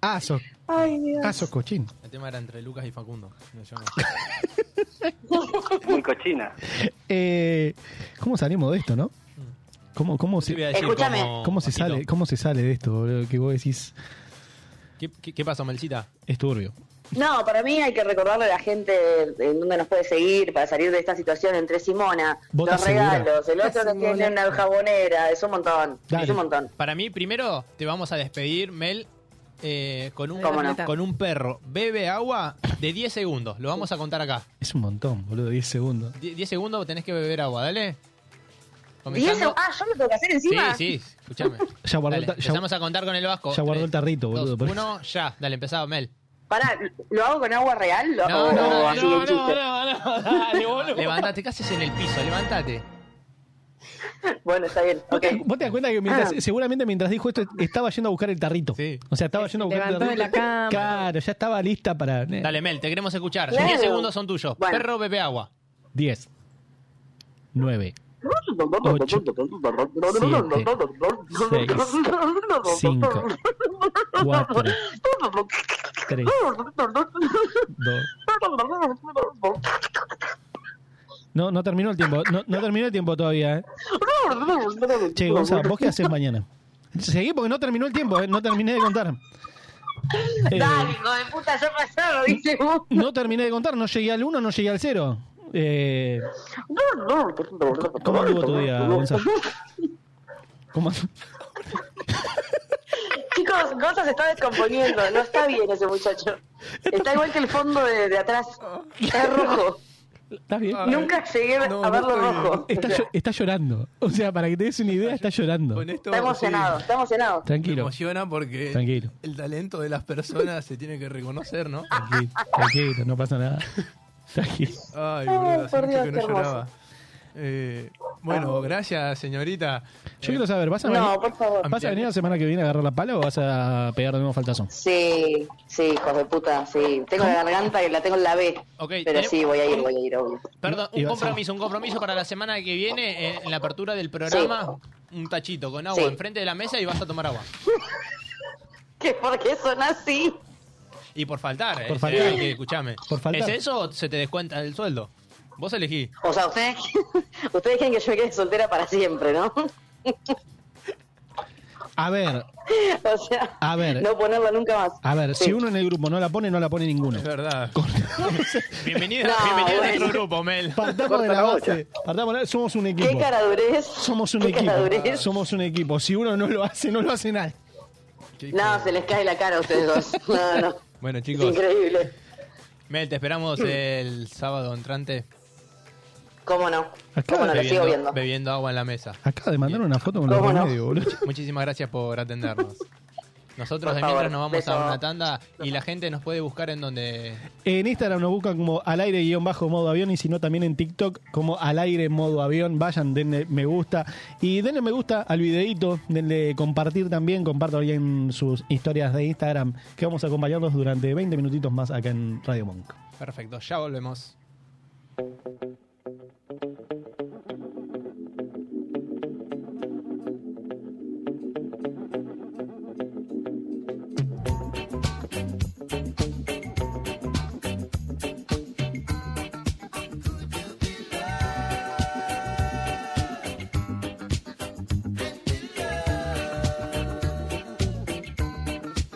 S5: Ah, sos, ah, sos cochín.
S4: El tema era entre Lucas y Facundo. No, yo no.
S26: Muy cochina.
S5: Eh, ¿Cómo salimos de esto, no? ¿Cómo, cómo, se,
S4: Te iba a decir Escúchame. como
S5: ¿cómo, se
S4: Patito.
S5: sale, ¿Cómo se sale de esto, boludo? Que vos decís,
S4: ¿Qué, qué, qué pasó, Melcita?
S5: es turbio.
S16: No, para mí hay que recordarle a la gente en dónde nos puede seguir para salir de esta situación entre Simona,
S4: ¿Vos
S16: los
S4: estás segura?
S16: regalos, el otro que
S4: Simona.
S16: tiene una jabonera, es un montón, es un montón.
S4: Para mí, primero te vamos a despedir, Mel, eh, con, un,
S16: ¿Cómo no?
S4: con un perro. Bebe agua de 10 segundos. Lo vamos a contar acá.
S5: Es un montón, boludo, 10 segundos.
S4: Die- 10 segundos tenés que beber agua, dale.
S16: Y eso, ah, yo lo tengo que hacer encima.
S4: Sí, sí, escúchame.
S5: Ya guardó,
S4: Dale,
S5: el ta- ya-
S4: empezamos a contar con el Vasco. Eh,
S5: ya guardó el tarrito, boludo. por eso.
S4: Uno, ya. Dale, empezá, Mel.
S16: Pará, ¿lo hago con agua real? ¿Lo-
S4: No,
S16: o-
S4: no,
S16: o
S4: no,
S16: así
S4: no,
S16: de
S4: no,
S16: chiste?
S4: no, no, dale, boludo. Levantate, casi es en el piso, levantate.
S16: Bueno, está bien.
S5: ¿Vos, te, vos te das cuenta que mientras-
S4: Ah.
S5: seguramente mientras dijo esto estaba yendo a buscar el tarrito? O sea, estaba yendo a buscar
S4: levantó
S5: el tarrito.
S4: de la cama.
S5: Claro, ya estaba lista para...
S4: Dale, Mel, te queremos escuchar.
S5: Claro.
S4: 10 segundos son tuyos.
S5: Bueno.
S4: Perro, bebe agua.
S5: 10, 9, 8, 5, 4, 3, 2... No, no terminó el tiempo, no, no terminó el tiempo todavía, ¿eh? Che, Gonza, ¿vos qué haces mañana? Seguí porque no terminó el tiempo, ¿eh? no terminé de contar. Eh,
S16: Dale, hijo de puta, ya pasaron, dice vos.
S5: no terminé de contar, no llegué al 1, no llegué al 0. Eh, ¿Cómo estuvo tu día, Gonza? ¿Cómo?
S16: Chicos, Gonza se está descomponiendo. No está bien ese muchacho. Está igual que el fondo de, de atrás. Está rojo.
S5: ¿Estás bien?
S16: Nunca llegué a verlo rojo.
S5: Está,
S16: O sea,
S5: llo- está llorando. O sea, para que te des una idea, está llorando.
S16: está emocionado, está emocionado.
S5: Tranquilo.
S14: Me emociona porque
S5: Tranquilo.
S14: el talento de las personas se tiene que reconocer, ¿no?
S5: Tranquilo, tranquilo, no pasa nada. Tranquilo.
S14: Ay,
S5: Ay,
S14: boludo, hace
S5: por
S14: mucho
S5: Dios,
S14: que
S5: qué
S14: no
S5: hermoso.
S14: lloraba. Eh, bueno, gracias, señorita. Eh,
S5: Yo quiero saber, ¿vas a venir,
S16: No, por favor.
S5: ¿vas a venir la semana que viene a agarrar la pala o vas a pegar de nuevo faltazón?
S16: Sí, sí, hijos de puta, sí. Tengo la garganta que la tengo en la B.
S4: Ok,
S16: pero
S4: tenemos-
S16: sí, voy a ir, voy a ir, obvio.
S4: Perdón,
S16: Iba
S4: un
S16: a-
S4: compromiso, un compromiso para la semana que viene, eh, en la apertura del programa, un tachito con agua
S16: Sí.
S4: enfrente de la mesa y vas a tomar agua.
S16: ¿Qué, ¿Por qué son así?
S4: Y por faltar, eh,
S5: Por faltar.
S4: hay que- escuchame.
S5: Por faltar.
S4: ¿Es eso o se te descuenta el sueldo? Vos elegí.
S16: O sea, ustedes, ustedes quieren que yo me quede soltera para siempre, ¿no?
S5: A ver,
S16: O sea,
S5: A ver.
S16: no ponerla nunca más.
S5: a ver,
S16: Sí.
S5: si uno en el grupo no la pone, no la pone ninguno. Es
S14: verdad.
S4: Bienvenido,
S16: No,
S4: bienvenido a
S16: bueno.
S4: nuestro grupo, Mel.
S5: Partamos de la base. Partamos de la- somos un equipo.
S16: ¿Qué cara durez?
S5: Somos un
S16: ¿Qué
S5: equipo.
S16: cara durez?
S5: Somos un equipo. Si uno no lo hace, no lo hace nadie.
S16: No, se les cae la cara a ustedes dos. No, no.
S4: Bueno,
S16: Es
S4: chicos,
S16: increíble.
S4: Mel, te esperamos el sábado entrante.
S16: ¿Cómo no? ¿Cómo no? Lo sigo viendo.
S4: bebiendo agua en la mesa.
S5: Acaba de mandar una foto con los
S4: ¿Cómo no?
S5: remedios, boludo.
S4: Muchísimas gracias por atendernos. Nosotros
S5: Por
S4: de
S5: favor,
S4: mientras nos vamos
S5: beso.
S4: a una tanda y la gente nos puede buscar en donde...
S5: En Instagram nos buscan como al aire guión bajo modo avión y si no también en TikTok como al aire modo avión. Vayan, denle me gusta y denle me gusta al videíto, denle compartir también, compartan en sus historias de Instagram que vamos a acompañarlos durante 20 minutitos más acá en Radio Monk.
S4: Perfecto, ya volvemos.
S3: Could you be loved?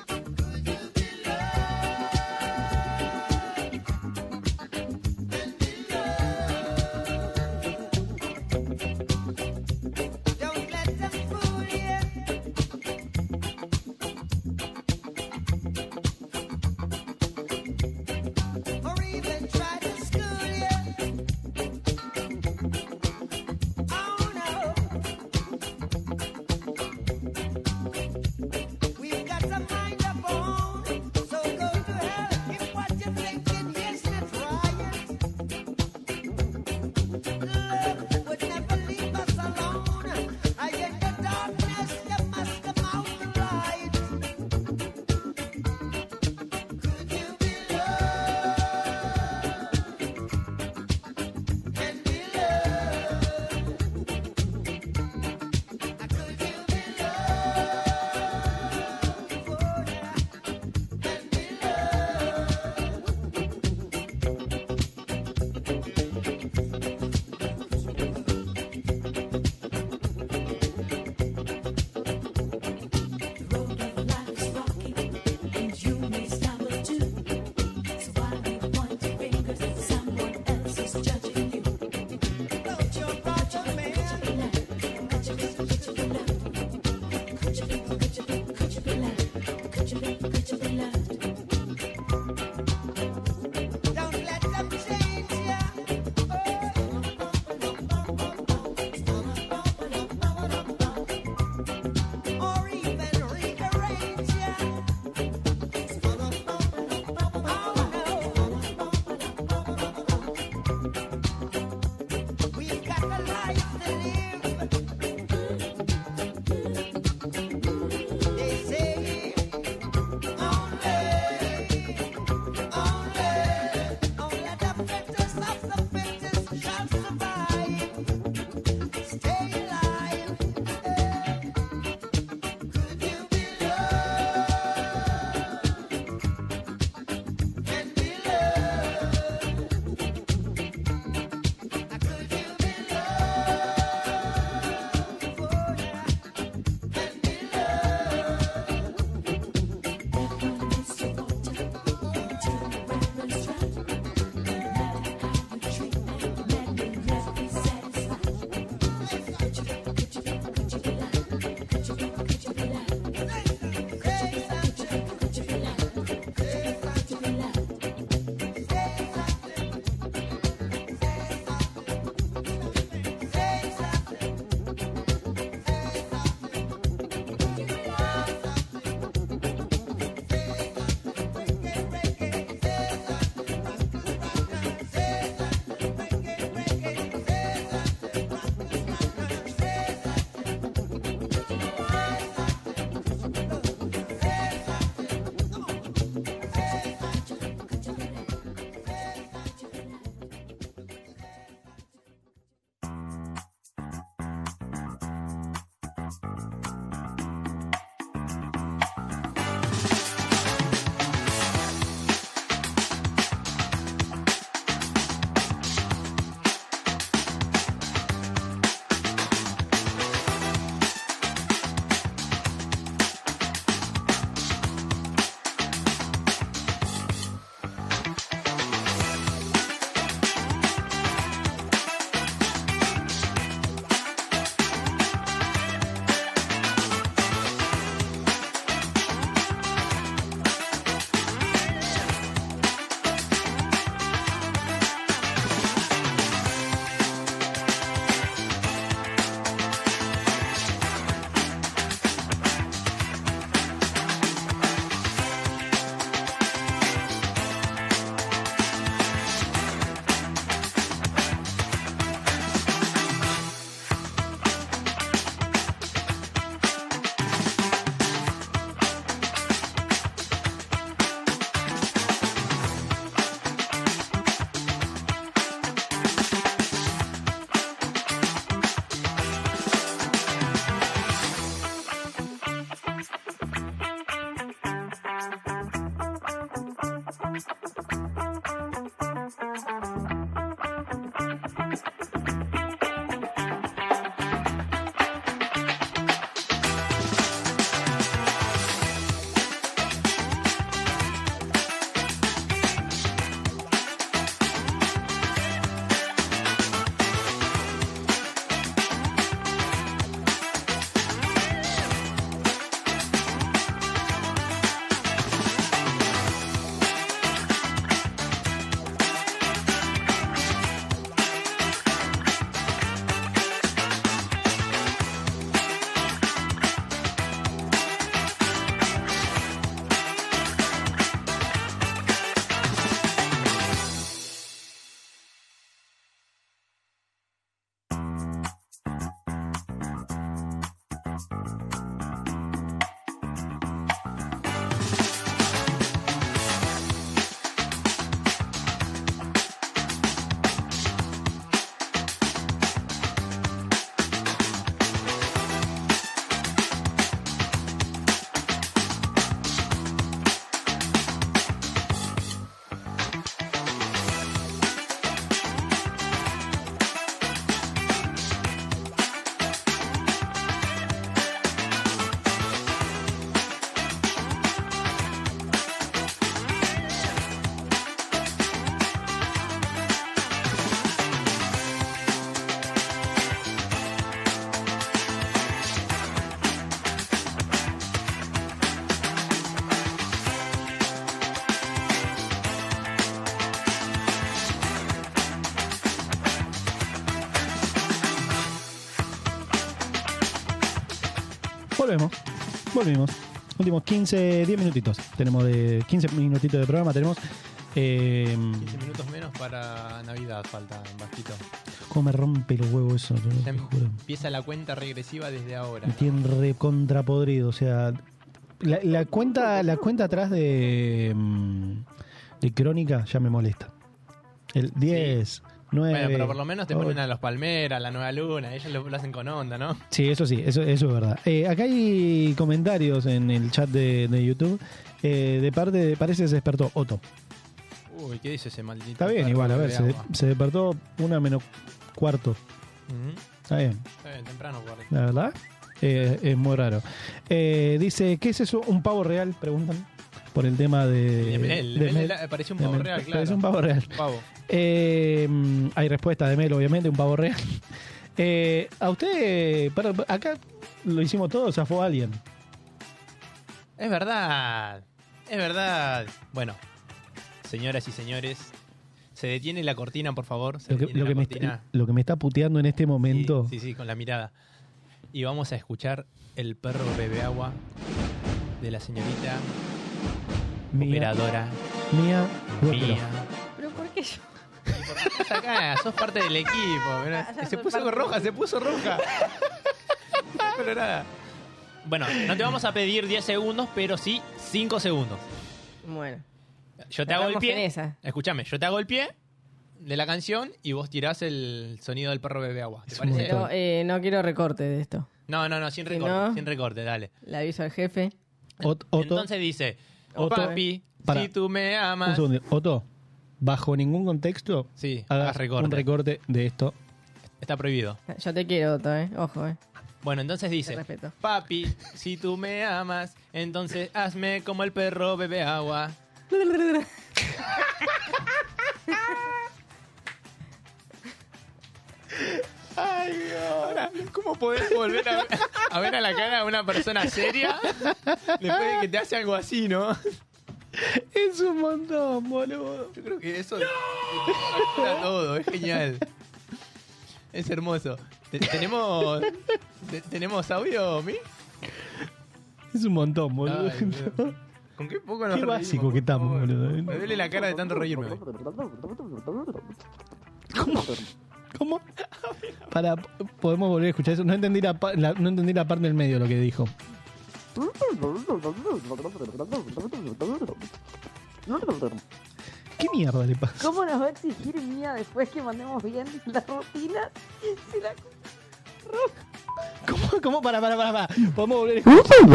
S5: Volvemos. Volvimos. Últimos 15, 10 minutitos. Tenemos de 15 minutitos de programa. Tenemos. Eh,
S4: 15 minutos menos para Navidad falta en Vasquito.
S5: ¿Cómo me rompe los huevos eso? te lo
S4: Ya
S5: juro.
S4: empieza la cuenta regresiva desde ahora.
S5: Me tienen recontrapodrido. O sea, la, la cuenta la cuenta atrás de, mm, de Crónica ya me molesta. El 10, 9.
S4: Bueno, pero por lo menos te ponen a los Palmeras, la Nueva Luna, ellos lo, lo hacen con onda, ¿no?
S5: Sí, eso sí, eso, eso es verdad. Eh, acá hay comentarios en el chat de, de YouTube. eh, de parte de, parece que se despertó Otto.
S4: Uy, ¿qué dice ese maldito?
S5: Está bien,
S4: perro
S5: igual, a
S4: que
S5: ver,
S4: bebe
S5: se,
S4: agua?
S5: se despertó una menos cuarto.
S4: Ujú.
S5: Está bien.
S4: Está bien, temprano, guarda.
S5: La verdad, eh, es muy raro. Eh, dice, ¿qué es eso? ¿Un pavo real? Preguntan. Por el tema de...
S4: De Mel,
S5: de
S4: Mel
S5: Mel.
S4: la- parecía un
S5: De
S4: pavo
S5: Mel.
S4: real, claro.
S5: Parece un pavo real.
S4: Pavo.
S5: Eh, mm, hay respuesta de Mel, obviamente, un pavo real. Eh, a usted, para- acá lo hicimos todo, zafó alguien.
S4: Es verdad, es verdad. Bueno, señoras y señores, se detiene la cortina, por favor. Se
S5: Lo que,
S4: detiene
S5: lo
S4: la
S5: que me,
S4: cortina.
S5: está- lo que me está puteando en este momento.
S4: Sí, sí, con la mirada. Y vamos a escuchar El perro bebe agua de la señorita
S5: Mía.
S4: operadora.
S5: Mía. Guerrero.
S4: Mía.
S7: Pero ¿por qué yo?
S4: Estás acá, sos parte del equipo. mirá.
S7: ya
S4: se
S7: soy
S4: puso
S7: parte.
S4: roja, se puso roja. pero nada. Bueno, no te vamos a pedir 10 segundos, pero sí 5 segundos.
S7: Bueno.
S4: Yo te hago el
S7: Vamos en
S4: pie.
S7: esa.
S4: Escúchame, yo te hago el pie de la canción y vos tirás el sonido del perro bebe agua. ¿Te parece?
S7: Pero, eh, no quiero recorte de esto.
S4: No, no, no, sin recorte,
S7: no-
S4: sin recorte, dale.
S7: Le aviso al jefe.
S5: Ot- Otto,
S4: Entonces dice,
S5: Otto,
S4: papi,
S5: para.
S4: si tú me
S5: un
S4: amas...
S5: segundo. Otto, bajo ningún contexto,
S4: Sí,
S5: hagas
S4: haz recorte.
S5: un recorte de esto.
S4: Está prohibido.
S7: Yo te quiero, Otto, ¿eh? Ojo, ¿eh?
S4: Bueno, entonces dice, papi, si tú me amas, entonces hazme como el perro bebe agua. Ay, Ahora, ¿cómo podés volver a, a ver a la cara a una persona seria después de que te hace algo así, no?
S5: Es un montón, boludo.
S4: Yo creo que eso captura todo, es genial. Es hermoso. Te- ¿Tenemos, te- ¿Tenemos audio, Mi?
S5: Es un montón, boludo.
S4: Ay, Dios. ¿Con qué poco nos
S5: Qué
S4: reímos?
S5: básico que estamos, boludo.
S4: Me duele la cara de tanto reírme. hoy.
S5: ¿Cómo? Para, podemos volver a escuchar eso. No entendí la, pa- la- no entendí la parte del medio lo que dijo. ¿Qué mierda le pasa?
S16: ¿Cómo nos va a exigir mía después que mandemos bien la rutina? Si la...
S5: ¿Cómo? ¿Cómo? Para, para, para, para. Podemos volver a escuchar.
S3: Thank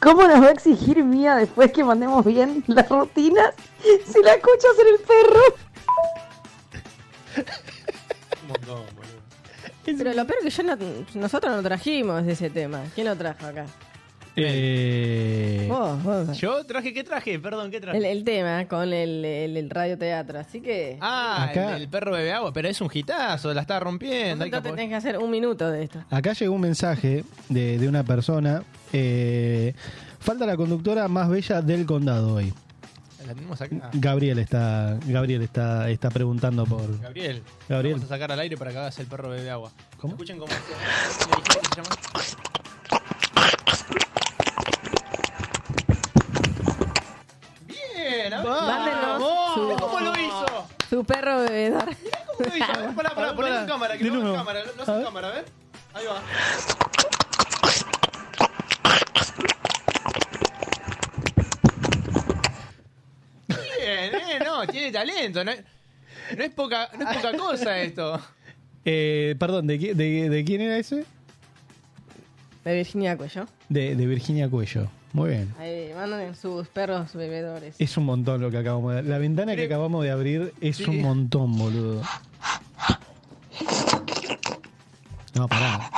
S16: ¿Cómo nos va a exigir mía después que mandemos bien la rutina? Si la escuchas en el perro.
S7: Pero lo peor que yo no, nosotros no trajimos de ese tema. ¿Quién lo trajo acá?
S5: Eh,
S7: Vos, vos.
S4: Yo traje, ¿qué traje? Perdón, ¿qué traje?
S7: El, el tema con el, el, el radioteatro. Así que
S4: Ah,
S5: Acá-
S4: el, del perro bebe agua, pero es un hitazo, la está rompiendo. hay que
S7: no te
S4: apoyar.
S7: tenés que hacer un minuto de esto.
S5: Acá llegó un mensaje de, de una persona. eh, falta la conductora más bella del condado hoy.
S4: La tenemos acá.
S5: Gabriel está, Gabriel está, está preguntando por.
S4: Gabriel.
S5: Gabriel.
S4: Vamos a sacar al aire para que hagas el perro bebe agua.
S5: ¿Cómo?
S4: Escuchen cómo hace- ¿Me dijiste que se llama? Bien, a ver.
S7: Mándenos
S4: ¡Vamos!
S7: su-
S4: Ah, ¿Cómo lo hizo?
S7: Su perro bebedor.
S4: ¿Cómo lo hizo? Pará, pará,
S7: Pará,
S4: poné
S7: pará.
S4: en cámara, que
S7: De
S4: no en
S7: nuevo.
S4: cámara, no
S7: A
S4: hace
S7: ver.
S4: cámara, a ver. Ahí va. Bien, eh, no, tiene talento, no es, no es poca, no es poca cosa esto.
S5: Eh, perdón, ¿de, qui- de- de quién era ese?
S7: De Virginia Cuello.
S5: De, de Virginia Cuello. Muy bien.
S7: Ahí mandan sus perros bebedores.
S5: Es un montón lo que acabamos de La ventana que acabamos de abrir es
S7: Sí.
S5: un montón, boludo. No, pará.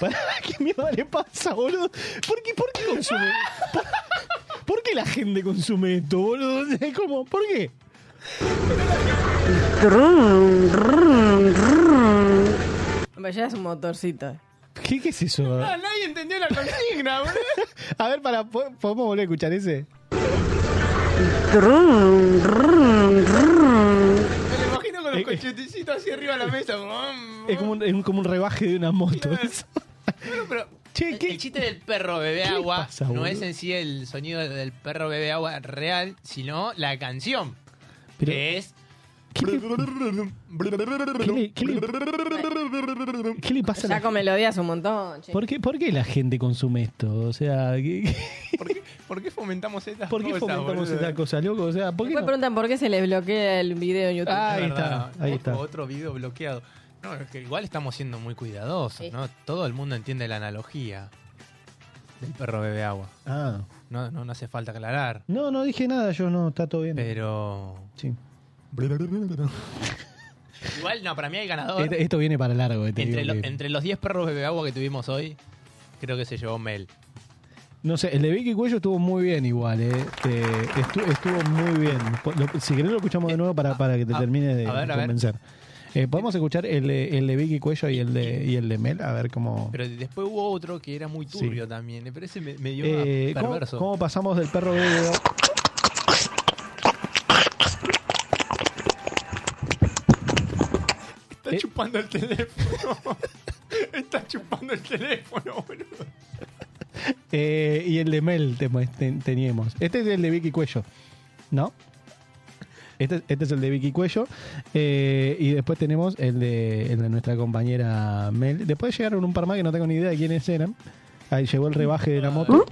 S5: Pará, ¿qué mierda le pasa, boludo? ¿Por qué, por qué consume? ¿Por, por qué la gente consume esto, boludo? Es como, ¿por qué?
S7: Hombre, ya es un motorcito.
S5: ¿Qué, qué es eso?
S4: Ah, nadie entendió la consigna, boludo.
S5: A ver, para, ¿po- ¿podemos volver a escuchar ese?
S4: Me lo imagino con los
S5: Eh,
S4: el chuticito hacia arriba de la mesa.
S5: Es como un, es un- como un rebaje de una moto. eso.
S4: Bueno, pero el, el chiste del perro bebe
S5: ¿Qué
S4: agua
S5: pasa,
S4: no
S5: boludo?
S4: es en sí el sonido del perro bebe agua real, sino la canción. que es.
S5: ¿Qué le pasa a la
S7: Ya con melodías un montón, che.
S5: ¿Por qué, ¿Por qué la gente consume esto? O sea, ¿qué- qué-
S4: ¿Por qué fomentamos estas
S5: ¿por qué
S4: cosas?
S5: fomentamos
S4: boludo?
S5: esta cosa, loco? O sea, ¿por qué
S7: Después
S5: no?
S7: preguntan por qué se les bloquea el video en YouTube.
S5: Ah, ahí
S4: Es verdad,
S5: está, ahí
S4: otro,
S5: está.
S4: Otro video bloqueado. No, es que igual estamos siendo muy cuidadosos, ¿no? Todo el mundo entiende la analogía del perro bebe agua.
S5: Ah.
S4: No, no, no hace falta aclarar,
S5: No, no dije nada, yo no, está todo bien.
S4: pero...
S5: Sí.
S4: Igual, no, para mí hay ganador.
S5: Esto, esto viene para largo. eh, te
S4: entre,
S5: digo
S4: lo-
S5: que-
S4: entre los 10 perros bebe agua que tuvimos hoy, creo que se llevó Mel.
S5: No sé, el de Vicky Cuello estuvo muy bien igual, eh. Eh, estu- estuvo muy bien. Po- lo- si querés lo escuchamos de nuevo para, para que te termine de
S4: Eh, a ver, a ver.
S5: convencer. Eh, ¿Podemos escuchar el de, el de Vicky Cuello y el de, y el de Mel? A ver cómo...
S4: Pero después hubo otro que era muy turbio también, eh, pero ese me, me dio
S5: Eh, ¿cómo,
S4: perverso.
S5: cómo pasamos del perro bebe agua?
S4: Está
S5: Eh.
S4: chupando el teléfono. Está chupando el teléfono, boludo.
S5: Eh, y el de Mel te- te- teníamos. Este es el de Vicky Cuello, ¿no? Este, este es el de Vicky Cuello. eh, y después tenemos el de, el de nuestra compañera Mel. Después llegaron un par más que no tengo ni idea de quiénes eran. Ahí llegó el rebaje de la moto.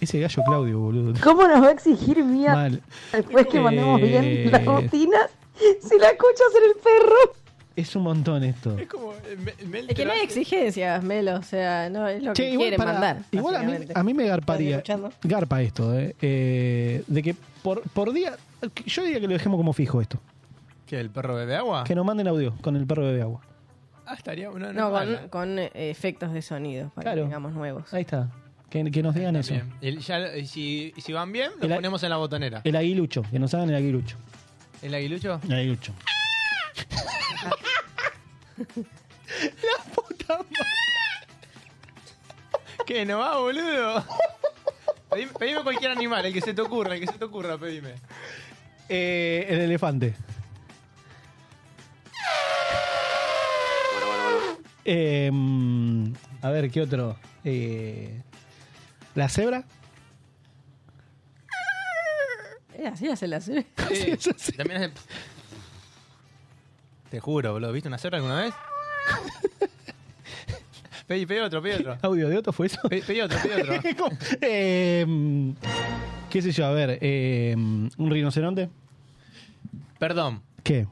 S5: Ese gallo Claudio, boludo.
S3: ¿Cómo nos va a exigir mía
S5: Mal.
S3: después que mandemos
S5: Eh.
S3: bien las bocinas? Si la escuchas en el perro.
S5: Es un montón esto.
S7: Es que no hay exigencias, Melo. O sea, no es lo
S5: Che,
S7: que
S5: igual
S7: quieren
S5: para-
S7: mandar.
S5: Igual a mí, a mí me garparía. Garpa esto, eh, eh, de que por, por día. Yo diría que lo dejemos como fijo esto.
S4: ¿Qué, el perro bebe agua?
S5: Que nos manden audio con el perro bebe agua.
S4: Ah, estaría... No, no,
S7: No,
S4: mal,
S7: con, con, eh, efectos de sonido, para
S5: Claro.
S7: que tengamos nuevos.
S5: Ahí está. Que, que nos digan eso.
S4: Bien. El- ya, eh, si, si van bien, lo
S5: El a-
S4: ponemos en la botonera.
S5: El aguilucho. Que nos hagan el aguilucho.
S4: ¿El aguilucho?
S5: El aguilucho.
S4: ¡La puta ¿Qué, no va, boludo? Pedime, pedime cualquier animal, el que se te ocurra, el que se te ocurra, pedime.
S5: Eh, el elefante. Eh, mm, a ver, ¿qué otro? Eh, ¿La cebra?
S7: Eh, así hace la serie.
S4: Sí, También es Te juro, boludo. ¿Viste una cebra alguna vez? pedí, pedí otro, pedí otro.
S5: ¿Audio de otro fue eso?
S4: Pedí, pedí otro, pedí otro.
S5: ¿Cómo? Eh, mm, ¿Qué sé yo? A ver, eh, mm, ¿un rinoceronte?
S4: Perdón,
S5: ¿Qué?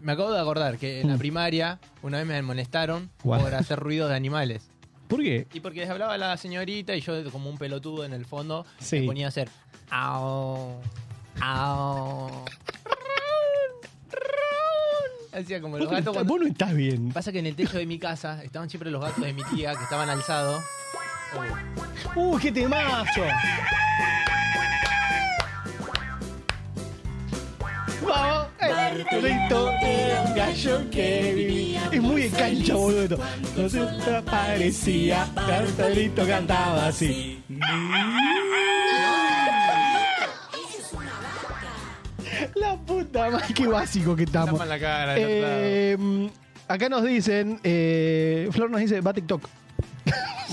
S4: me acabo de acordar que en la primaria una vez me molestaron
S5: Guau.
S4: por hacer ruidos de animales.
S5: ¿Por qué?
S4: Y porque les hablaba la señorita y yo como un pelotudo en el fondo
S5: Sí.
S4: me ponía a hacer au, au. Hacía como los
S5: Vos no
S4: gatos
S5: estás-
S4: cuando...
S5: Vos no estás bien.
S4: Pasa que en el techo de mi casa estaban siempre los gatos de mi tía que estaban alzados.
S5: ¡Uh, qué temazo! ¡Vamos! Bartolito era un gallo que vivía. Es muy de cancha, boludo. No se parecía. Bartolito cantaba así. La puta madre, qué básico que estamos.
S4: Tapan la cara,
S5: Eh, acá nos dicen, eh, Flor nos dice, va TikTok.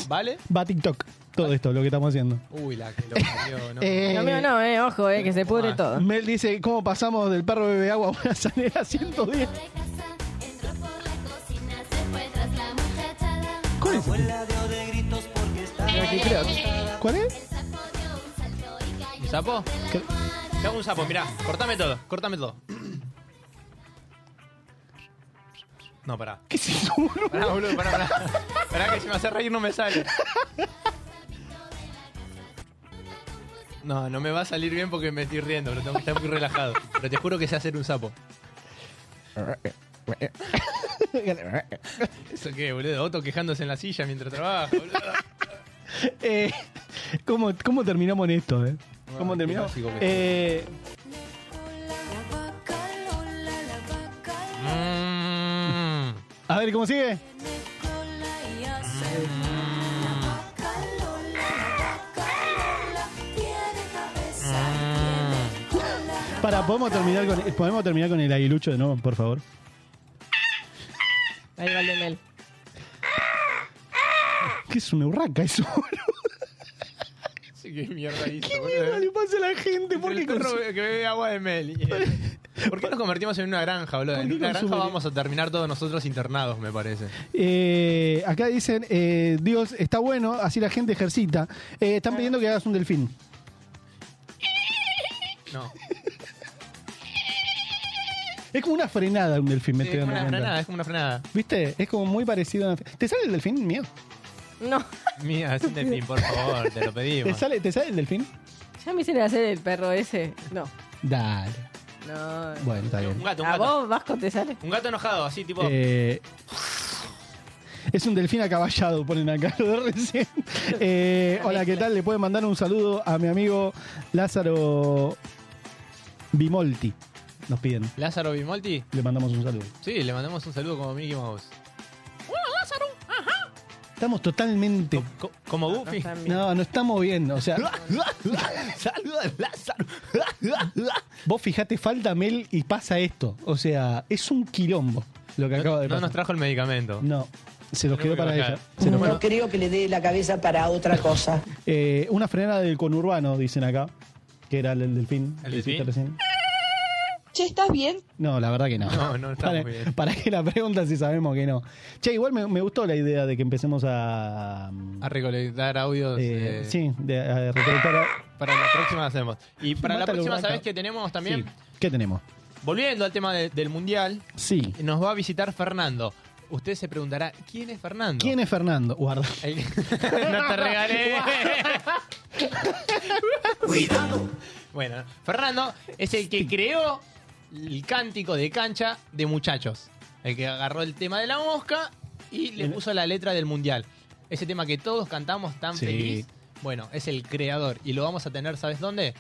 S4: ¿Vale?
S5: Va TikTok. Todo esto, lo que estamos haciendo.
S4: Uy, la que lo parió, ¿no?
S5: Eh,
S7: No, mío no, eh, ojo, eh, que se pudre todo.
S5: Mel dice, ¿cómo pasamos del perro bebe agua a una sanera 110? ¿Cuál es? ¿Cuál es?
S4: ¿Un sapo? Te hago un sapo, mirá. Cortame todo, cortame todo. No, pará.
S5: ¿Qué es eso, boludo?
S4: Pará, boludo, pará, pará. Pará que si me hace reír no me sale. No, no me va a salir bien porque me estoy riendo, pero tengo que estar muy relajado. Pero te juro que sé hacer un sapo.
S5: Eh,
S4: ¿Eso qué, boludo? Otto quejándose en la silla mientras trabaja, boludo.
S5: Eh, ¿cómo, ¿Cómo terminamos en esto, eh? ¿Cómo
S4: qué
S5: terminamos?
S4: básico que
S5: Eh, a ver, ¿cómo sigue?
S4: Mm.
S5: Para, ¿podemos terminar, con, ¿podemos terminar con el aguilucho de nuevo, por favor?
S7: Ahí va el de Mel.
S5: ¿Qué es una urraca eso,
S4: Sí, qué mierda hizo,
S5: ¿Qué
S4: boludo.
S5: mierda le pasa a la gente? ¿Por
S4: El
S5: qué
S4: perro
S5: consume-
S4: que bebe agua de mel. Y- ¿Por qué nos convertimos en una granja, boludo?
S5: ¿Por qué
S4: En una granja
S5: consume-
S4: vamos a terminar todos nosotros internados, me parece.
S5: Eh, acá dicen, eh, Dios, está bueno, así la gente ejercita. Eh, están pidiendo que hagas un delfín.
S4: No.
S5: Es como una frenada un delfín, me
S4: Sí,
S5: estoy
S4: es como
S5: dando
S4: una
S5: cuenta.
S4: frenada, es como una frenada.
S5: ¿Viste? Es como muy parecido a una fre- ¿Te sale el delfín, mío?
S7: No,
S4: Mía, haz un delfín, por favor, te
S5: ¿Te
S4: lo pedimos.
S5: sale, ¿Te sale el delfín?
S7: ya me hicieron hacer el perro ese. No,
S5: Dale.
S7: no.
S5: Bueno, está bien.
S4: Un gato, un
S7: ¿A
S4: gato.
S7: vos, Vasco, te sale?
S4: Un gato enojado, así tipo.
S5: Eh, es un delfín acaballado, ponen acá lo de recién. Eh, hola, ¿qué tal? Le pueden mandar un saludo a mi amigo Lázaro Bimolti. Nos piden.
S4: Lázaro Bimolti.
S5: Le mandamos un saludo.
S4: Sí, le mandamos un saludo como Mickey Mouse.
S3: ¡Hola, Lázaro! ¡Ajá!
S5: Estamos totalmente.
S4: Co- como Goofy.
S5: No, no estamos bien. O sea,
S4: Saluda a Lázaro.
S5: vos fijate, falta Mel y pasa esto. O sea, es un quilombo lo que acaba Ah, de
S4: No
S5: pasar.
S4: nos trajo el medicamento.
S5: No, se los
S4: Tenemos
S5: quedó
S4: que
S5: para
S4: bajar.
S5: ella. Se los-
S16: No creo que le dé la cabeza para otra cosa.
S5: Eh, una frenada del conurbano, dicen acá, que era el del delfín.
S4: ¿El
S5: que hiciste
S4: delfín?
S5: recién.
S16: Che, ¿estás bien?
S5: No, la verdad que no.
S4: No, no estamos
S5: para,
S4: bien.
S5: ¿Para qué la pregunta si sabemos que no? Che, igual me, me gustó la idea de que empecemos a.
S4: A recolectar audios.
S5: eh,
S4: eh,
S5: sí, de, a recolectar a-
S4: Para la próxima hacemos. Y para la
S5: Mátalo,
S4: próxima,
S5: vaca.
S4: ¿sabés qué tenemos también?
S5: Sí. ¿Qué tenemos?
S4: Volviendo al tema de- del mundial,
S5: Sí.
S4: nos va a visitar Fernando. Usted se preguntará, ¿quién es Fernando?
S5: ¿Quién es Fernando? Guarda.
S4: El- no te regalé. Cuidado. Bueno, Fernando es el que creó el cántico de cancha de muchachos. El que agarró el tema de la mosca y le puso la letra del mundial. Ese tema que todos cantamos tan
S5: Sí.
S4: feliz. Bueno, es el creador. Y lo vamos a tener, ¿sabes dónde?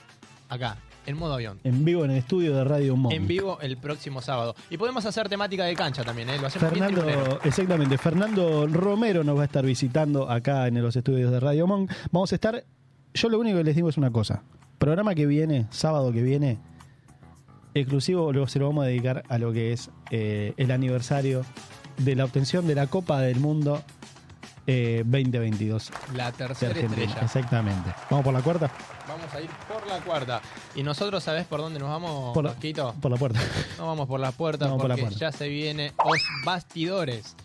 S4: Acá, en modo avión.
S5: En vivo en el estudio de Radio Monk.
S4: En vivo el próximo sábado. Y podemos hacer temática de cancha también, ¿eh? Lo hacemos bien tribunero.
S5: Fernando, exactamente, Fernando Romero nos va a estar visitando acá en los estudios de Radio Monk. Vamos a estar, yo lo único que les digo es una cosa, programa que viene, sábado que viene, exclusivo lo- se lo vamos a dedicar a lo que es eh, el aniversario de la obtención de la Copa del Mundo eh, 2022.
S4: La
S5: de
S4: tercera
S5: Argentina.
S4: estrella.
S5: Exactamente. Vamos por la cuarta,
S4: Vamos a ir por la cuarta. ¿Y nosotros sabés por dónde nos vamos,
S5: Por la-
S4: Vasquito?
S5: por la puerta.
S4: No vamos por la puerta
S5: No,
S4: porque
S5: por la puerta.
S4: ya se viene Os Bastidores.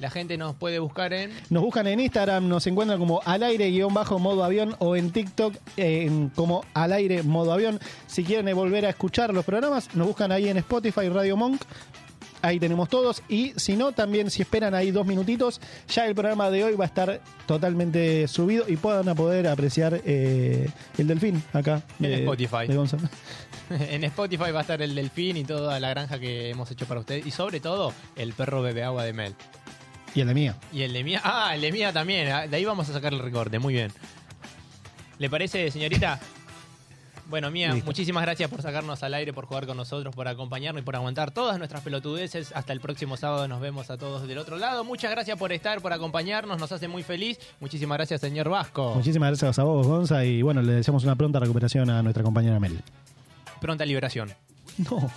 S4: La gente nos puede buscar en...
S5: Nos buscan en Instagram, nos encuentran como al aire guión bajo modo avión o en TikTok en como al aire modo avión. Si quieren eh, volver a escuchar los programas, nos buscan ahí en Spotify Radio Monk. Ahí tenemos todos. Y si no, también si esperan ahí dos minutitos, ya el programa de hoy va a estar totalmente subido y puedan a poder apreciar eh, el delfín acá.
S4: En
S5: de-
S4: Spotify.
S5: de Gonzalo.
S4: en Spotify va a estar el delfín y toda la granja que hemos hecho para ustedes. Y sobre todo, el perro bebe agua de mel.
S5: Y el de mía.
S4: Y el de mía... Ah, el de mía también. Ah, De ahí vamos a sacar el recorte. Muy bien. ¿Le parece, señorita? Bueno, Mía,
S5: Listo.
S4: muchísimas gracias por sacarnos al aire, por jugar con nosotros, por acompañarnos y por aguantar todas nuestras pelotudeces. Hasta el próximo sábado nos vemos a todos del otro lado. Muchas gracias por estar, por acompañarnos, nos hace muy feliz. Muchísimas gracias, señor Vasco.
S5: Muchísimas gracias a vos, Gonza. Y bueno, le deseamos una pronta recuperación a nuestra compañera Mel.
S4: Pronta liberación.
S5: No.